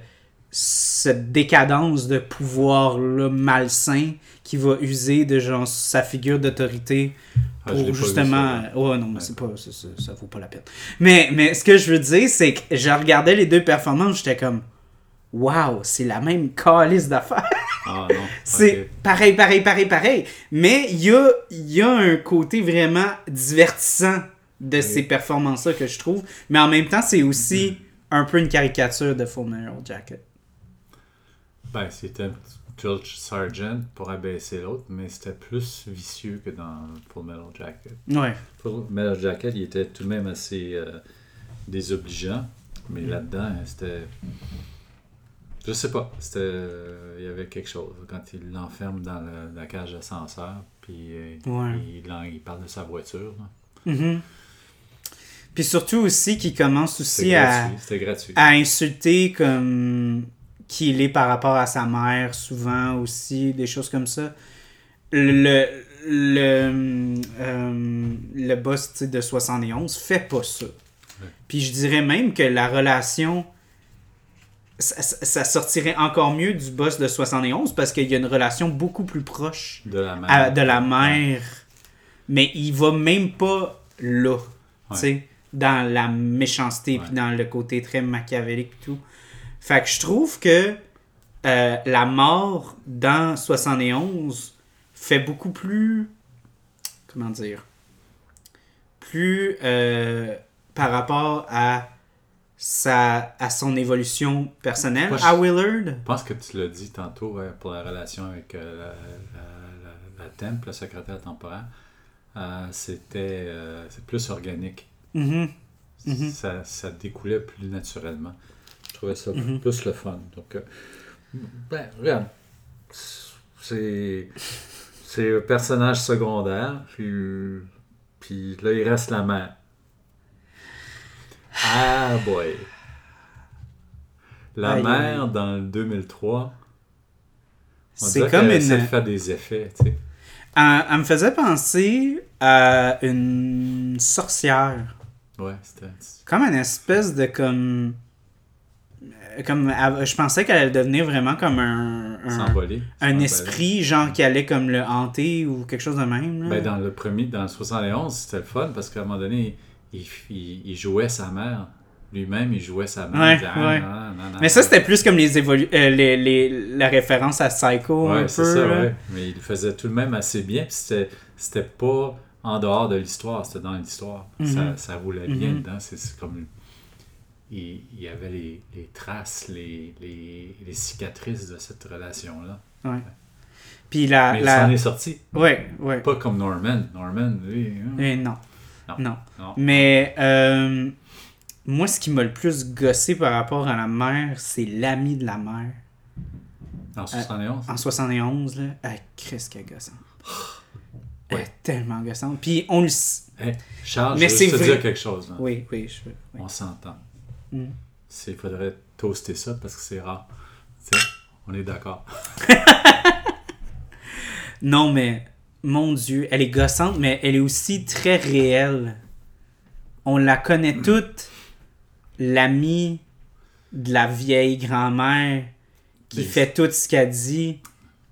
Speaker 1: cette décadence de pouvoir-là malsain qui va user de genre sa figure d'autorité
Speaker 2: Ah, je l'ai
Speaker 1: pour
Speaker 2: pas vu,
Speaker 1: justement.
Speaker 2: ça.
Speaker 1: oh non, mais c'est pas, c'est- c'est- ça vaut pas la peine. Mais, mais ce que je veux dire, c'est que je regardais les deux performances, j'étais comme, waouh, c'est la même calice d'affaires.
Speaker 2: Ah non.
Speaker 1: C'est
Speaker 2: ok.
Speaker 1: pareil, pareil, pareil, pareil. Mais il y a, il y a un côté vraiment divertissant de ces performances-là que je trouve. Mais en même temps, c'est
Speaker 2: Mhm.
Speaker 1: aussi un peu une caricature de Full Metal Jacket.
Speaker 2: Ben, c'était un petit- Pilch Sargent pour abaisser l'autre, mais c'était plus vicieux que dans Full Metal Jacket.
Speaker 1: Ouais.
Speaker 2: Full Metal Jacket, il était tout de même assez euh, désobligeant, mais là-dedans, hein, c'était. Je sais pas, c'était. euh, il y avait quelque chose. Quand il l'enferme dans le- la cage d'ascenseur, puis euh,
Speaker 1: Ouais.
Speaker 2: il, en- il parle de sa voiture. là.
Speaker 1: Mhm. Puis surtout aussi qu'il commence
Speaker 2: C'était
Speaker 1: aussi à,
Speaker 2: gratuit. C'était gratuit.
Speaker 1: à insulter comme qu'il est par rapport à sa mère souvent aussi, des choses comme ça. Le, le, euh, le boss tu sais, de 71 fait pas ça. Puis je dirais même que la relation, ça, ça- ça sortirait encore mieux du boss de 71 parce qu'il y a une relation beaucoup plus proche
Speaker 2: De la mère.
Speaker 1: à- de la mère. Mais il va même pas là. Tu sais, dans la méchanceté, puis
Speaker 2: Ouais.
Speaker 1: dans le côté très machiavélique et tout. Fait que je trouve que euh, la mort dans 71 fait beaucoup plus. Comment dire Plus euh, par rapport à. Sa, à son évolution personnelle
Speaker 2: Moi, je-
Speaker 1: à Willard
Speaker 2: Je pense que tu l'as dit tantôt ouais, pour la relation avec euh, la, la, la- la temp, le secrétaire temporaire. Euh, C'était euh, c'est plus organique.
Speaker 1: Mhm. Mhm.
Speaker 2: ça, ça découlait plus naturellement. Je trouvais ça
Speaker 1: Mhm.
Speaker 2: plus le fun. Donc, euh, ben, regarde, c'est c'est un personnage secondaire, puis, euh, puis là, il reste la mère. Ah boy! La
Speaker 1: Aïe,
Speaker 2: mère, dans le 2003, on
Speaker 1: c'est
Speaker 2: dirait
Speaker 1: comme
Speaker 2: qu'elle
Speaker 1: une
Speaker 2: essaie de faire des effets, tu sais.
Speaker 1: Elle, elle me faisait penser à une sorcière.
Speaker 2: Ouais, c'était...
Speaker 1: Comme une espèce de comme. euh, comme elle- je pensais qu'elle allait devenir vraiment comme un. un,
Speaker 2: S'envoler.
Speaker 1: un
Speaker 2: s'envoler.
Speaker 1: esprit, genre, qui allait comme le hanter ou quelque chose de même. là.
Speaker 2: Ben, dans le premier, dans le 71, c'était le fun parce qu'à un moment donné, il, il- il jouait sa mère. Lui-même, il jouait sa mère.
Speaker 1: Ouais,
Speaker 2: Il disait, Ah,
Speaker 1: ouais.
Speaker 2: non, non, non,
Speaker 1: Mais ça,
Speaker 2: non.
Speaker 1: c'était plus comme les, évolu- euh, les, les- la référence à Psycho un
Speaker 2: Ouais,
Speaker 1: peu.
Speaker 2: c'est ça,
Speaker 1: là.
Speaker 2: ouais. Mais il le faisait tout de même assez bien. Puis c'était, c'était pas en dehors de l'histoire, c'était dans l'histoire. ça, ça roulait bien
Speaker 1: Mhm.
Speaker 2: dedans. C'est, c'est comme. Il, il y avait les, les traces, les, les, les cicatrices de cette relation-là.
Speaker 1: Puis la.
Speaker 2: Mais il
Speaker 1: la-
Speaker 2: s'en est sorti.
Speaker 1: Ouais, ouais.
Speaker 2: Pas comme Norman. Norman, lui. hein.
Speaker 1: Et non.
Speaker 2: Non.
Speaker 1: non.
Speaker 2: Non.
Speaker 1: Mais euh, moi, ce qui m'a le plus gossé par rapport à la mère, c'est l'ami de la mère.
Speaker 2: En 71.
Speaker 1: euh, En 71, là, elle crise qu'elle est gossante. Elle
Speaker 2: Ouais.
Speaker 1: est tellement gossante. Puis on le s-
Speaker 2: Hey, Charles,
Speaker 1: Mais
Speaker 2: je veux
Speaker 1: c'est
Speaker 2: juste te
Speaker 1: vrai.
Speaker 2: dire quelque chose. là.
Speaker 1: Oui, oui, je oui.
Speaker 2: On s'entend.
Speaker 1: Mm.
Speaker 2: Il faudrait toaster ça parce que c'est rare. Tu sais, on est d'accord.
Speaker 1: Non, mais mon Dieu, elle est gossante, mais elle est aussi très réelle. On la connaît toute, l'amie de la vieille grand-mère qui
Speaker 2: Des-
Speaker 1: fait tout ce qu'elle dit,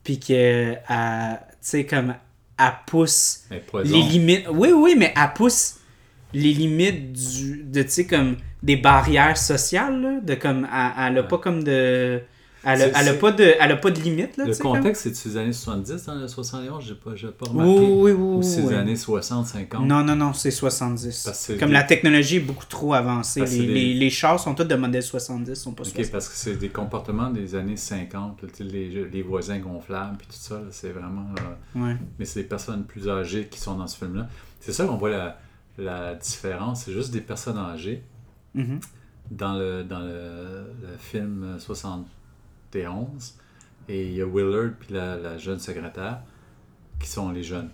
Speaker 1: puis que, elle- tu sais, comme, elle pousse
Speaker 2: Mais poison.
Speaker 1: les limites. Oui, oui, mais elle pousse les limites du, de, tu sais, comme des barrières sociales, là, de comme, elle, elle a pas comme de... Elle a,
Speaker 2: C'est-
Speaker 1: elle a
Speaker 2: c'est-
Speaker 1: pas de, elle a pas de limite, là, tu
Speaker 2: le
Speaker 1: sais, comme.
Speaker 2: contexte, c'est-tu les années 70 dans le 71? J'ai pas, j'ai pas remarqué.
Speaker 1: Oui, oui, oui, oui,
Speaker 2: Ou c'est les
Speaker 1: oui.
Speaker 2: années 60, 50?
Speaker 1: Non, non, non, c'est 70.
Speaker 2: Parce que c'est
Speaker 1: comme
Speaker 2: des-
Speaker 1: la technologie est beaucoup trop avancée.
Speaker 2: Parce que
Speaker 1: Les,
Speaker 2: c'est des-
Speaker 1: les, les chars sont tous de modèle 70, sont pas
Speaker 2: Ok,
Speaker 1: 60.
Speaker 2: parce que c'est des comportements des années 50, là, tu sais, les, les voisins gonflables puis tout ça, là, c'est vraiment... là,
Speaker 1: Ouais.
Speaker 2: mais c'est des personnes plus âgées qui sont dans ce film-là. C'est ça qu'on voit la, la différence, c'est juste des personnes âgées.
Speaker 1: Mhm.
Speaker 2: dans le, dans le, le film 71. Et il y a Willard puis la, la jeune secrétaire qui sont les jeunes.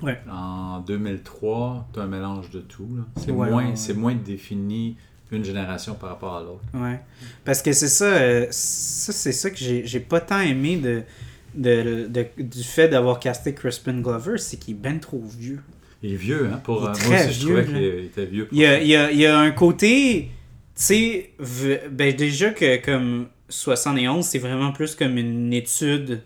Speaker 1: Ouais.
Speaker 2: En 2003, tu un mélange de tout. là. C'est
Speaker 1: Ouais,
Speaker 2: moins,
Speaker 1: ouais, ouais.
Speaker 2: c'est moins défini une génération par rapport à l'autre.
Speaker 1: Ouais. Parce que c'est ça, euh, ça c'est ça que j'ai j'ai pas tant aimé de, de, de- du fait d'avoir casté Crispin Glover, c'est qu'il est ben trop vieux.
Speaker 2: Il est vieux, hein? Pour,
Speaker 1: Il est
Speaker 2: euh, moi
Speaker 1: très
Speaker 2: aussi, je
Speaker 1: vieux,
Speaker 2: trouvais qu'il
Speaker 1: là.
Speaker 2: était vieux. pour
Speaker 1: Il y a,
Speaker 2: ça.
Speaker 1: il y a- il y a un côté, tu sais, v- ben déjà que comme 71, c'est vraiment plus comme une étude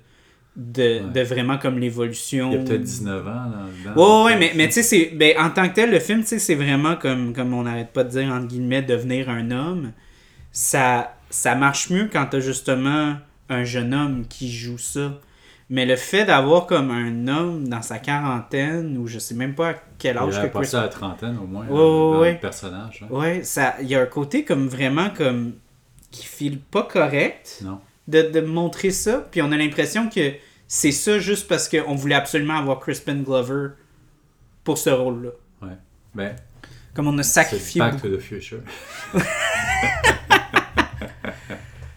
Speaker 1: de,
Speaker 2: Ouais.
Speaker 1: de vraiment comme l'évolution.
Speaker 2: Il y a peut-être 19 ans. Là,
Speaker 1: Ouais,
Speaker 2: dedans.
Speaker 1: ouais, ouais, mais, mais tu sais, c'est- ben, en tant que tel, le film, tu sais, c'est vraiment comme, comme on n'arrête pas de dire, entre guillemets, devenir un homme. Ça, ça marche mieux quand t'as justement un jeune homme qui joue ça. Mais le fait d'avoir comme un homme dans sa quarantaine, ou je sais même pas à quel
Speaker 2: Il
Speaker 1: âge
Speaker 2: a
Speaker 1: que Chris
Speaker 2: passé à la trentaine au moins.
Speaker 1: Ouais,
Speaker 2: là, dans
Speaker 1: ouais, ouais.
Speaker 2: le personnage. hein.
Speaker 1: Ouais, ça, il y a un côté comme vraiment comme qui file pas correct,
Speaker 2: Non.
Speaker 1: de, de montrer ça. Puis on a l'impression que c'est ça juste parce qu'on voulait absolument avoir Crispin Glover pour ce rôle-là.
Speaker 2: Ouais. Ben,
Speaker 1: Comme on a
Speaker 2: c'est
Speaker 1: sacrifié.
Speaker 2: Back
Speaker 1: beaucoup.
Speaker 2: to the Future.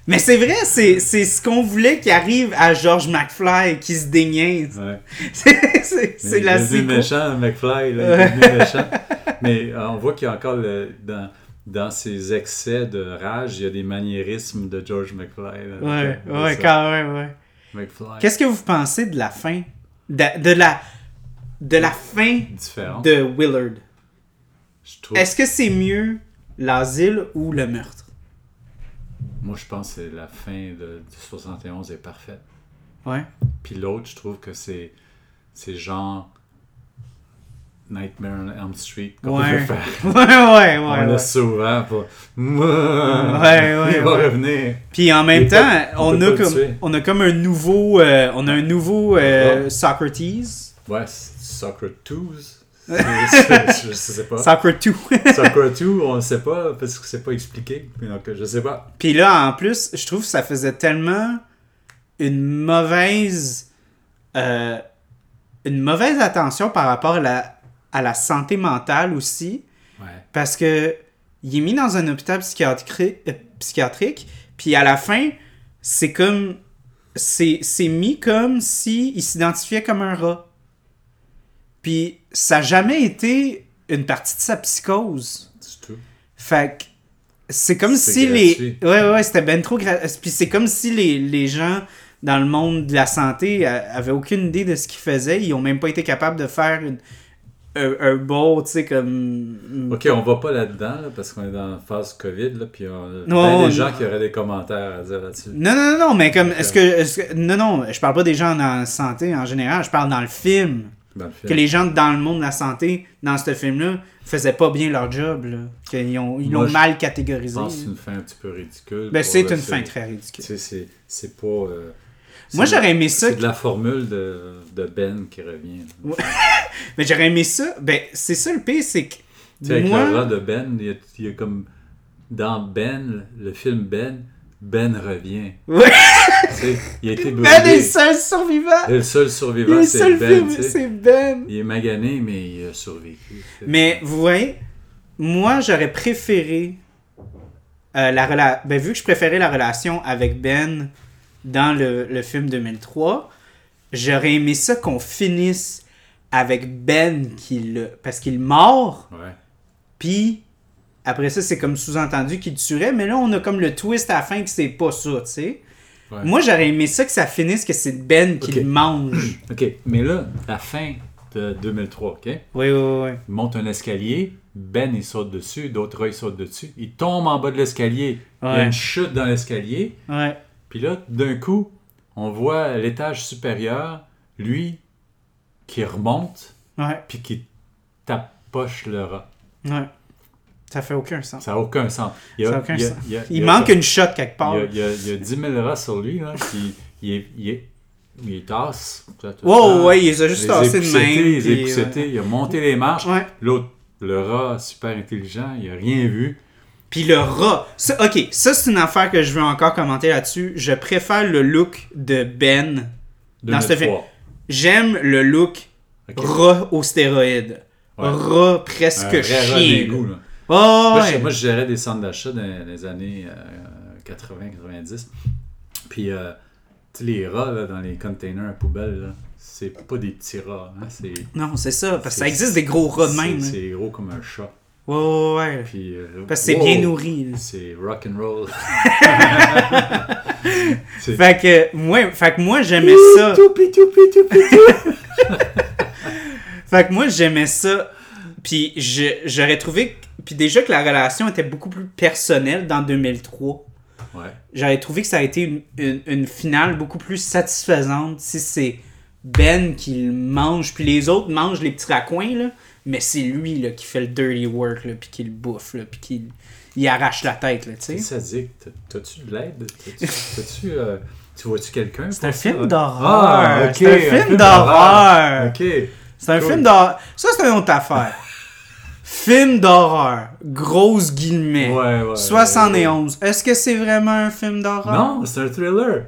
Speaker 1: Mais c'est vrai, c'est c'est ce qu'on voulait qui arrive à George McFly qui se déniaise.
Speaker 2: Ouais.
Speaker 1: C'est- c'est
Speaker 2: Mais
Speaker 1: c'est
Speaker 2: il
Speaker 1: la
Speaker 2: est devenu
Speaker 1: séquence.
Speaker 2: méchant, McFly, là, il est devenu méchant. Mais euh, on voit qu'il y a encore le- dans, dans ses excès de rage, il y a des maniérismes de George McFly. là.
Speaker 1: Ouais,
Speaker 2: C'est
Speaker 1: ouais,
Speaker 2: ça.
Speaker 1: quand même, ouais.
Speaker 2: McFly,
Speaker 1: Qu'est-ce que vous pensez de la fin de, de la de la fin
Speaker 2: différent.
Speaker 1: de Willard
Speaker 2: Je trouve.
Speaker 1: Est-ce que c'est mieux l'asile ou le meurtre
Speaker 2: Moi, je pense que c'est la fin de, de 71 est parfaite.
Speaker 1: Ouais.
Speaker 2: Puis l'autre, je trouve que c'est c'est genre Nightmare on Elm Street qu'on
Speaker 1: Ouais.
Speaker 2: peut faire.
Speaker 1: Ouais, ouais,
Speaker 2: On
Speaker 1: ouais.
Speaker 2: a
Speaker 1: ouais.
Speaker 2: souvent pour.
Speaker 1: ouais,
Speaker 2: Il va
Speaker 1: ouais.
Speaker 2: revenir.
Speaker 1: Puis en même
Speaker 2: Il peut-
Speaker 1: temps,
Speaker 2: on
Speaker 1: on,
Speaker 2: peut
Speaker 1: a
Speaker 2: pas le
Speaker 1: comme
Speaker 2: tuer.
Speaker 1: on a comme un nouveau euh, on a un nouveau euh, Socrates,
Speaker 2: Ouais, c'est Socrates. C'est- c'est- je sais pas.
Speaker 1: Socrates.
Speaker 2: Socrates, on le sait pas parce que c'est pas expliqué. Donc, je sais pas.
Speaker 1: Puis là, en plus, je trouve que ça faisait tellement une mauvaise. euh, une mauvaise attention par rapport à la, à la santé mentale aussi.
Speaker 2: Ouais.
Speaker 1: Parce que il est mis dans un hôpital psychiatrique, euh, psychiatrique puis à la fin, c'est comme. C'est c'est mis comme si il s'identifiait comme un rat. Puis ça n'a jamais été une partie de sa psychose.
Speaker 2: C'est tout.
Speaker 1: Fait que c'est comme
Speaker 2: C'est
Speaker 1: si
Speaker 2: gratuit.
Speaker 1: les. Ouais, ouais, c'était ben trop gratuit. Puis c'est comme si les, les gens dans le monde de la santé euh, avaient aucune idée de ce qu'ils faisaient. Ils ont même pas été capables de faire une- un, un bon, tu sais, comme.
Speaker 2: Ok, on va pas là-dedans là, parce qu'on est dans la phase COVID. Là, puis on... ben, des
Speaker 1: Non, on-
Speaker 2: gens qui auraient des commentaires à dire là-dessus.
Speaker 1: Non, non, non, non, mais comme. Est-ce que, est-ce que- Non, non, je parle pas des gens dans la santé en général, je parle dans le film.
Speaker 2: Dans le film.
Speaker 1: Que les gens dans le monde de la santé, dans ce film-là, faisaient pas bien leur job, là. Qu'ils ont, ils
Speaker 2: Moi,
Speaker 1: l'ont
Speaker 2: je
Speaker 1: mal
Speaker 2: Je
Speaker 1: catégorisé.
Speaker 2: pense que c'est une fin un petit peu ridicule.
Speaker 1: Ben,
Speaker 2: pour
Speaker 1: c'est
Speaker 2: le
Speaker 1: une
Speaker 2: film.
Speaker 1: fin très
Speaker 2: Tu
Speaker 1: ridicule.
Speaker 2: sais, c'est- c'est pas. euh,
Speaker 1: Moi,
Speaker 2: c'est de-
Speaker 1: j'aurais aimé ça
Speaker 2: C'est de la formule de, de Ben qui revient.
Speaker 1: Mais j'aurais aimé ça. Ben, c'est ça le pire, c'est que.
Speaker 2: Tu sais, avec le
Speaker 1: moi,
Speaker 2: rat de Ben, il y, a, il y a comme. Dans Ben, le film Ben, Ben revient.
Speaker 1: Ouais.
Speaker 2: Tu sais, il a été brûlé.
Speaker 1: Ben est le seul survivant.
Speaker 2: Le seul
Speaker 1: Il est
Speaker 2: survivant,
Speaker 1: le
Speaker 2: c'est
Speaker 1: seul
Speaker 2: Ben.
Speaker 1: film,
Speaker 2: tu sais.
Speaker 1: c'est Ben.
Speaker 2: Il est magané, mais il a survécu.
Speaker 1: Mais vous voyez, moi, j'aurais préféré. euh, la rela... ben, vu que je préférais la relation avec Ben dans le, le film 2003, j'aurais aimé ça qu'on finisse avec Ben qui le... parce qu'il mord,
Speaker 2: Ouais.
Speaker 1: puis après ça, c'est comme sous-entendu qu'il tuerait, mais là, on a comme le twist à la fin que c'est pas ça, tu sais.
Speaker 2: ouais.
Speaker 1: Moi, j'aurais aimé ça que ça finisse que c'est Ben qui
Speaker 2: Ok.
Speaker 1: le mange.
Speaker 2: OK, mais là, la fin de 2003, OK?
Speaker 1: Oui, oui, oui.
Speaker 2: Il monte un escalier, Ben il saute dessus, d'autres il saute dessus, il tombe en bas de l'escalier, il y a
Speaker 1: Ouais.
Speaker 2: une chute dans l'escalier,
Speaker 1: Ouais.
Speaker 2: puis là, d'un coup, on voit à l'étage supérieur, lui qui remonte,
Speaker 1: Ouais.
Speaker 2: puis qui tapoche le rat.
Speaker 1: Ouais. Ça fait aucun sens.
Speaker 2: Ça n'a aucun sens. Il, y a-
Speaker 1: Ça a aucun
Speaker 2: il y a-
Speaker 1: sens.
Speaker 2: il y a-
Speaker 1: Il
Speaker 2: il y a
Speaker 1: manque
Speaker 2: comme-
Speaker 1: une shot quelque part.
Speaker 2: Il y a, il y a- il y a 10 000 rats sur lui, là, puis il est, il est, il est tasse. tout le
Speaker 1: Wow,
Speaker 2: temps.
Speaker 1: ouais, il a juste
Speaker 2: Les
Speaker 1: tassé de
Speaker 2: époussetés,
Speaker 1: même.
Speaker 2: les
Speaker 1: puis, euh,
Speaker 2: époussetés, il a monté les marches.
Speaker 1: Ouais.
Speaker 2: L'autre, le rat, super intelligent, il a rien vu.
Speaker 1: Puis le rat. Ça, ok, ça c'est une affaire que je veux encore commenter là-dessus. Je préfère le look de Ben. Dans ce
Speaker 2: 2003.
Speaker 1: film. J'aime le look
Speaker 2: Ok.
Speaker 1: rat aux stéroïdes.
Speaker 2: Ouais.
Speaker 1: Rat
Speaker 2: Un
Speaker 1: presque
Speaker 2: vrai rat
Speaker 1: chien.
Speaker 2: d'égout, là.
Speaker 1: Oh,
Speaker 2: Moi,
Speaker 1: ouais.
Speaker 2: je, moi, je gérais des centres d'achat dans les années 80-90. Puis, euh, tu sais, les rats là, dans les containers à poubelle, là, c'est pas des petits rats. hein, c'est
Speaker 1: Non, c'est ça. Parce que ça
Speaker 2: C'est-
Speaker 1: existe des gros rats de même.
Speaker 2: c'est-
Speaker 1: hein.
Speaker 2: c'est gros comme un chat.
Speaker 1: Ouais, ouais, ouais.
Speaker 2: Puis, euh,
Speaker 1: Parce que c'est
Speaker 2: wow,
Speaker 1: bien nourri. Ah, là.
Speaker 2: C'est rock and roll.
Speaker 1: Fait que, moi, fait que moi, j'aimais ça.
Speaker 2: Toupi, toupi, toupi.
Speaker 1: Fait que moi, j'aimais ça. Puis je- j'aurais trouvé... que- Puis déjà que la relation était beaucoup plus personnelle dans 2003.
Speaker 2: Ouais.
Speaker 1: J'aurais trouvé que ça a été une, une- une finale beaucoup plus satisfaisante si c'est Ben qui le mange. Puis les autres mangent les petits raccoins, là. Mais c'est lui, là, qui fait le dirty work, là, puis qui le bouffe, là, puis qui il arrache la tête, là, tu
Speaker 2: Et ça
Speaker 1: sais.
Speaker 2: dit, que t'as- t'as-tu de l'aide? T'as-tu, t'as-tu, euh, tu vois-tu quelqu'un?
Speaker 1: C'est un
Speaker 2: pour ça?
Speaker 1: film d'horreur.
Speaker 2: Ah, ok,
Speaker 1: C'est un film d'horreur.
Speaker 2: Ok.
Speaker 1: C'est un
Speaker 2: Cool.
Speaker 1: film d'horreur. Ça, c'est une autre affaire. Film d'horreur, grosse guillemets.
Speaker 2: Ouais, ouais,
Speaker 1: 71. Est-ce que c'est vraiment un film d'horreur?
Speaker 2: Non, c'est un thriller.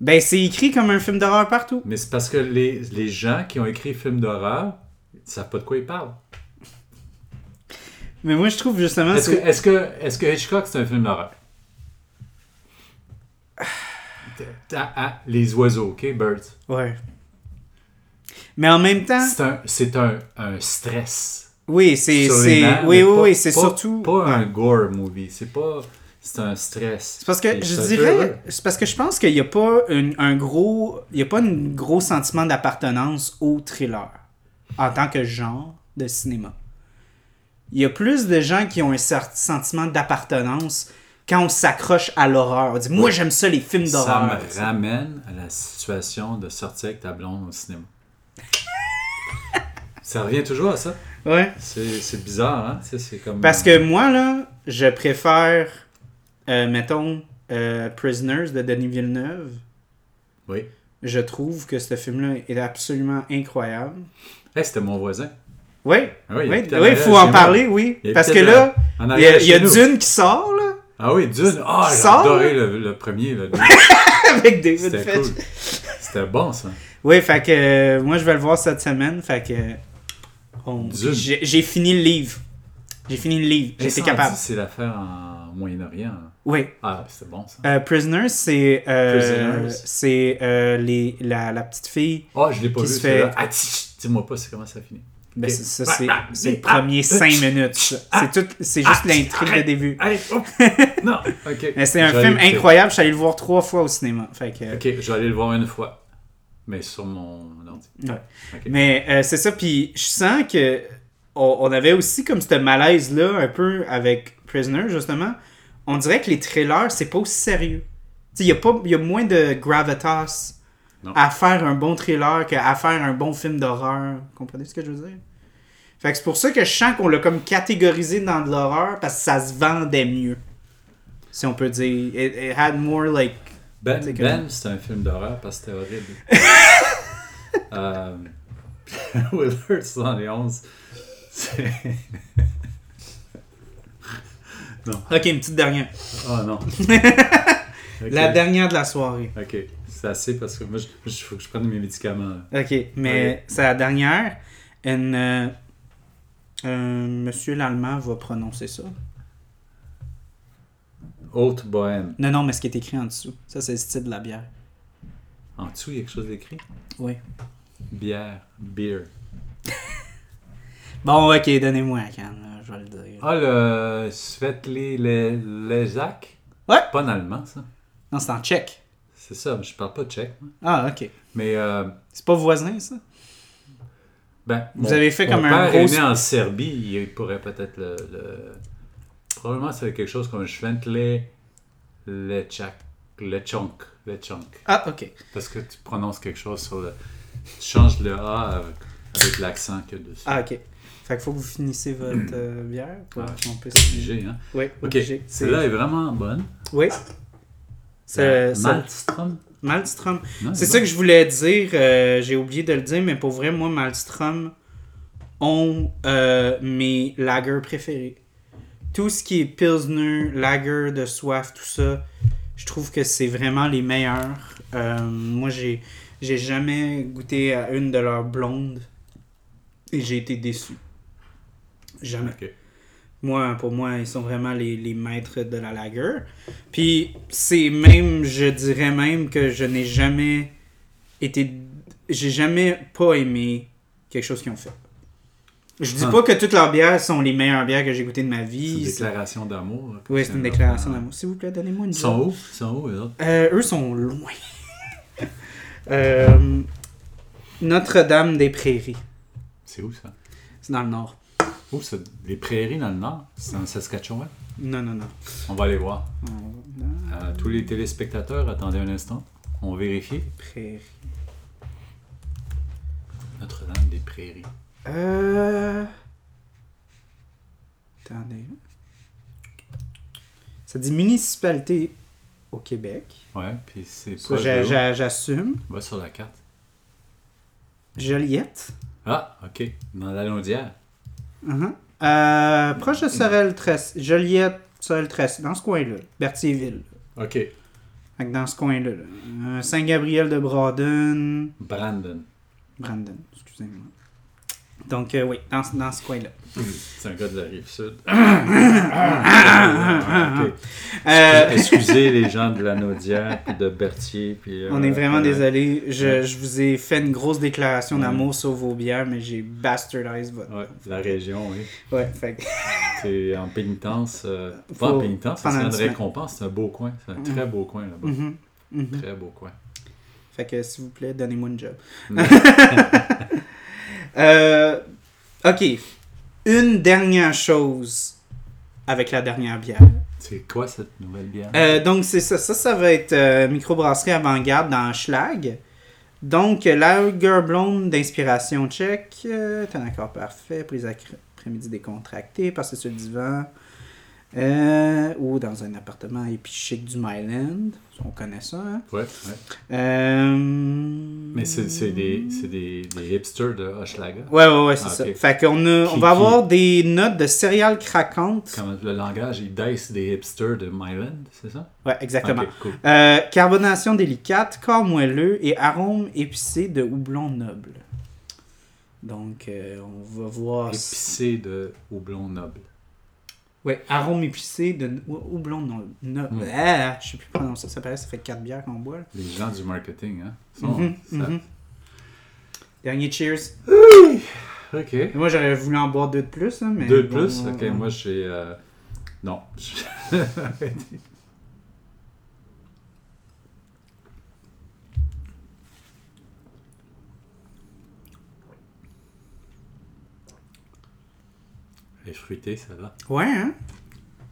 Speaker 1: Ben, c'est écrit comme un film d'horreur partout.
Speaker 2: Mais c'est parce que les, les gens qui ont écrit film d'horreur ne savent pas de quoi ils parlent.
Speaker 1: Mais moi, je trouve justement.
Speaker 2: Est-ce que,
Speaker 1: c'est-
Speaker 2: est-ce que, est-ce que Hitchcock, c'est un film d'horreur? Ah, ah, les oiseaux, OK, Birds.
Speaker 1: Ouais. Mais en même temps,
Speaker 2: C'est un, c'est un, un stress.
Speaker 1: oui, c'est.
Speaker 2: sur les
Speaker 1: c'est-
Speaker 2: nerfs,
Speaker 1: Oui,
Speaker 2: mais
Speaker 1: oui,
Speaker 2: pas-
Speaker 1: oui, c'est
Speaker 2: pas-
Speaker 1: surtout.
Speaker 2: Pas un gore movie, c'est pas... C'est un stress.
Speaker 1: C'est parce que
Speaker 2: Et
Speaker 1: je
Speaker 2: c'est un thriller.
Speaker 1: dirais, c'est parce que je pense qu'il n'y a pas une- un gros, il y a pas un gros sentiment d'appartenance au thriller en tant que genre de cinéma. Il y a plus de gens qui ont un cer- sentiment d'appartenance quand on s'accroche à l'horreur. On dit, moi j'aime ça les films
Speaker 2: Ça
Speaker 1: d'horreur.
Speaker 2: me ramène à la situation de sortir avec ta blonde au cinéma. ça revient toujours à ça.
Speaker 1: Ouais.
Speaker 2: C'est, c'est bizarre, hein? C'est, c'est comme...
Speaker 1: Parce que moi là, je préfère, euh, mettons, euh, Prisoners de Denis Villeneuve.
Speaker 2: Oui.
Speaker 1: Je trouve que ce film-là est absolument incroyable.
Speaker 2: Hey, c'était mon voisin.
Speaker 1: Oui,
Speaker 2: Ah oui, il
Speaker 1: oui,
Speaker 2: habitait
Speaker 1: il
Speaker 2: en arrière
Speaker 1: faut
Speaker 2: chez
Speaker 1: en
Speaker 2: moi.
Speaker 1: parler, oui.
Speaker 2: Il
Speaker 1: Parce que
Speaker 2: habitait
Speaker 1: là,
Speaker 2: dans- en
Speaker 1: il y a,
Speaker 2: arrière
Speaker 1: il y a
Speaker 2: chez nous.
Speaker 1: Dune qui sort, là,
Speaker 2: Ah oui, Dune. Ah, j'ai
Speaker 1: Sort,
Speaker 2: adoré le, le premier. le Dune.
Speaker 1: avec David
Speaker 2: C'était
Speaker 1: Fitch.
Speaker 2: cool. C'était bon, ça.
Speaker 1: Oui, fait que euh, moi, je vais le voir cette semaine. Fait que. euh, on-
Speaker 2: Dune.
Speaker 1: J'ai j'ai fini le livre. J'ai fini le livre. J'étais
Speaker 2: Incendie,
Speaker 1: capable.
Speaker 2: C'est l'affaire en Moyen-Orient. hein.
Speaker 1: Oui.
Speaker 2: Ah, c'était bon, ça.
Speaker 1: Euh, Prisoners, c'est. euh,
Speaker 2: Prisoners.
Speaker 1: c'est euh, les- la, la petite fille.
Speaker 2: Ah, je l'ai pas
Speaker 1: qui
Speaker 2: vu,
Speaker 1: se fait-
Speaker 2: celui-là. Ah, tch, dis-moi pas c'est comment ça finit.
Speaker 1: Ben,
Speaker 2: Ok.
Speaker 1: c'est- ça, c'est
Speaker 2: Ah, ah,
Speaker 1: c'est les
Speaker 2: ah,
Speaker 1: premiers
Speaker 2: ah,
Speaker 1: cinq
Speaker 2: tch,
Speaker 1: minutes. ça. C'est tout- c'est juste
Speaker 2: ah,
Speaker 1: l'intrigue de
Speaker 2: arrête,
Speaker 1: début.
Speaker 2: Allez, hop. Non, OK.
Speaker 1: Mais c'est un
Speaker 2: Je vais
Speaker 1: film
Speaker 2: aller le-
Speaker 1: incroyable. Je suis allé le voir trois fois au cinéma. Fait que.
Speaker 2: OK, je vais aller le voir une fois. Mais sur mon ordi.
Speaker 1: Ouais.
Speaker 2: Ok.
Speaker 1: Mais euh, c'est ça, puis je sens que on, on avait aussi comme ce malaise-là un peu avec Prisoner, justement. On dirait que les trailers, c'est pas aussi sérieux. Tu sais, il y, a pas- y a moins de gravitas
Speaker 2: Non.
Speaker 1: à faire un bon trailer qu'à faire un bon film d'horreur. Comprenez ce que je veux dire? Fait que c'est pour ça que je sens qu'on l'a comme catégorisé dans de l'horreur parce que ça se vendait mieux. Si on peut dire. It, it had more like.
Speaker 2: Ben,
Speaker 1: C'est
Speaker 2: c'est
Speaker 1: que-
Speaker 2: un film d'horreur parce que c'était horrible. euh, Willard 71. c'est-
Speaker 1: Ok, une petite dernière.
Speaker 2: Oh non. Ok.
Speaker 1: La dernière de la soirée.
Speaker 2: Ok, c'est assez parce que moi, il faut que je prenne mes médicaments. là.
Speaker 1: Ok, mais
Speaker 2: Ouais.
Speaker 1: c'est la dernière. Une, euh, euh, monsieur l'Allemand va prononcer ça.
Speaker 2: Haute bohème.
Speaker 1: Non, non, mais ce qui est écrit en dessous. Ça, c'est le style de la bière.
Speaker 2: En dessous, il y a quelque chose d'écrit.
Speaker 1: Oui.
Speaker 2: Bière. Beer.
Speaker 1: Bon, ok, donnez-moi la canne, là, je vais le dire.
Speaker 2: Ah, le Svetli Le- Lezak.
Speaker 1: Ouais.
Speaker 2: Pas en allemand, ça.
Speaker 1: Non, c'est en tchèque.
Speaker 2: C'est ça, mais je parle pas tchèque. moi.
Speaker 1: Ah, ok.
Speaker 2: Mais, euh,
Speaker 1: C'est pas voisin, ça?
Speaker 2: ben,
Speaker 1: Vous avez fait comme
Speaker 2: mon
Speaker 1: un
Speaker 2: père est
Speaker 1: gros-
Speaker 2: né en Serbie, il pourrait peut-être le, le- Probablement, c'est quelque chose comme Svetli Lechak. Lechonk. Lechonk.
Speaker 1: Ah, ok.
Speaker 2: Parce que tu prononces quelque chose sur le. Tu changes le A avec, avec l'accent qu'il y a dessus.
Speaker 1: Ah, ok. Fait qu'il faut que vous finissez votre euh, bière pour
Speaker 2: Ah,
Speaker 1: qu'on puisse...
Speaker 2: Obligé, hein?
Speaker 1: Oui,
Speaker 2: Ok,
Speaker 1: obligé. C'est-
Speaker 2: celle-là est vraiment bonne.
Speaker 1: Oui. C'est... euh,
Speaker 2: La
Speaker 1: ça-
Speaker 2: Malmström.
Speaker 1: Malmstrom.
Speaker 2: Non,
Speaker 1: C'est
Speaker 2: bon.
Speaker 1: ça que je voulais dire, euh, j'ai oublié de le dire, mais pour vrai, moi, Malmstrom ont euh, mes lagers préférés. Tout ce qui est Pilsner, lager de soif, tout ça, je trouve que c'est vraiment les meilleurs. Euh, moi, j'ai, j'ai jamais goûté à une de leurs blondes et j'ai été déçu. Jamais.
Speaker 2: Ok.
Speaker 1: Moi, pour moi, ils sont vraiment les, les maîtres de la lagueur. Puis c'est même, je dirais même que je n'ai jamais été, j'ai jamais pas aimé quelque chose qu'ils ont fait. Je dis
Speaker 2: Ah.
Speaker 1: pas que toutes leurs bières sont les meilleures bières que j'ai goûtées de ma
Speaker 2: C'est une
Speaker 1: vie. C'est-
Speaker 2: déclaration d'amour. là, que
Speaker 1: Oui,
Speaker 2: tu
Speaker 1: c'est une
Speaker 2: viens de
Speaker 1: déclaration
Speaker 2: faire.
Speaker 1: d'amour. S'il vous plaît, donnez-moi une
Speaker 2: Ils sont
Speaker 1: bière.
Speaker 2: où Ils sont où, les autres
Speaker 1: Euh, eux sont loin. Euh, Notre-Dame des Prairies,
Speaker 2: C'est où ça
Speaker 1: c'est dans le nord.
Speaker 2: Où c'est les prairies dans le nord C'est en Saskatchewan
Speaker 1: Non, non, non.
Speaker 2: On va aller voir.
Speaker 1: Notre-Dame
Speaker 2: Euh, tous les téléspectateurs, attendez un instant. On va vérifier.
Speaker 1: des Prairies.
Speaker 2: Notre-Dame des prairies.
Speaker 1: Euh... Attendez. Ça dit municipalité au Québec.
Speaker 2: Ouais, puis c'est
Speaker 1: Ça,
Speaker 2: proche
Speaker 1: j'a-
Speaker 2: de où?
Speaker 1: j'a- J'assume.
Speaker 2: Va sur la carte.
Speaker 1: Joliette.
Speaker 2: Ah, ok. Dans la Londière.
Speaker 1: Uh-huh. Euh, proche de Sorel Tress, Joliette, Sorel Tress, dans ce coin-là, Berthierville.
Speaker 2: OK.
Speaker 1: Fait que dans ce coin-là. là. Euh, Saint-Gabriel de Braden.
Speaker 2: Brandon.
Speaker 1: Brandon, excusez-moi. Donc, euh, oui, dans, ce- dans ce coin-là.
Speaker 2: C'est un gars de la rive sud. ah,
Speaker 1: ah, Euh,
Speaker 2: Excusez les gens de la Naudière, puis de Berthier. Puis, euh,
Speaker 1: on est vraiment
Speaker 2: euh,
Speaker 1: désolé. Je,
Speaker 2: ouais.
Speaker 1: je vous ai fait une grosse déclaration
Speaker 2: Ouais.
Speaker 1: d'amour sur vos bières, mais j'ai bastardized votre.
Speaker 2: Ouais, la région, oui.
Speaker 1: Ouais, fait que-
Speaker 2: T'es en pénitence. euh,
Speaker 1: Faut-
Speaker 2: pas en pénitence, c'est
Speaker 1: pendant une
Speaker 2: une
Speaker 1: semaine.
Speaker 2: récompense. C'est un beau coin.
Speaker 1: Mm.
Speaker 2: C'est un très beau coin là-bas.
Speaker 1: Mhm, mhm.
Speaker 2: Très beau coin.
Speaker 1: Fait que s'il vous plaît, donnez-moi une job.
Speaker 2: Mm.
Speaker 1: Euh, ok. Une dernière chose avec la dernière bière.
Speaker 2: C'est quoi cette nouvelle bière?
Speaker 1: Euh, donc, c'est ça. Ça, ça va être euh, microbrasserie avant-garde dans Schlag. Donc, euh, Lager Blonde d'inspiration tchèque. Euh, T'es un accord parfait. Prise accr- après-midi décontractée. Passer sur le divan. Euh, ou dans un appartement épichique du Myland. On connaît ça. hein.
Speaker 2: Ouais, ouais.
Speaker 1: Euh,
Speaker 2: Mais c'est c'est des, c'est des, des hipsters de Hochelaga.
Speaker 1: Ouais, ouais, ouais, c'est
Speaker 2: Ah,
Speaker 1: ça.
Speaker 2: ok.
Speaker 1: Fait qu'on a- on
Speaker 2: Qui-
Speaker 1: va
Speaker 2: qui-
Speaker 1: avoir des notes de céréales craquantes.
Speaker 2: Comment le langage, il dice des hipsters de Myland, c'est ça?
Speaker 1: Ouais, exactement.
Speaker 2: Ok, cool.
Speaker 1: Euh, carbonation délicate, corps moelleux et arôme épicé de houblon noble. Donc, euh, on va voir. si-
Speaker 2: Épicé de houblon noble.
Speaker 1: Ouais, arôme épicé de n- hou- houblon noble. No-
Speaker 2: Mm.
Speaker 1: Ah, je sais plus prononcer ça, pareil, ça fait 4 bières qu'on boit. là.
Speaker 2: Les gens du marketing, hein? sont-
Speaker 1: Mhm,
Speaker 2: ça-
Speaker 1: mhm. Dernier cheers.
Speaker 2: Ok.
Speaker 1: Moi, j'aurais voulu en boire deux de plus. hein, mais
Speaker 2: Deux de
Speaker 1: bon,
Speaker 2: plus?
Speaker 1: on-
Speaker 2: Ok,
Speaker 1: on-
Speaker 2: moi j'ai. euh, Non. Elle est fruitée, ça va.
Speaker 1: Ouais, hein?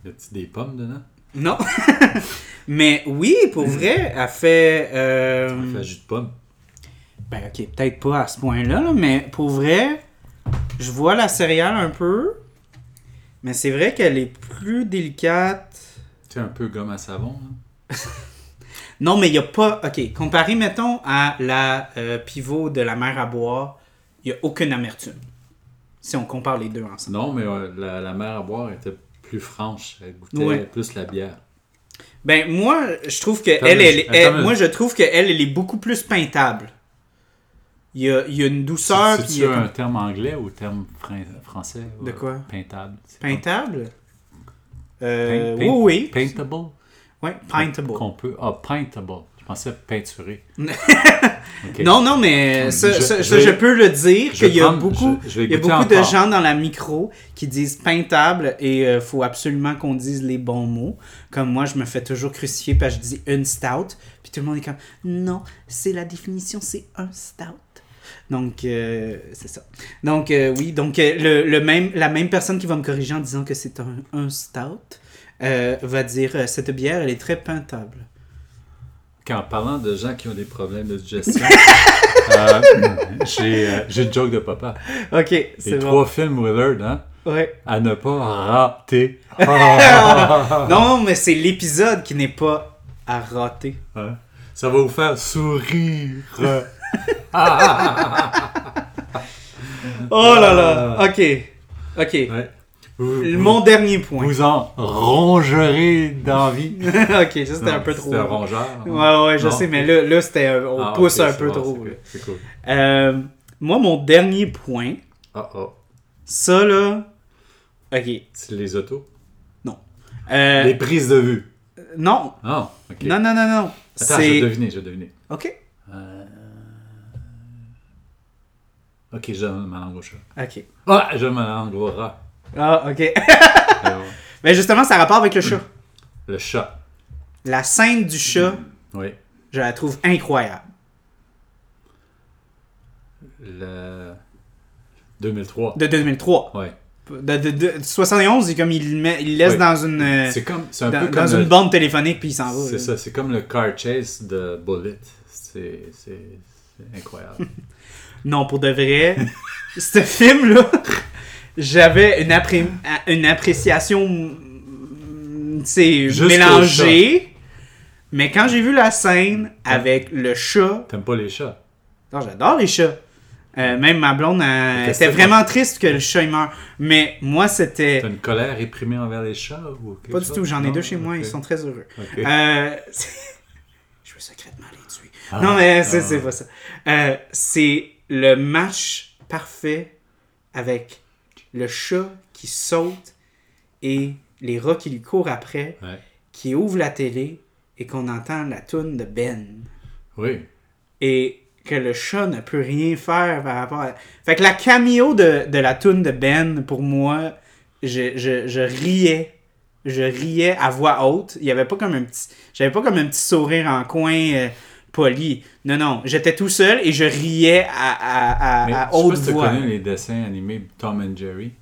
Speaker 2: Y a-t-il des pommes dedans?
Speaker 1: Non. mais oui, pour vrai, elle fait. euh,
Speaker 2: Hmm. Ça fait jus de pomme.
Speaker 1: Ben ok, peut-être pas à ce point-là, là, mais pour vrai, je vois la céréale un peu, mais c'est vrai qu'elle est plus délicate.
Speaker 2: Tu sais, un peu gomme à savon. hein. là.
Speaker 1: Non, mais il n'y a pas... Ok, comparé, mettons, à la euh, pivot de la mer à boire, il n'y a aucune amertume. Si on compare les deux ensemble.
Speaker 2: Non, mais euh, la, la mer à boire était plus franche. Elle goûtait
Speaker 1: Ouais.
Speaker 2: plus la bière.
Speaker 1: Ben moi, je trouve que
Speaker 2: Attends
Speaker 1: elle,
Speaker 2: une
Speaker 1: elle,
Speaker 2: minute,
Speaker 1: elle-
Speaker 2: attends une
Speaker 1: moi je trouve que elle, elle est beaucoup plus peintable. Il y a, il y a une douceur puis il y
Speaker 2: C'est-tu
Speaker 1: a
Speaker 2: un terme anglais ou terme fran- français?
Speaker 1: De quoi?
Speaker 2: Peintable. C'est
Speaker 1: comme- peintable. Euh,
Speaker 2: Peint- peint-
Speaker 1: oui, oui.
Speaker 2: Paintable?
Speaker 1: Ouais, peintable.
Speaker 2: Qu'on peut... Ah, paintable. Je pensais peinturé. Ok.
Speaker 1: Non, non, mais ça,
Speaker 2: Je-
Speaker 1: ça- ça, je,
Speaker 2: je vais-
Speaker 1: peux le dire
Speaker 2: je vais
Speaker 1: qu'il y a
Speaker 2: prendre-
Speaker 1: beaucoup,
Speaker 2: je- je vais
Speaker 1: il y a
Speaker 2: goûter
Speaker 1: beaucoup de
Speaker 2: encore.
Speaker 1: gens dans la micro qui disent peintable et il faut absolument qu'on dise les bons mots. Comme moi, je me fais toujours crucifier parce que je dis une stout. Puis tout le monde est comme non, c'est la définition, c'est un stout. Donc, euh, c'est ça. Donc, euh, oui, donc euh, le, le même, la même personne qui va me corriger en disant que c'est un, un stout euh, va dire euh, cette bière, elle est très peintable.
Speaker 2: Qu'en parlant de gens qui ont des problèmes de digestion, euh, j'ai euh, j'ai une joke de papa.
Speaker 1: Ok,
Speaker 2: Les
Speaker 1: c'est bon.
Speaker 2: trois films Willard, hein,
Speaker 1: Ouais.
Speaker 2: à ne pas rater. Ah,
Speaker 1: Non, mais c'est l'épisode qui n'est pas à rater.
Speaker 2: Hein? Ça va vous faire sourire.
Speaker 1: Oh là là! Ok. Ok.
Speaker 2: Ouais. Euh, Vous- vous-
Speaker 1: Mon dernier point.
Speaker 2: vous en rongerez d'envie.
Speaker 1: ok, ça c'était un peu trop.
Speaker 2: C'était un rongeur. hein?
Speaker 1: Ouais, ouais, je
Speaker 2: Non.
Speaker 1: sais, mais là, là c'était. un- On
Speaker 2: Ah,
Speaker 1: pousse
Speaker 2: ok,
Speaker 1: un
Speaker 2: c'est
Speaker 1: peu
Speaker 2: bon,
Speaker 1: trop.
Speaker 2: c'est cool,
Speaker 1: là.
Speaker 2: C'est cool.
Speaker 1: Euh, moi, mon dernier point,
Speaker 2: Ah ah.
Speaker 1: ça là. Ok.
Speaker 2: C'est les autos.
Speaker 1: Euh,
Speaker 2: Les prises de vue.
Speaker 1: non.
Speaker 2: Ah, ok.
Speaker 1: non, non, non, non.
Speaker 2: Attends, je vais
Speaker 1: C'est.
Speaker 2: deviner, je vais deviner.
Speaker 1: Ok.
Speaker 2: Ok, je donne ma langue au chat.
Speaker 1: Ok.
Speaker 2: Ah, je donne ma langue au rat.
Speaker 1: Ah, ok. Ah.
Speaker 2: Alors,
Speaker 1: mais justement, ça a rapport avec le chat.
Speaker 2: le chat.
Speaker 1: La scène du chat,
Speaker 2: Oui.
Speaker 1: je la trouve incroyable.
Speaker 2: Le 2003.
Speaker 1: De 2003.
Speaker 2: Ouais.
Speaker 1: Ben, De, de- de- 71, c'est comme il, le met, il le laisse
Speaker 2: Oui.
Speaker 1: dans une, euh,
Speaker 2: C'est comme, c'est un
Speaker 1: dans,
Speaker 2: peu comme
Speaker 1: dans
Speaker 2: le-
Speaker 1: une bande Ah, téléphonique puis il s'en va.
Speaker 2: C'est
Speaker 1: là.
Speaker 2: ça, c'est comme le car chase de Bullet. C'est, c'est, c'est incroyable.
Speaker 1: Non, pour de vrai, ce film-là, j'avais une, appré- a- une appréciation mm, c'est
Speaker 2: Jusqu'au
Speaker 1: mélangée. Mais quand j'ai vu la scène avec le chat,
Speaker 2: T'aimes pas les chats?
Speaker 1: non, j'adore les chats. Euh, même ma blonde, elle-
Speaker 2: Qu'est-ce
Speaker 1: était
Speaker 2: que c'est,
Speaker 1: vraiment triste que le chat il meurt. Mais moi, c'était.
Speaker 2: T'as une colère réprimée envers les chats ou quelque
Speaker 1: Pas du
Speaker 2: chose?
Speaker 1: tout, j'en ai
Speaker 2: Non?
Speaker 1: deux chez moi,
Speaker 2: Ok.
Speaker 1: ils sont très heureux.
Speaker 2: Ok.
Speaker 1: Euh, je veux secrètement les tuer.
Speaker 2: Ah,
Speaker 1: non, mais c'est
Speaker 2: ah.
Speaker 1: c'est pas ça. Euh, c'est le match parfait avec le chat qui saute et les rats qui lui courent après,
Speaker 2: Ouais.
Speaker 1: qui ouvre la télé et qu'on entend la toune de Ben.
Speaker 2: Oui.
Speaker 1: Et que le chat ne peut rien faire par rapport à... Fait que la cameo de, de la toune de Ben, pour moi, je, je, je riais. Je riais à voix haute. Il y avait pas comme un petit... J'avais pas comme un petit sourire en coin euh, poli. Non, non. J'étais tout seul et je riais à, à, à-
Speaker 2: Mais,
Speaker 1: à
Speaker 2: je sais
Speaker 1: haute
Speaker 2: pas si t'as
Speaker 1: voix.
Speaker 2: connu les dessins animés Tom and Jerry.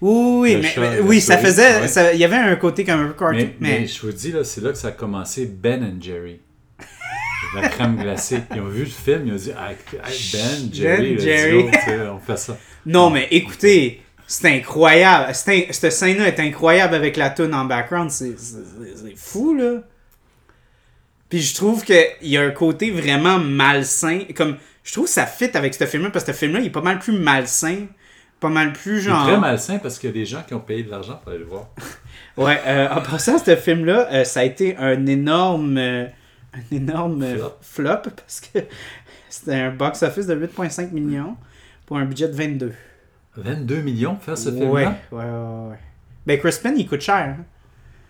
Speaker 1: Oui, oui,
Speaker 2: Le
Speaker 1: mais,
Speaker 2: chat,
Speaker 1: mais-
Speaker 2: la
Speaker 1: oui, ça
Speaker 2: souris,
Speaker 1: faisait...
Speaker 2: ouais.
Speaker 1: ça- Il y avait un côté comme un peu cartoon,
Speaker 2: Mais,
Speaker 1: mais-
Speaker 2: mais je vous dis, là, c'est là que ça a commencé Ben and Jerry. La crème glacée. Ils ont vu le film, ils ont dit Hey, hey, Ben, Jerry,
Speaker 1: Ben,
Speaker 2: let's
Speaker 1: Jerry.
Speaker 2: go, tu sais, on fait ça.
Speaker 1: Non, mais écoutez, c'est incroyable. C'est in- Cette scène-là est incroyable avec la toune en background. C'est c'est- c'est- c'est fou, là. Puis je trouve qu'il y a un côté vraiment malsain. Comme, je trouve que ça fit avec ce film-là, parce que ce film-là, il est pas mal plus malsain. Pas mal plus
Speaker 2: C'est
Speaker 1: genre.
Speaker 2: très malsain parce qu'il y a des gens qui ont payé de l'argent pour aller le voir.
Speaker 1: Ouais, euh, en passant, ce film-là, euh, ça a été un énorme, euh, un énorme euh, flop. parce que c'était un box-office de 8,5 millions pour un budget de 22.
Speaker 2: 22 millions pour faire ce
Speaker 1: ouais,
Speaker 2: film-là.
Speaker 1: ouais, ouais, ouais. Ben, Crispin, il coûte cher. hein.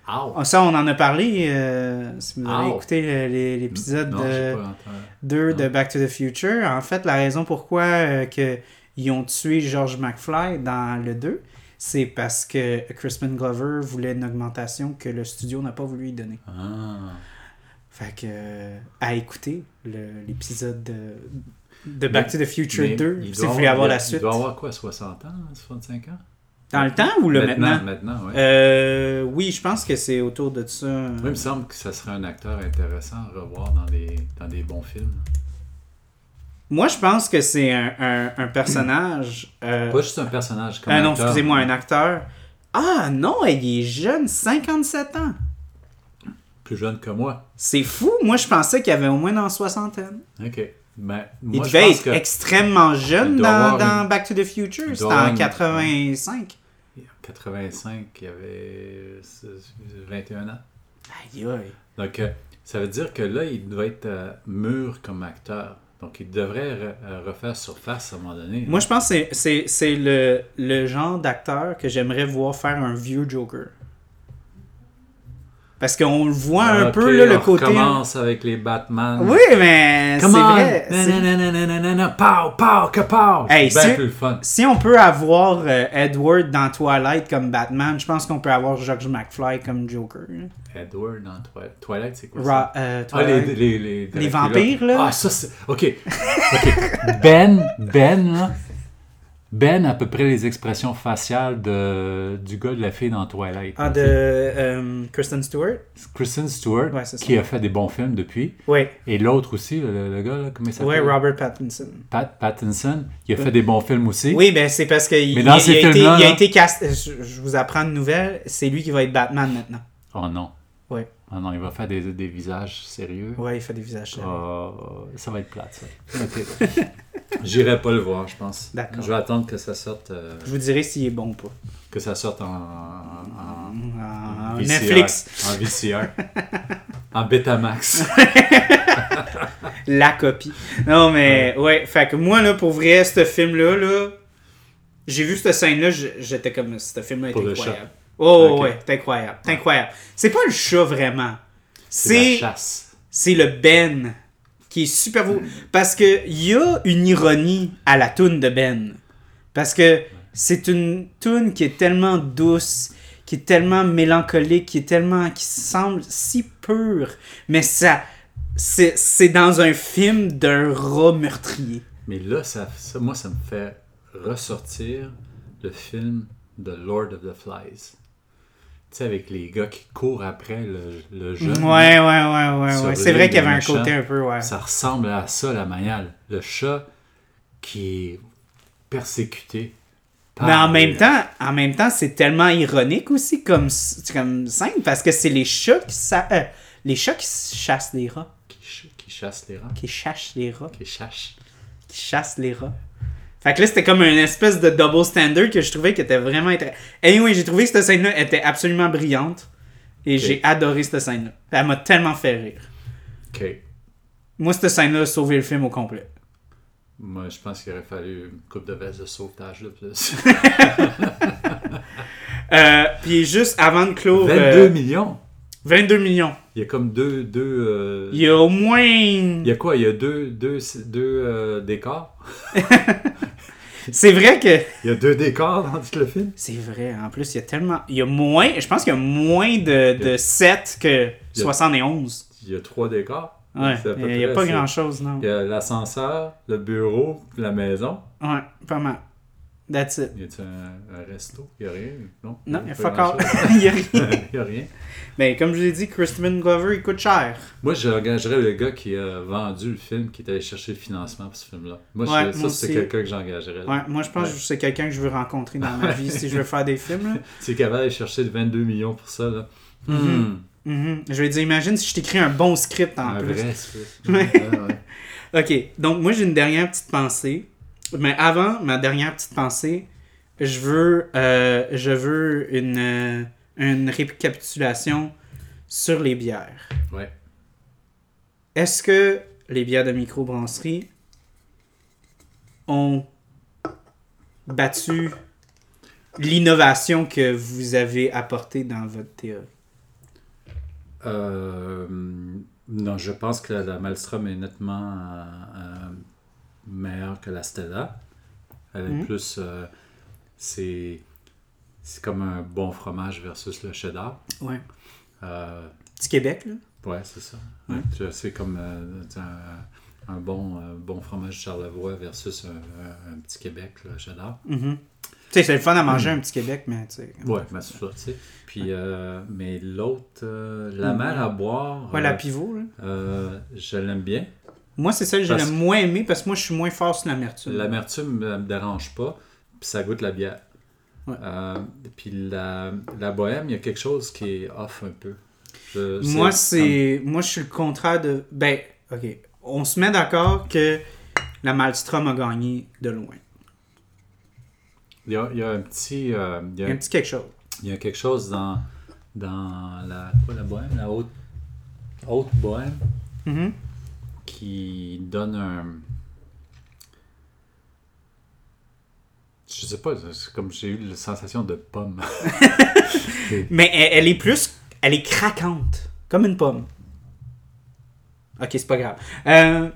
Speaker 2: Ow.
Speaker 1: Ah, Ça, on en a parlé. euh, si vous avez
Speaker 2: Ah.
Speaker 1: écouté le- les- l'épisode
Speaker 2: Non, j'ai
Speaker 1: de-
Speaker 2: pas entendu.
Speaker 1: 2 de Back to the Future, en fait, la raison pourquoi euh, que ils ont tué George McFly dans le 2, c'est parce que Crispin Glover voulait une augmentation que le studio n'a pas voulu lui donner.
Speaker 2: Ah.
Speaker 1: Fait que, euh, à écouter le- l'épisode de, de Back to the Future
Speaker 2: Mais
Speaker 1: 2,
Speaker 2: il
Speaker 1: si
Speaker 2: doit
Speaker 1: vous voulez avoir
Speaker 2: il-
Speaker 1: la suite.
Speaker 2: Il doit avoir quoi, 60 ans, 65 ans
Speaker 1: Dans le temps ou le maintenant?
Speaker 2: Maintenant, maintenant, ouais.
Speaker 1: Euh, oui, je pense que c'est autour de ça.
Speaker 2: Moi, il me semble que ça serait un acteur intéressant à revoir dans des, dans des bons films.
Speaker 1: Moi, je pense que c'est un, un- un personnage. euh,
Speaker 2: Pas juste un personnage comme
Speaker 1: ah non,
Speaker 2: acteur.
Speaker 1: excusez-moi, un acteur. Ah non, il est jeune, 57 ans.
Speaker 2: Plus jeune que moi.
Speaker 1: C'est fou. Moi, je pensais qu'il avait au moins dans la soixantaine.
Speaker 2: OK. Ben,
Speaker 1: Il
Speaker 2: moi, je
Speaker 1: devait
Speaker 2: pense
Speaker 1: être
Speaker 2: que...
Speaker 1: extrêmement jeune
Speaker 2: il doit
Speaker 1: dans,
Speaker 2: avoir
Speaker 1: dans
Speaker 2: une-
Speaker 1: Back to the Future.
Speaker 2: il doit
Speaker 1: C'était
Speaker 2: avoir
Speaker 1: en
Speaker 2: une-
Speaker 1: 85.
Speaker 2: 85, il y avait euh, 21 ans.
Speaker 1: Aïe, aïe.
Speaker 2: Donc, euh, ça veut dire que là, il doit être euh, mûr comme acteur. Donc, il devrait re- euh, refaire surface à un moment donné.
Speaker 1: Moi, je pense que c'est- c'est c'est le, le genre d'acteur que j'aimerais voir faire un vieux Joker. Parce qu'on le voit un
Speaker 2: Ok,
Speaker 1: peu, là, le
Speaker 2: on
Speaker 1: côté...
Speaker 2: commence avec les Batman.
Speaker 1: Oui, mais c'est
Speaker 2: Come on!
Speaker 1: vrai. c'est-
Speaker 2: Nananananana, pow, pow, que pow!
Speaker 1: Hey,
Speaker 2: c'est bien
Speaker 1: si-
Speaker 2: plus le fun.
Speaker 1: Si on peut avoir euh, Edward dans Twilight comme Batman, je pense qu'on peut avoir George McFly comme Joker. hein.
Speaker 2: Edward dans Twi- Twilight, c'est quoi ça?
Speaker 1: Ra- euh,
Speaker 2: Ah, les,
Speaker 1: Twilight.
Speaker 2: les, les, Dracula.
Speaker 1: vampires, là.
Speaker 2: Ah, ça, c'est... OK. OK. Ben, Ben, là. Ben, à peu près les expressions faciales de, du gars de la fille dans Twilight.
Speaker 1: Ah, de euh, Kristen Stewart.
Speaker 2: Kristen Stewart,
Speaker 1: Ouais, c'est ça.
Speaker 2: qui a fait des bons films depuis.
Speaker 1: Oui,
Speaker 2: Et l'autre aussi, le, le gars, là, comment il
Speaker 1: ouais,
Speaker 2: s'appelle?
Speaker 1: Robert Pattinson.
Speaker 2: Pat Pattinson, qui a fait des bons films aussi.
Speaker 1: Oui, ben c'est parce qu'il
Speaker 2: Mais
Speaker 1: il,
Speaker 2: dans
Speaker 1: il
Speaker 2: ces
Speaker 1: a, été,
Speaker 2: films-là,
Speaker 1: il a
Speaker 2: là-
Speaker 1: été cast. Je, je vous apprends une nouvelle, c'est lui qui va être Batman maintenant.
Speaker 2: Oh non.
Speaker 1: Ouais.
Speaker 2: Oh non, il va faire des, des visages sérieux.
Speaker 1: Ouais, il fait des visages. sérieux.
Speaker 2: Oh, ça va être plate, ça. J'irai pas le voir, je pense.
Speaker 1: D'accord.
Speaker 2: Je vais attendre que ça sorte, euh,
Speaker 1: Je vous dirai s'il est bon ou pas.
Speaker 2: que ça sorte en, en-
Speaker 1: Ah,
Speaker 2: en VCR.
Speaker 1: Netflix,
Speaker 2: En VCR. en Betamax.
Speaker 1: la copie. Non, mais ouais, fait que moi, là, pour vrai, ce film-là, là, j'ai vu cette scène-là, je- j'étais comme, ce film-là est
Speaker 2: Pour le
Speaker 1: incroyable. Oh,
Speaker 2: Ok.
Speaker 1: ouais, c'est incroyable, c'est incroyable. C'est pas le chat vraiment.
Speaker 2: C'est la
Speaker 1: C'est
Speaker 2: chasse.
Speaker 1: c'est le Ben qui est super beau. Parce que y a une ironie à la toune de Ben. Parce que c'est une toune qui est tellement douce, qui est tellement mélancolique, qui est tellement. qui semble si pure. Mais ça. C'est c'est dans un film d'un rat meurtrier.
Speaker 2: Mais là, ça, ça- moi, ça me fait ressortir le film de Lord of the Flies. Tu sais, avec les gars qui courent après le, le
Speaker 1: Ouais,
Speaker 2: jeune.
Speaker 1: ouais, ouais, ouais.
Speaker 2: Sur
Speaker 1: ouais. C'est vrai
Speaker 2: l'île des
Speaker 1: qu'il y avait un
Speaker 2: méchants.
Speaker 1: côté un peu, ouais.
Speaker 2: Ça ressemble à ça, la manière. Le chat qui est persécuté. par
Speaker 1: Mais en
Speaker 2: les-
Speaker 1: même temps, en même temps, c'est tellement ironique aussi comme, c'est comme scène parce que c'est les chats qui sa- euh, les chats qui chassent les rats,
Speaker 2: Qui, ch- qui chasse les rats.
Speaker 1: qui chassent les rats,
Speaker 2: Qui chasse.
Speaker 1: qui chassent les rats. Fait que là, c'était comme une espèce de double standard que je trouvais qui était vraiment intéressant. Anyway, j'ai trouvé que cette scène-là était absolument brillante. Et
Speaker 2: Ok.
Speaker 1: j'ai adoré cette scène-là. Elle m'a tellement fait rire.
Speaker 2: OK.
Speaker 1: Moi, cette scène-là a sauvé le film au complet.
Speaker 2: Moi, je pense qu'il aurait fallu une coupe de veste de sauvetage de plus.
Speaker 1: Euh, puis juste avant de clore...
Speaker 2: 22
Speaker 1: euh,
Speaker 2: millions.
Speaker 1: 22 millions.
Speaker 2: Il y a comme deux... deux euh,
Speaker 1: Il y a au moins...
Speaker 2: Il y a quoi? Il y a deux, deux, deux euh, décors?
Speaker 1: C'est vrai que...
Speaker 2: Il y a deux décors dans tout le film?
Speaker 1: C'est vrai. En plus, il y a tellement... Il y a moins... Je pense qu'il y a moins de, de 7 que 71.
Speaker 2: Il y a trois décors?
Speaker 1: Ouais.
Speaker 2: C'est à peu
Speaker 1: Il n'y a
Speaker 2: près
Speaker 1: pas
Speaker 2: ça.
Speaker 1: grand-chose, non.
Speaker 2: Il y a l'ascenseur, le bureau, la maison.
Speaker 1: Ouais, pas mal. That's it.
Speaker 2: Y a un, un resto? Y a rien? Non?
Speaker 1: Non,
Speaker 2: Pas
Speaker 1: fuck all.
Speaker 2: grand-chose.
Speaker 1: Il y a rien.
Speaker 2: y a rien.
Speaker 1: Ben, comme je vous ai dit, Crispin Glover, il coûte cher.
Speaker 2: Moi, je engagerais le gars qui a vendu le film, qui est allé chercher le financement pour ce film-là. Moi, je-
Speaker 1: Ouais,
Speaker 2: ça,
Speaker 1: moi
Speaker 2: c'est
Speaker 1: aussi.
Speaker 2: quelqu'un que j'engagerais.
Speaker 1: Ouais, moi, je pense
Speaker 2: Ouais.
Speaker 1: que c'est quelqu'un que je veux rencontrer dans ma vie si je veux faire des films. là.
Speaker 2: C'est capable d'aller chercher le 22 millions pour ça. Là.
Speaker 1: Mhm.
Speaker 2: Hmm,
Speaker 1: Mhm. Je vais dire, imagine si je t'écris un bon script en
Speaker 2: un
Speaker 1: plus.
Speaker 2: vrai script.
Speaker 1: Ouais.
Speaker 2: Ouais, ouais.
Speaker 1: Ok, donc moi, j'ai une dernière petite pensée. Mais avant ma dernière petite pensée, je veux, euh, je veux une, euh, une récapitulation sur les bières.
Speaker 2: Ouais.
Speaker 1: Est-ce que les bières de microbrasserie ont battu l'innovation que vous avez apportée dans votre théorie?
Speaker 2: Euh, non, je pense que la, la Malmstrom est nettement euh, euh, meilleure que la Stella. Elle est
Speaker 1: Mhm.
Speaker 2: plus. euh, c'est c'est comme un bon fromage versus le cheddar.
Speaker 1: Ouais.
Speaker 2: Euh,
Speaker 1: Petit Québec, là?
Speaker 2: ouais, c'est ça.
Speaker 1: Ouais.
Speaker 2: Tu- C'est comme euh, tu sais, un, un bon, euh, bon fromage Charlevoix versus un, un- un petit Québec, le cheddar.
Speaker 1: Mhm. Tu sais, c'est le fun à manger un petit Québec, mais tu sais.
Speaker 2: Ouais, mais c'est ça, tu sais. Puis, euh, mais l'autre, euh, la mer à boire,
Speaker 1: Mm. Ouais, la
Speaker 2: euh,
Speaker 1: pivot, là.
Speaker 2: euh, je l'aime bien.
Speaker 1: Moi, c'est ça que j'ai
Speaker 2: Parce-
Speaker 1: le moins aimé parce que moi, je suis moins fort sur l'amertume.
Speaker 2: L'amertume ne me dérange pas, puis ça goûte la bière.
Speaker 1: Ouais.
Speaker 2: Euh, puis la, la bohème, il y a quelque chose qui est off un peu. Je-
Speaker 1: Moi, c'est. Moi, je suis le contraire de. Ben, ok. On se met d'accord que la Malstrom a gagné de loin.
Speaker 2: Il y a, il y a un petit. euh, il, y
Speaker 1: Il
Speaker 2: a,
Speaker 1: y a un petit quelque chose.
Speaker 2: il y a quelque chose dans, dans la, quoi, la bohème, la haute, haute bohème,
Speaker 1: Mhm.
Speaker 2: qui donne un. Je sais pas, c'est comme j'ai eu la sensation de pomme.
Speaker 1: Mais elle, elle est plus. Elle est craquante. Comme une pomme. Ok, c'est pas grave. Euh,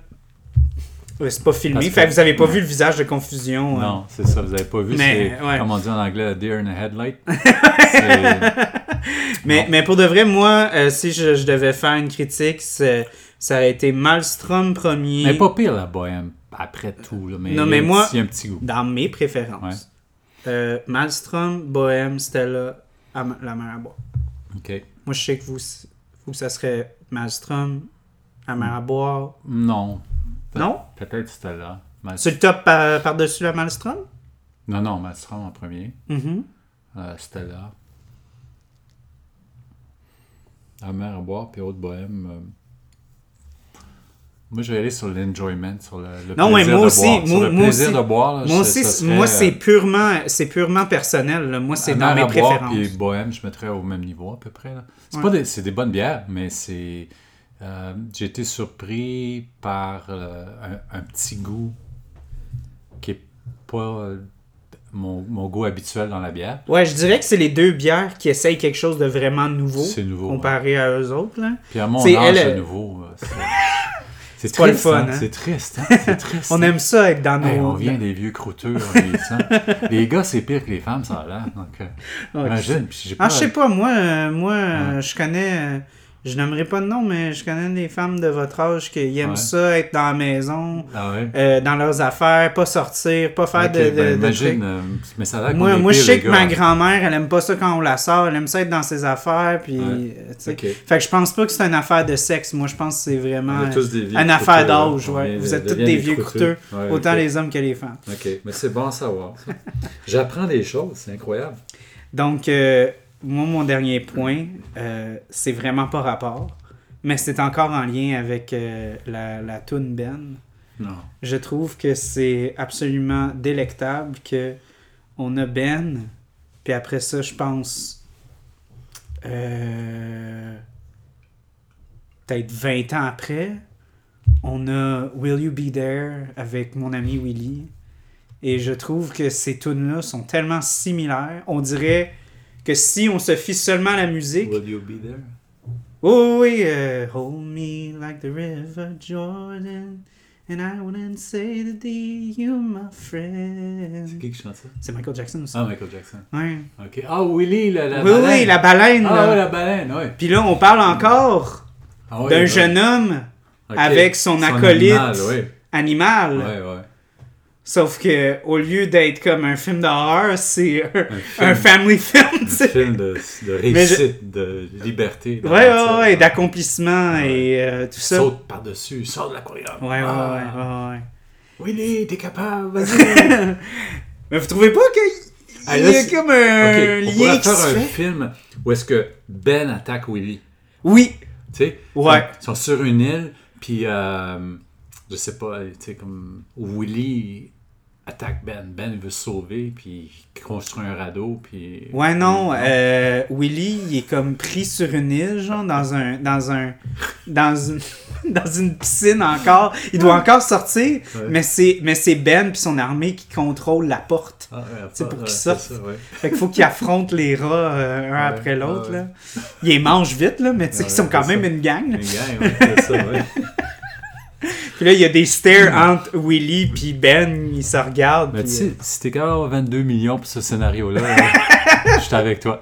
Speaker 1: euh, C'est pas filmé.
Speaker 2: Parce que-
Speaker 1: Fait que vous avez pas
Speaker 2: Non.
Speaker 1: vu le visage de confusion. euh.
Speaker 2: Non, c'est ça, vous avez pas vu.
Speaker 1: Mais,
Speaker 2: c'est,
Speaker 1: ouais.
Speaker 2: comme on dit en anglais, a deer in a headlight. C'est-
Speaker 1: Mais,
Speaker 2: Non.
Speaker 1: mais pour de vrai, moi, euh, si je, je devais faire une critique, c'est- ça aurait été Malstrom premier.
Speaker 2: mais pas pire la bohème, après tout. là, mais il
Speaker 1: Non,
Speaker 2: y a
Speaker 1: mais
Speaker 2: un
Speaker 1: moi-
Speaker 2: petit- Il y a un petit goût.
Speaker 1: Dans mes préférences. Euh, Malmstrom, Bohème, Stella, Am- La Mer à boire.
Speaker 2: OK.
Speaker 1: Moi, je sais que vous, vous ça serait Malmstrom, La Mer à boire.
Speaker 2: Non. Pe-
Speaker 1: Non?
Speaker 2: Peut-être c'était là. Mas-
Speaker 1: C'est le top par- par-dessus la Malmstrom?
Speaker 2: Non, non, Mastron en premier.
Speaker 1: Mhm.
Speaker 2: Euh, c'était là. La mer à boire, puis haute bohème. euh. Moi, je vais aller sur l'enjoyment, sur le, le
Speaker 1: Non, mais
Speaker 2: plaisir
Speaker 1: moi
Speaker 2: de
Speaker 1: aussi,
Speaker 2: boire. Sur
Speaker 1: moi-
Speaker 2: le
Speaker 1: moi
Speaker 2: plaisir
Speaker 1: aussi-
Speaker 2: de boire, là,
Speaker 1: Moi
Speaker 2: ça-
Speaker 1: aussi,
Speaker 2: ça
Speaker 1: c'est-
Speaker 2: serait,
Speaker 1: moi,
Speaker 2: euh,
Speaker 1: c'est purement, c'est purement personnel. là. Moi, c'est dans mes
Speaker 2: Amère à boire
Speaker 1: préférences.
Speaker 2: puis bohème, je mettrais au même niveau à peu près. là. C'est
Speaker 1: Ouais.
Speaker 2: pas des, c'est des bonnes bières, mais c'est. euh, j'ai été surpris par euh, un, un petit goût qui est pas euh, mon, mon goût habituel dans la bière.
Speaker 1: Ouais, je dirais que c'est les deux bières qui essayent quelque chose de vraiment nouveau.
Speaker 2: C'est nouveau,
Speaker 1: Comparé à eux autres, là.
Speaker 2: Puis à mon
Speaker 1: C'est
Speaker 2: âge,
Speaker 1: elle,
Speaker 2: de
Speaker 1: euh,
Speaker 2: nouveau, euh, c'est- c'est
Speaker 1: pas le
Speaker 2: triste.
Speaker 1: fun,
Speaker 2: hein,
Speaker 1: hein.
Speaker 2: C'est triste. hein, c'est triste.
Speaker 1: On
Speaker 2: hein.
Speaker 1: aime ça être dans nos...
Speaker 2: Hey, on vient des vieux croûteux. on est ça. les gars, c'est pire que les femmes, ça a l'air. Donc, euh,
Speaker 1: Ouais,
Speaker 2: imagine. puis j'ai
Speaker 1: Ah,
Speaker 2: pas-
Speaker 1: je sais pas, moi, euh, moi
Speaker 2: Ah,
Speaker 1: euh, je connais, euh, je nommerai pas de nom, mais je connais des femmes de votre âge qui aiment
Speaker 2: Ouais.
Speaker 1: ça, être dans la maison,
Speaker 2: Ah ouais?
Speaker 1: euh, dans leurs affaires, pas sortir, pas faire
Speaker 2: Ok,
Speaker 1: de, de-
Speaker 2: ben,
Speaker 1: de
Speaker 2: imagine,
Speaker 1: trucs.
Speaker 2: euh, mais ça a l'air qu'on
Speaker 1: Moi,
Speaker 2: est
Speaker 1: moi je
Speaker 2: pire,
Speaker 1: sais
Speaker 2: les
Speaker 1: que
Speaker 2: gars.
Speaker 1: ma grand-mère, elle aime pas ça quand on la sort, elle aime ça être dans ses affaires, puis.
Speaker 2: Ouais.
Speaker 1: euh, tu sais.
Speaker 2: Ok.
Speaker 1: Fait que je pense pas que c'est une affaire de sexe, moi je pense que c'est vraiment.
Speaker 2: On est tous des
Speaker 1: euh,
Speaker 2: vieux
Speaker 1: Une affaire
Speaker 2: croûteux,
Speaker 1: d'âge,
Speaker 2: on
Speaker 1: ouais.
Speaker 2: devient-
Speaker 1: Vous êtes tous
Speaker 2: devient
Speaker 1: des, vieux croûteux,
Speaker 2: Ouais,
Speaker 1: autant
Speaker 2: ok.
Speaker 1: les hommes que les femmes.
Speaker 2: OK, mais c'est bon à savoir. ça. J'apprends des choses, c'est incroyable.
Speaker 1: Donc, euh, moi, mon dernier point, euh, c'est vraiment pas rapport, mais c'est encore en lien avec euh, la, la toune Ben.
Speaker 2: Non.
Speaker 1: Je trouve que c'est absolument délectable que on a Ben, puis après ça, je pense euh, peut-être 20 ans après, on a Will You Be There avec mon ami Willy. Et je trouve que ces tunes-là sont tellement similaires. On dirait que si on se fie seulement à la musique,
Speaker 2: Will you be there?
Speaker 1: Oh oui, euh, hold me like the river Jordan, and I wouldn't say to thee, you my
Speaker 2: C'est
Speaker 1: friend.
Speaker 2: qui qui chante ça?
Speaker 1: C'est Michael Jackson, ça.
Speaker 2: Ah, Michael Jackson.
Speaker 1: Ouais.
Speaker 2: OK. Ah, Willy, la, la
Speaker 1: oui,
Speaker 2: baleine.
Speaker 1: oui, la baleine.
Speaker 2: Ah,
Speaker 1: là.
Speaker 2: ouais, la baleine, oui.
Speaker 1: Puis là, on parle encore
Speaker 2: Ah, oui,
Speaker 1: d'un
Speaker 2: oui.
Speaker 1: jeune homme
Speaker 2: Ok.
Speaker 1: avec son acolyte.
Speaker 2: animal, oui.
Speaker 1: animal.
Speaker 2: Ouais, ouais.
Speaker 1: Sauf que au lieu d'être comme un film d'horreur, c'est un,
Speaker 2: film.
Speaker 1: un family film. tu
Speaker 2: Un
Speaker 1: sais.
Speaker 2: film de, de
Speaker 1: Mais je-
Speaker 2: réussite, de liberté.
Speaker 1: Ouais, ouais, ouais, d'accomplissement et euh, tout ça.
Speaker 2: Saute par-dessus, sors de l'aquarium.
Speaker 1: Ouais, ouais,
Speaker 2: Ah,
Speaker 1: ouais, ouais, ouais.
Speaker 2: Willy, t'es capable, vas-y.
Speaker 1: Mais vous trouvez pas qu'il
Speaker 2: Ah,
Speaker 1: y
Speaker 2: là,
Speaker 1: a
Speaker 2: c'est-
Speaker 1: comme un
Speaker 2: Ok, on
Speaker 1: lien
Speaker 2: pourrait
Speaker 1: qui
Speaker 2: faire
Speaker 1: se
Speaker 2: un
Speaker 1: fait?
Speaker 2: film où est-ce que Ben attaque Willy.
Speaker 1: Oui,
Speaker 2: Tu sais?
Speaker 1: Ouais.
Speaker 2: Comme, Ils sont sur une île, puis euh, je sais pas, tu sais, comme Willy attaque Ben. Ben il veut se sauver, puis il construit un radeau, puis.
Speaker 1: ouais, non. euh, Willy, il est comme pris sur une île, genre, dans un. dans un. dans une. dans une piscine encore. Il doit encore sortir,
Speaker 2: Ouais.
Speaker 1: mais c'est mais c'est Ben puis son armée qui contrôle la porte.
Speaker 2: Ah, ouais,
Speaker 1: C'est pour
Speaker 2: ouais,
Speaker 1: qu'il
Speaker 2: c'est
Speaker 1: sorte.
Speaker 2: ça, ouais.
Speaker 1: Fait qu'il faut qu'il affronte les rats euh, un
Speaker 2: Ouais,
Speaker 1: après l'autre,
Speaker 2: ouais,
Speaker 1: là. Ils les mangent vite, là, mais tu sais,
Speaker 2: Ouais,
Speaker 1: ils sont quand
Speaker 2: c'est
Speaker 1: même
Speaker 2: ça.
Speaker 1: une gang. là.
Speaker 2: Les gars, ouais, c'est ça, ouais.
Speaker 1: Puis là, il y a des stares entre Willy puis Ben, ils se regardent.
Speaker 2: Mais tu
Speaker 1: puis, euh,
Speaker 2: sais, si t'es capable d'avoir 22 millions pour ce scénario-là, je suis avec toi.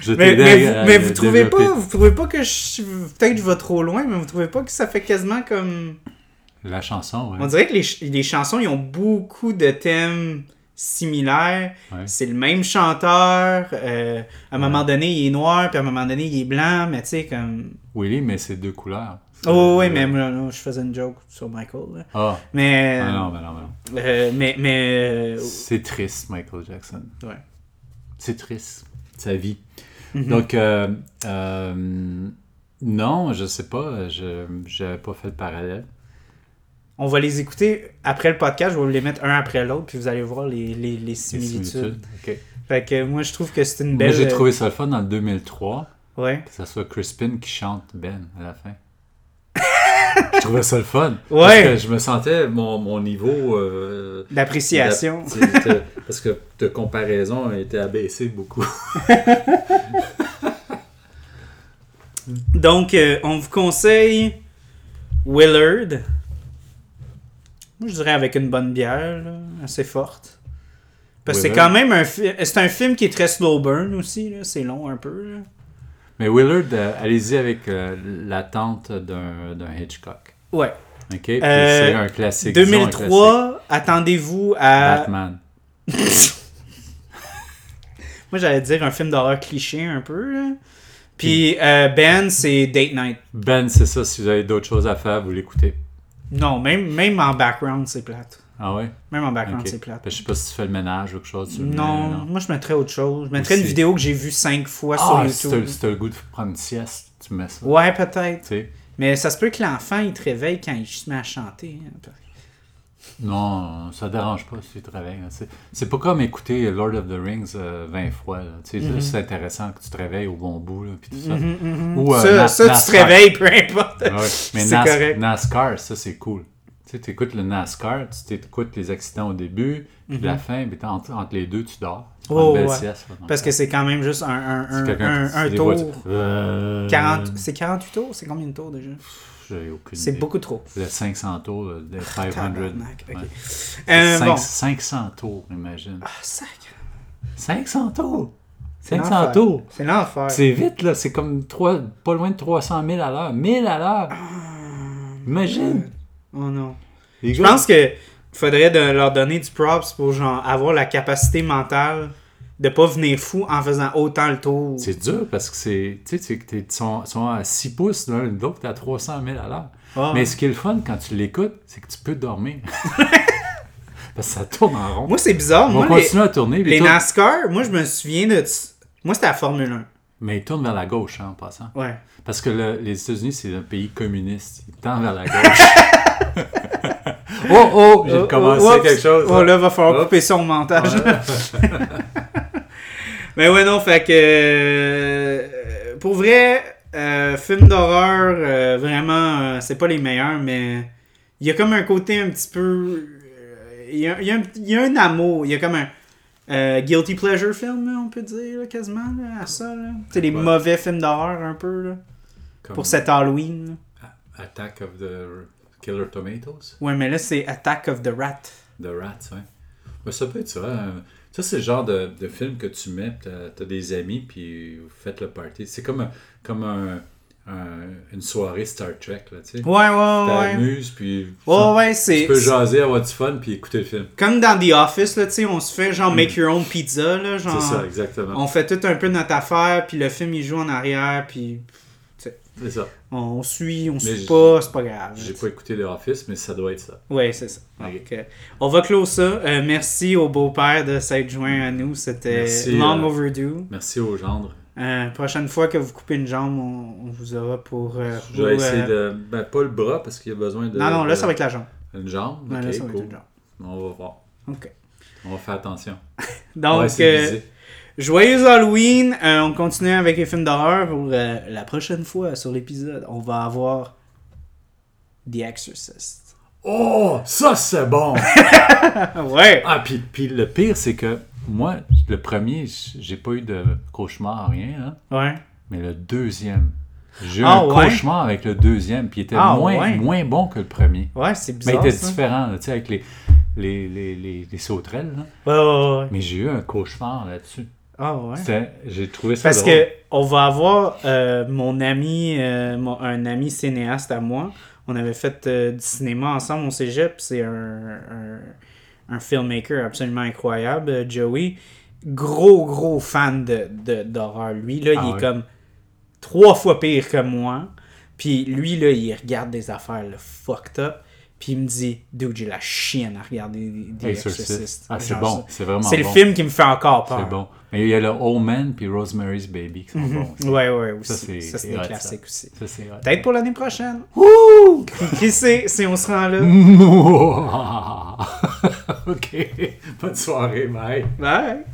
Speaker 2: Je
Speaker 1: Mais,
Speaker 2: t'aide
Speaker 1: mais,
Speaker 2: à-
Speaker 1: vous,
Speaker 2: à
Speaker 1: mais vous trouvez
Speaker 2: développer.
Speaker 1: pas, vous trouvez pas que je, peut-être je vais trop loin, mais vous trouvez pas que ça fait quasiment comme,
Speaker 2: La chanson, ouais.
Speaker 1: on dirait que les, ch- les chansons ils ont beaucoup de thèmes similaires.
Speaker 2: Ouais.
Speaker 1: C'est le même chanteur. euh, à un moment donné il est noir, puis à un moment donné il est blanc, mais tu sais comme.
Speaker 2: Willy, mais c'est deux couleurs.
Speaker 1: Oh oui,
Speaker 2: Euh,
Speaker 1: mais moi, non, je faisais une joke sur Michael. là.
Speaker 2: Ah,
Speaker 1: Mais,
Speaker 2: ah non, mais non, mais non.
Speaker 1: euh, mais mais euh,
Speaker 2: C'est triste, Michael Jackson.
Speaker 1: ouais. Mhm.
Speaker 2: C'est triste. Sa vie. Donc, euh, euh, non, je sais pas. Je n'avais pas fait le parallèle.
Speaker 1: On va les écouter après le podcast. Je vais vous les mettre un après l'autre, puis vous allez voir les, les, les
Speaker 2: Les
Speaker 1: similitudes.
Speaker 2: similitudes. Ok.
Speaker 1: Fait que moi, je trouve que c'est une
Speaker 2: Moi,
Speaker 1: belle. euh,
Speaker 2: j'ai trouvé ça le fun en 2003.
Speaker 1: Ouais.
Speaker 2: que ça soit Crispin qui chante Ben à la fin. je trouvais ça le fun.
Speaker 1: Ouais.
Speaker 2: Parce que je me sentais mon, mon niveau. euh,
Speaker 1: D'appréciation.
Speaker 2: d'ap- t'sais, t'sais, parce que de comparaison a été abaissé beaucoup.
Speaker 1: Donc, euh, on vous conseille Willard. Moi, je dirais avec une bonne bière, là, assez forte. Parce que c'est
Speaker 2: Willard.
Speaker 1: quand même un, fi- c'est un film qui est très slow burn aussi. là. C'est long un peu. là.
Speaker 2: Mais Willard, euh, allez-y avec euh, l'attente d'un d'un Hitchcock.
Speaker 1: Ouais.
Speaker 2: OK? Puis
Speaker 1: Euh,
Speaker 2: c'est un classique. disons un classique.
Speaker 1: 2003, attendez-vous à.
Speaker 2: Batman.
Speaker 1: Moi, j'allais dire un film d'horreur cliché un peu. là. Puis euh, Ben, c'est Date Night.
Speaker 2: Ben, c'est ça. Si vous avez d'autres choses à faire, vous l'écoutez.
Speaker 1: Non, même, même en background, c'est plate.
Speaker 2: Ah ouais?
Speaker 1: Même en background,
Speaker 2: OK.
Speaker 1: c'est plate.
Speaker 2: Parce que Je sais pas si tu fais le ménage ou quelque chose. tu le mets,
Speaker 1: Non, moi je mettrais autre chose. Je mettrais une
Speaker 2: Aussi.
Speaker 1: vidéo que j'ai vue cinq fois
Speaker 2: Ah, si
Speaker 1: sur
Speaker 2: t'as
Speaker 1: YouTube.
Speaker 2: si t'as le goût de prendre une sieste, tu mets ça.
Speaker 1: Ouais,
Speaker 2: Tu
Speaker 1: peut-être.
Speaker 2: sais.
Speaker 1: Mais ça se peut que l'enfant il te réveille quand il se met à chanter. hein.
Speaker 2: Non, ça dérange pas si tu travailles. là. C'est- C'est pas comme écouter Lord of the Rings euh, 20 fois. là. Tu sais,
Speaker 1: Mm-hmm.
Speaker 2: C'est intéressant que tu te réveilles au bon bout. Là, puis tout ça. Ou, euh,
Speaker 1: ça,
Speaker 2: Na-
Speaker 1: ça, tu te
Speaker 2: NASCAR.
Speaker 1: réveilles, peu importe.
Speaker 2: Ouais, Mais
Speaker 1: c'est
Speaker 2: Nas-
Speaker 1: correct.
Speaker 2: NASCAR, ça c'est cool. Tu sais, écoutes le NASCAR, tu t'écoutes les accidents au début, puis la fin, puis t'en- entre, les deux, tu dors. Tu prends
Speaker 1: Mm-hmm. Oh,
Speaker 2: une belle
Speaker 1: ouais.
Speaker 2: sieste. là. Donc,
Speaker 1: Parce que c'est quand même juste un, un,
Speaker 2: c'est
Speaker 1: un,
Speaker 2: quelqu'un qui-
Speaker 1: un- un
Speaker 2: des
Speaker 1: tour.
Speaker 2: voitures. Euh,
Speaker 1: 40 C'est 48 tours C'est combien de tours déjà
Speaker 2: J'ai aucune
Speaker 1: C'est
Speaker 2: idée.
Speaker 1: beaucoup trop.
Speaker 2: Le 500 tours, euh, le le 500.
Speaker 1: Tabarnak, ok.
Speaker 2: ouais.
Speaker 1: Euh,
Speaker 2: Cinq-
Speaker 1: bon.
Speaker 2: 500 tours, imagine.
Speaker 1: Ah, sacre.
Speaker 2: 500 tours!
Speaker 1: C'est
Speaker 2: 500
Speaker 1: l'enfer.
Speaker 2: tours!
Speaker 1: C'est l'enfer.
Speaker 2: C'est vite, là. C'est comme trois, pas loin de 300 000 à l'heure. 1000 à l'heure. Imagine.
Speaker 1: Oh non.
Speaker 2: Les
Speaker 1: Ah, Je
Speaker 2: gars,
Speaker 1: pense que faudrait de leur donner du props pour genre avoir la capacité mentale de pas venir fou en faisant autant le tour.
Speaker 2: C'est dur parce que c'est. Tu sais, tu- t'es- ils sont, sont à 6 pouces l'un de l'autre, t'es à 300 000 à l'heure.
Speaker 1: Ah.
Speaker 2: Mais ce qui est le fun quand tu l'écoutes, c'est que tu peux dormir. parce que ça tourne en rond.
Speaker 1: Moi c'est bizarre,
Speaker 2: On
Speaker 1: moi
Speaker 2: va
Speaker 1: les,
Speaker 2: continuer à tourner. puis
Speaker 1: les
Speaker 2: toi-
Speaker 1: NASCAR, moi je me souviens de moi c'était la Formule 1.
Speaker 2: Mais il tourne vers la gauche, hein, en passant.
Speaker 1: Ouais.
Speaker 2: Parce que le- les États-Unis, c'est un pays communiste. Il tend vers la gauche. oh, oh, j'ai
Speaker 1: Oh,
Speaker 2: commencé
Speaker 1: oh, oups.
Speaker 2: quelque chose.
Speaker 1: Oh là, va falloir
Speaker 2: Oups.
Speaker 1: couper son montage.
Speaker 2: Ouais.
Speaker 1: Mais ouais, non, fait que. euh, pour vrai, euh, film d'horreur, euh, vraiment, euh, c'est pas les meilleurs, mais il y a comme un côté un petit peu. euh, Il y, a- il y a un- il y a un amour, il y a comme un. euh, guilty pleasure film, là, on peut dire, là, quasiment, là, à ça. là. Tu sais, les
Speaker 2: Ouais.
Speaker 1: mauvais films d'horreur, un peu, là,
Speaker 2: Comme
Speaker 1: pour cet Halloween. là.
Speaker 2: Attack of the Killer Tomatoes,
Speaker 1: Ouais, mais là, c'est Attack of the Rat.
Speaker 2: The Rats, ouais. Ben, ça peut être ça. hein. Ça, c'est le genre de, de film que tu mets, puis t'as t'as des amis, puis vous faites le party. C'est comme, un- comme un- un- une soirée Star Trek, là, tu sais.
Speaker 1: Ouais, ouais, ouais.
Speaker 2: T'amuses, puis
Speaker 1: Ouais, ouais,
Speaker 2: tu
Speaker 1: c'est.
Speaker 2: peux jaser, avoir du fun, puis écouter le film.
Speaker 1: Comme dans The Office, là, tu sais, on se fait genre make your own pizza, là, genre.
Speaker 2: Hmm. C'est ça, exactement.
Speaker 1: On fait tout un peu notre affaire, puis le film il joue en arrière, puis
Speaker 2: C'est ça.
Speaker 1: on suit, on suit
Speaker 2: j'ai-
Speaker 1: pas, c'est pas grave.
Speaker 2: J'ai pas écouté The Office, mais ça doit être ça.
Speaker 1: Ouais, c'est ça.
Speaker 2: Ok.
Speaker 1: Donc, euh, on va clore ça. Euh, merci au beau-père de s'être joint à nous. C'était
Speaker 2: Merci,
Speaker 1: long
Speaker 2: euh,
Speaker 1: overdue.
Speaker 2: Merci aux gendres.
Speaker 1: Euh, prochaine fois que vous coupez une jambe, on, on vous aura pour. euh,
Speaker 2: Je vais
Speaker 1: vous,
Speaker 2: essayer
Speaker 1: euh,
Speaker 2: de. Ben, pas le bras, parce qu'il y a besoin de.
Speaker 1: Non, non, là ça va
Speaker 2: de-
Speaker 1: être la jambe.
Speaker 2: Une jambe.
Speaker 1: Ouais,
Speaker 2: Ok,
Speaker 1: là, ça va
Speaker 2: cool.
Speaker 1: être une jambe.
Speaker 2: On va voir.
Speaker 1: Ok.
Speaker 2: On va faire attention. on va
Speaker 1: Donc,
Speaker 2: essayer de
Speaker 1: euh,
Speaker 2: viser.
Speaker 1: Joyeux Halloween! Euh, on continue avec les films d'horreur pour euh, la prochaine fois sur l'épisode. On va avoir The Exorcist.
Speaker 2: Oh, ça c'est bon!
Speaker 1: Ah ouais!
Speaker 2: ah, puis, puis le pire, c'est que moi, le premier, j'ai pas eu de cauchemar, rien, hein,
Speaker 1: Ouais.
Speaker 2: mais le deuxième. J'ai eu
Speaker 1: Ah,
Speaker 2: un
Speaker 1: ouais?
Speaker 2: cauchemar avec le deuxième, puis il était
Speaker 1: Ah,
Speaker 2: moins,
Speaker 1: ouais?
Speaker 2: moins bon que le premier.
Speaker 1: Ouais, c'est
Speaker 2: Mais il
Speaker 1: bizarre.
Speaker 2: était
Speaker 1: ça.
Speaker 2: différent, là, tu sais, avec les, les, les, les, les sauterelles. là.
Speaker 1: Ouais, ouais, ouais.
Speaker 2: Mais j'ai eu un cauchemar là-dessus.
Speaker 1: Ah ouais.
Speaker 2: C'était- J'ai trouvé ça
Speaker 1: Parce
Speaker 2: drôle.
Speaker 1: que on va avoir euh, mon ami, euh, mon- un ami cinéaste à moi. On avait fait euh, du cinéma ensemble au cégep. C'est un, un, un filmmaker absolument incroyable, euh, Joey. Gros, gros fan de, de- d'horreur. Lui, là,
Speaker 2: Ah
Speaker 1: il est
Speaker 2: ouais.
Speaker 1: comme trois fois pire que moi. Puis lui, là, il regarde des affaires là, fucked up. Puis il me dit, dude, j'ai la chienne à regarder des, des
Speaker 2: Exorcist.
Speaker 1: Exorcistes.
Speaker 2: Ah, c'est
Speaker 1: Genre
Speaker 2: bon,
Speaker 1: ça.
Speaker 2: c'est vraiment
Speaker 1: C'est le
Speaker 2: bon.
Speaker 1: film qui me fait encore peur.
Speaker 2: C'est bon. Mais il y a le Old Man puis Rosemary's Baby qui sont
Speaker 1: Mhm.
Speaker 2: bons. aussi.
Speaker 1: Ouais, ouais,
Speaker 2: Ça,
Speaker 1: aussi.
Speaker 2: c'est-
Speaker 1: Ça, c'est
Speaker 2: c'est
Speaker 1: des
Speaker 2: hot,
Speaker 1: classiques
Speaker 2: ça.
Speaker 1: aussi.
Speaker 2: Ça, c'est vrai.
Speaker 1: Peut-être pour l'année prochaine.
Speaker 2: Ouh!
Speaker 1: Qui sait si on se rend là?
Speaker 2: Mm. Mouah! ok. Bonne soirée, bye.
Speaker 1: Bye!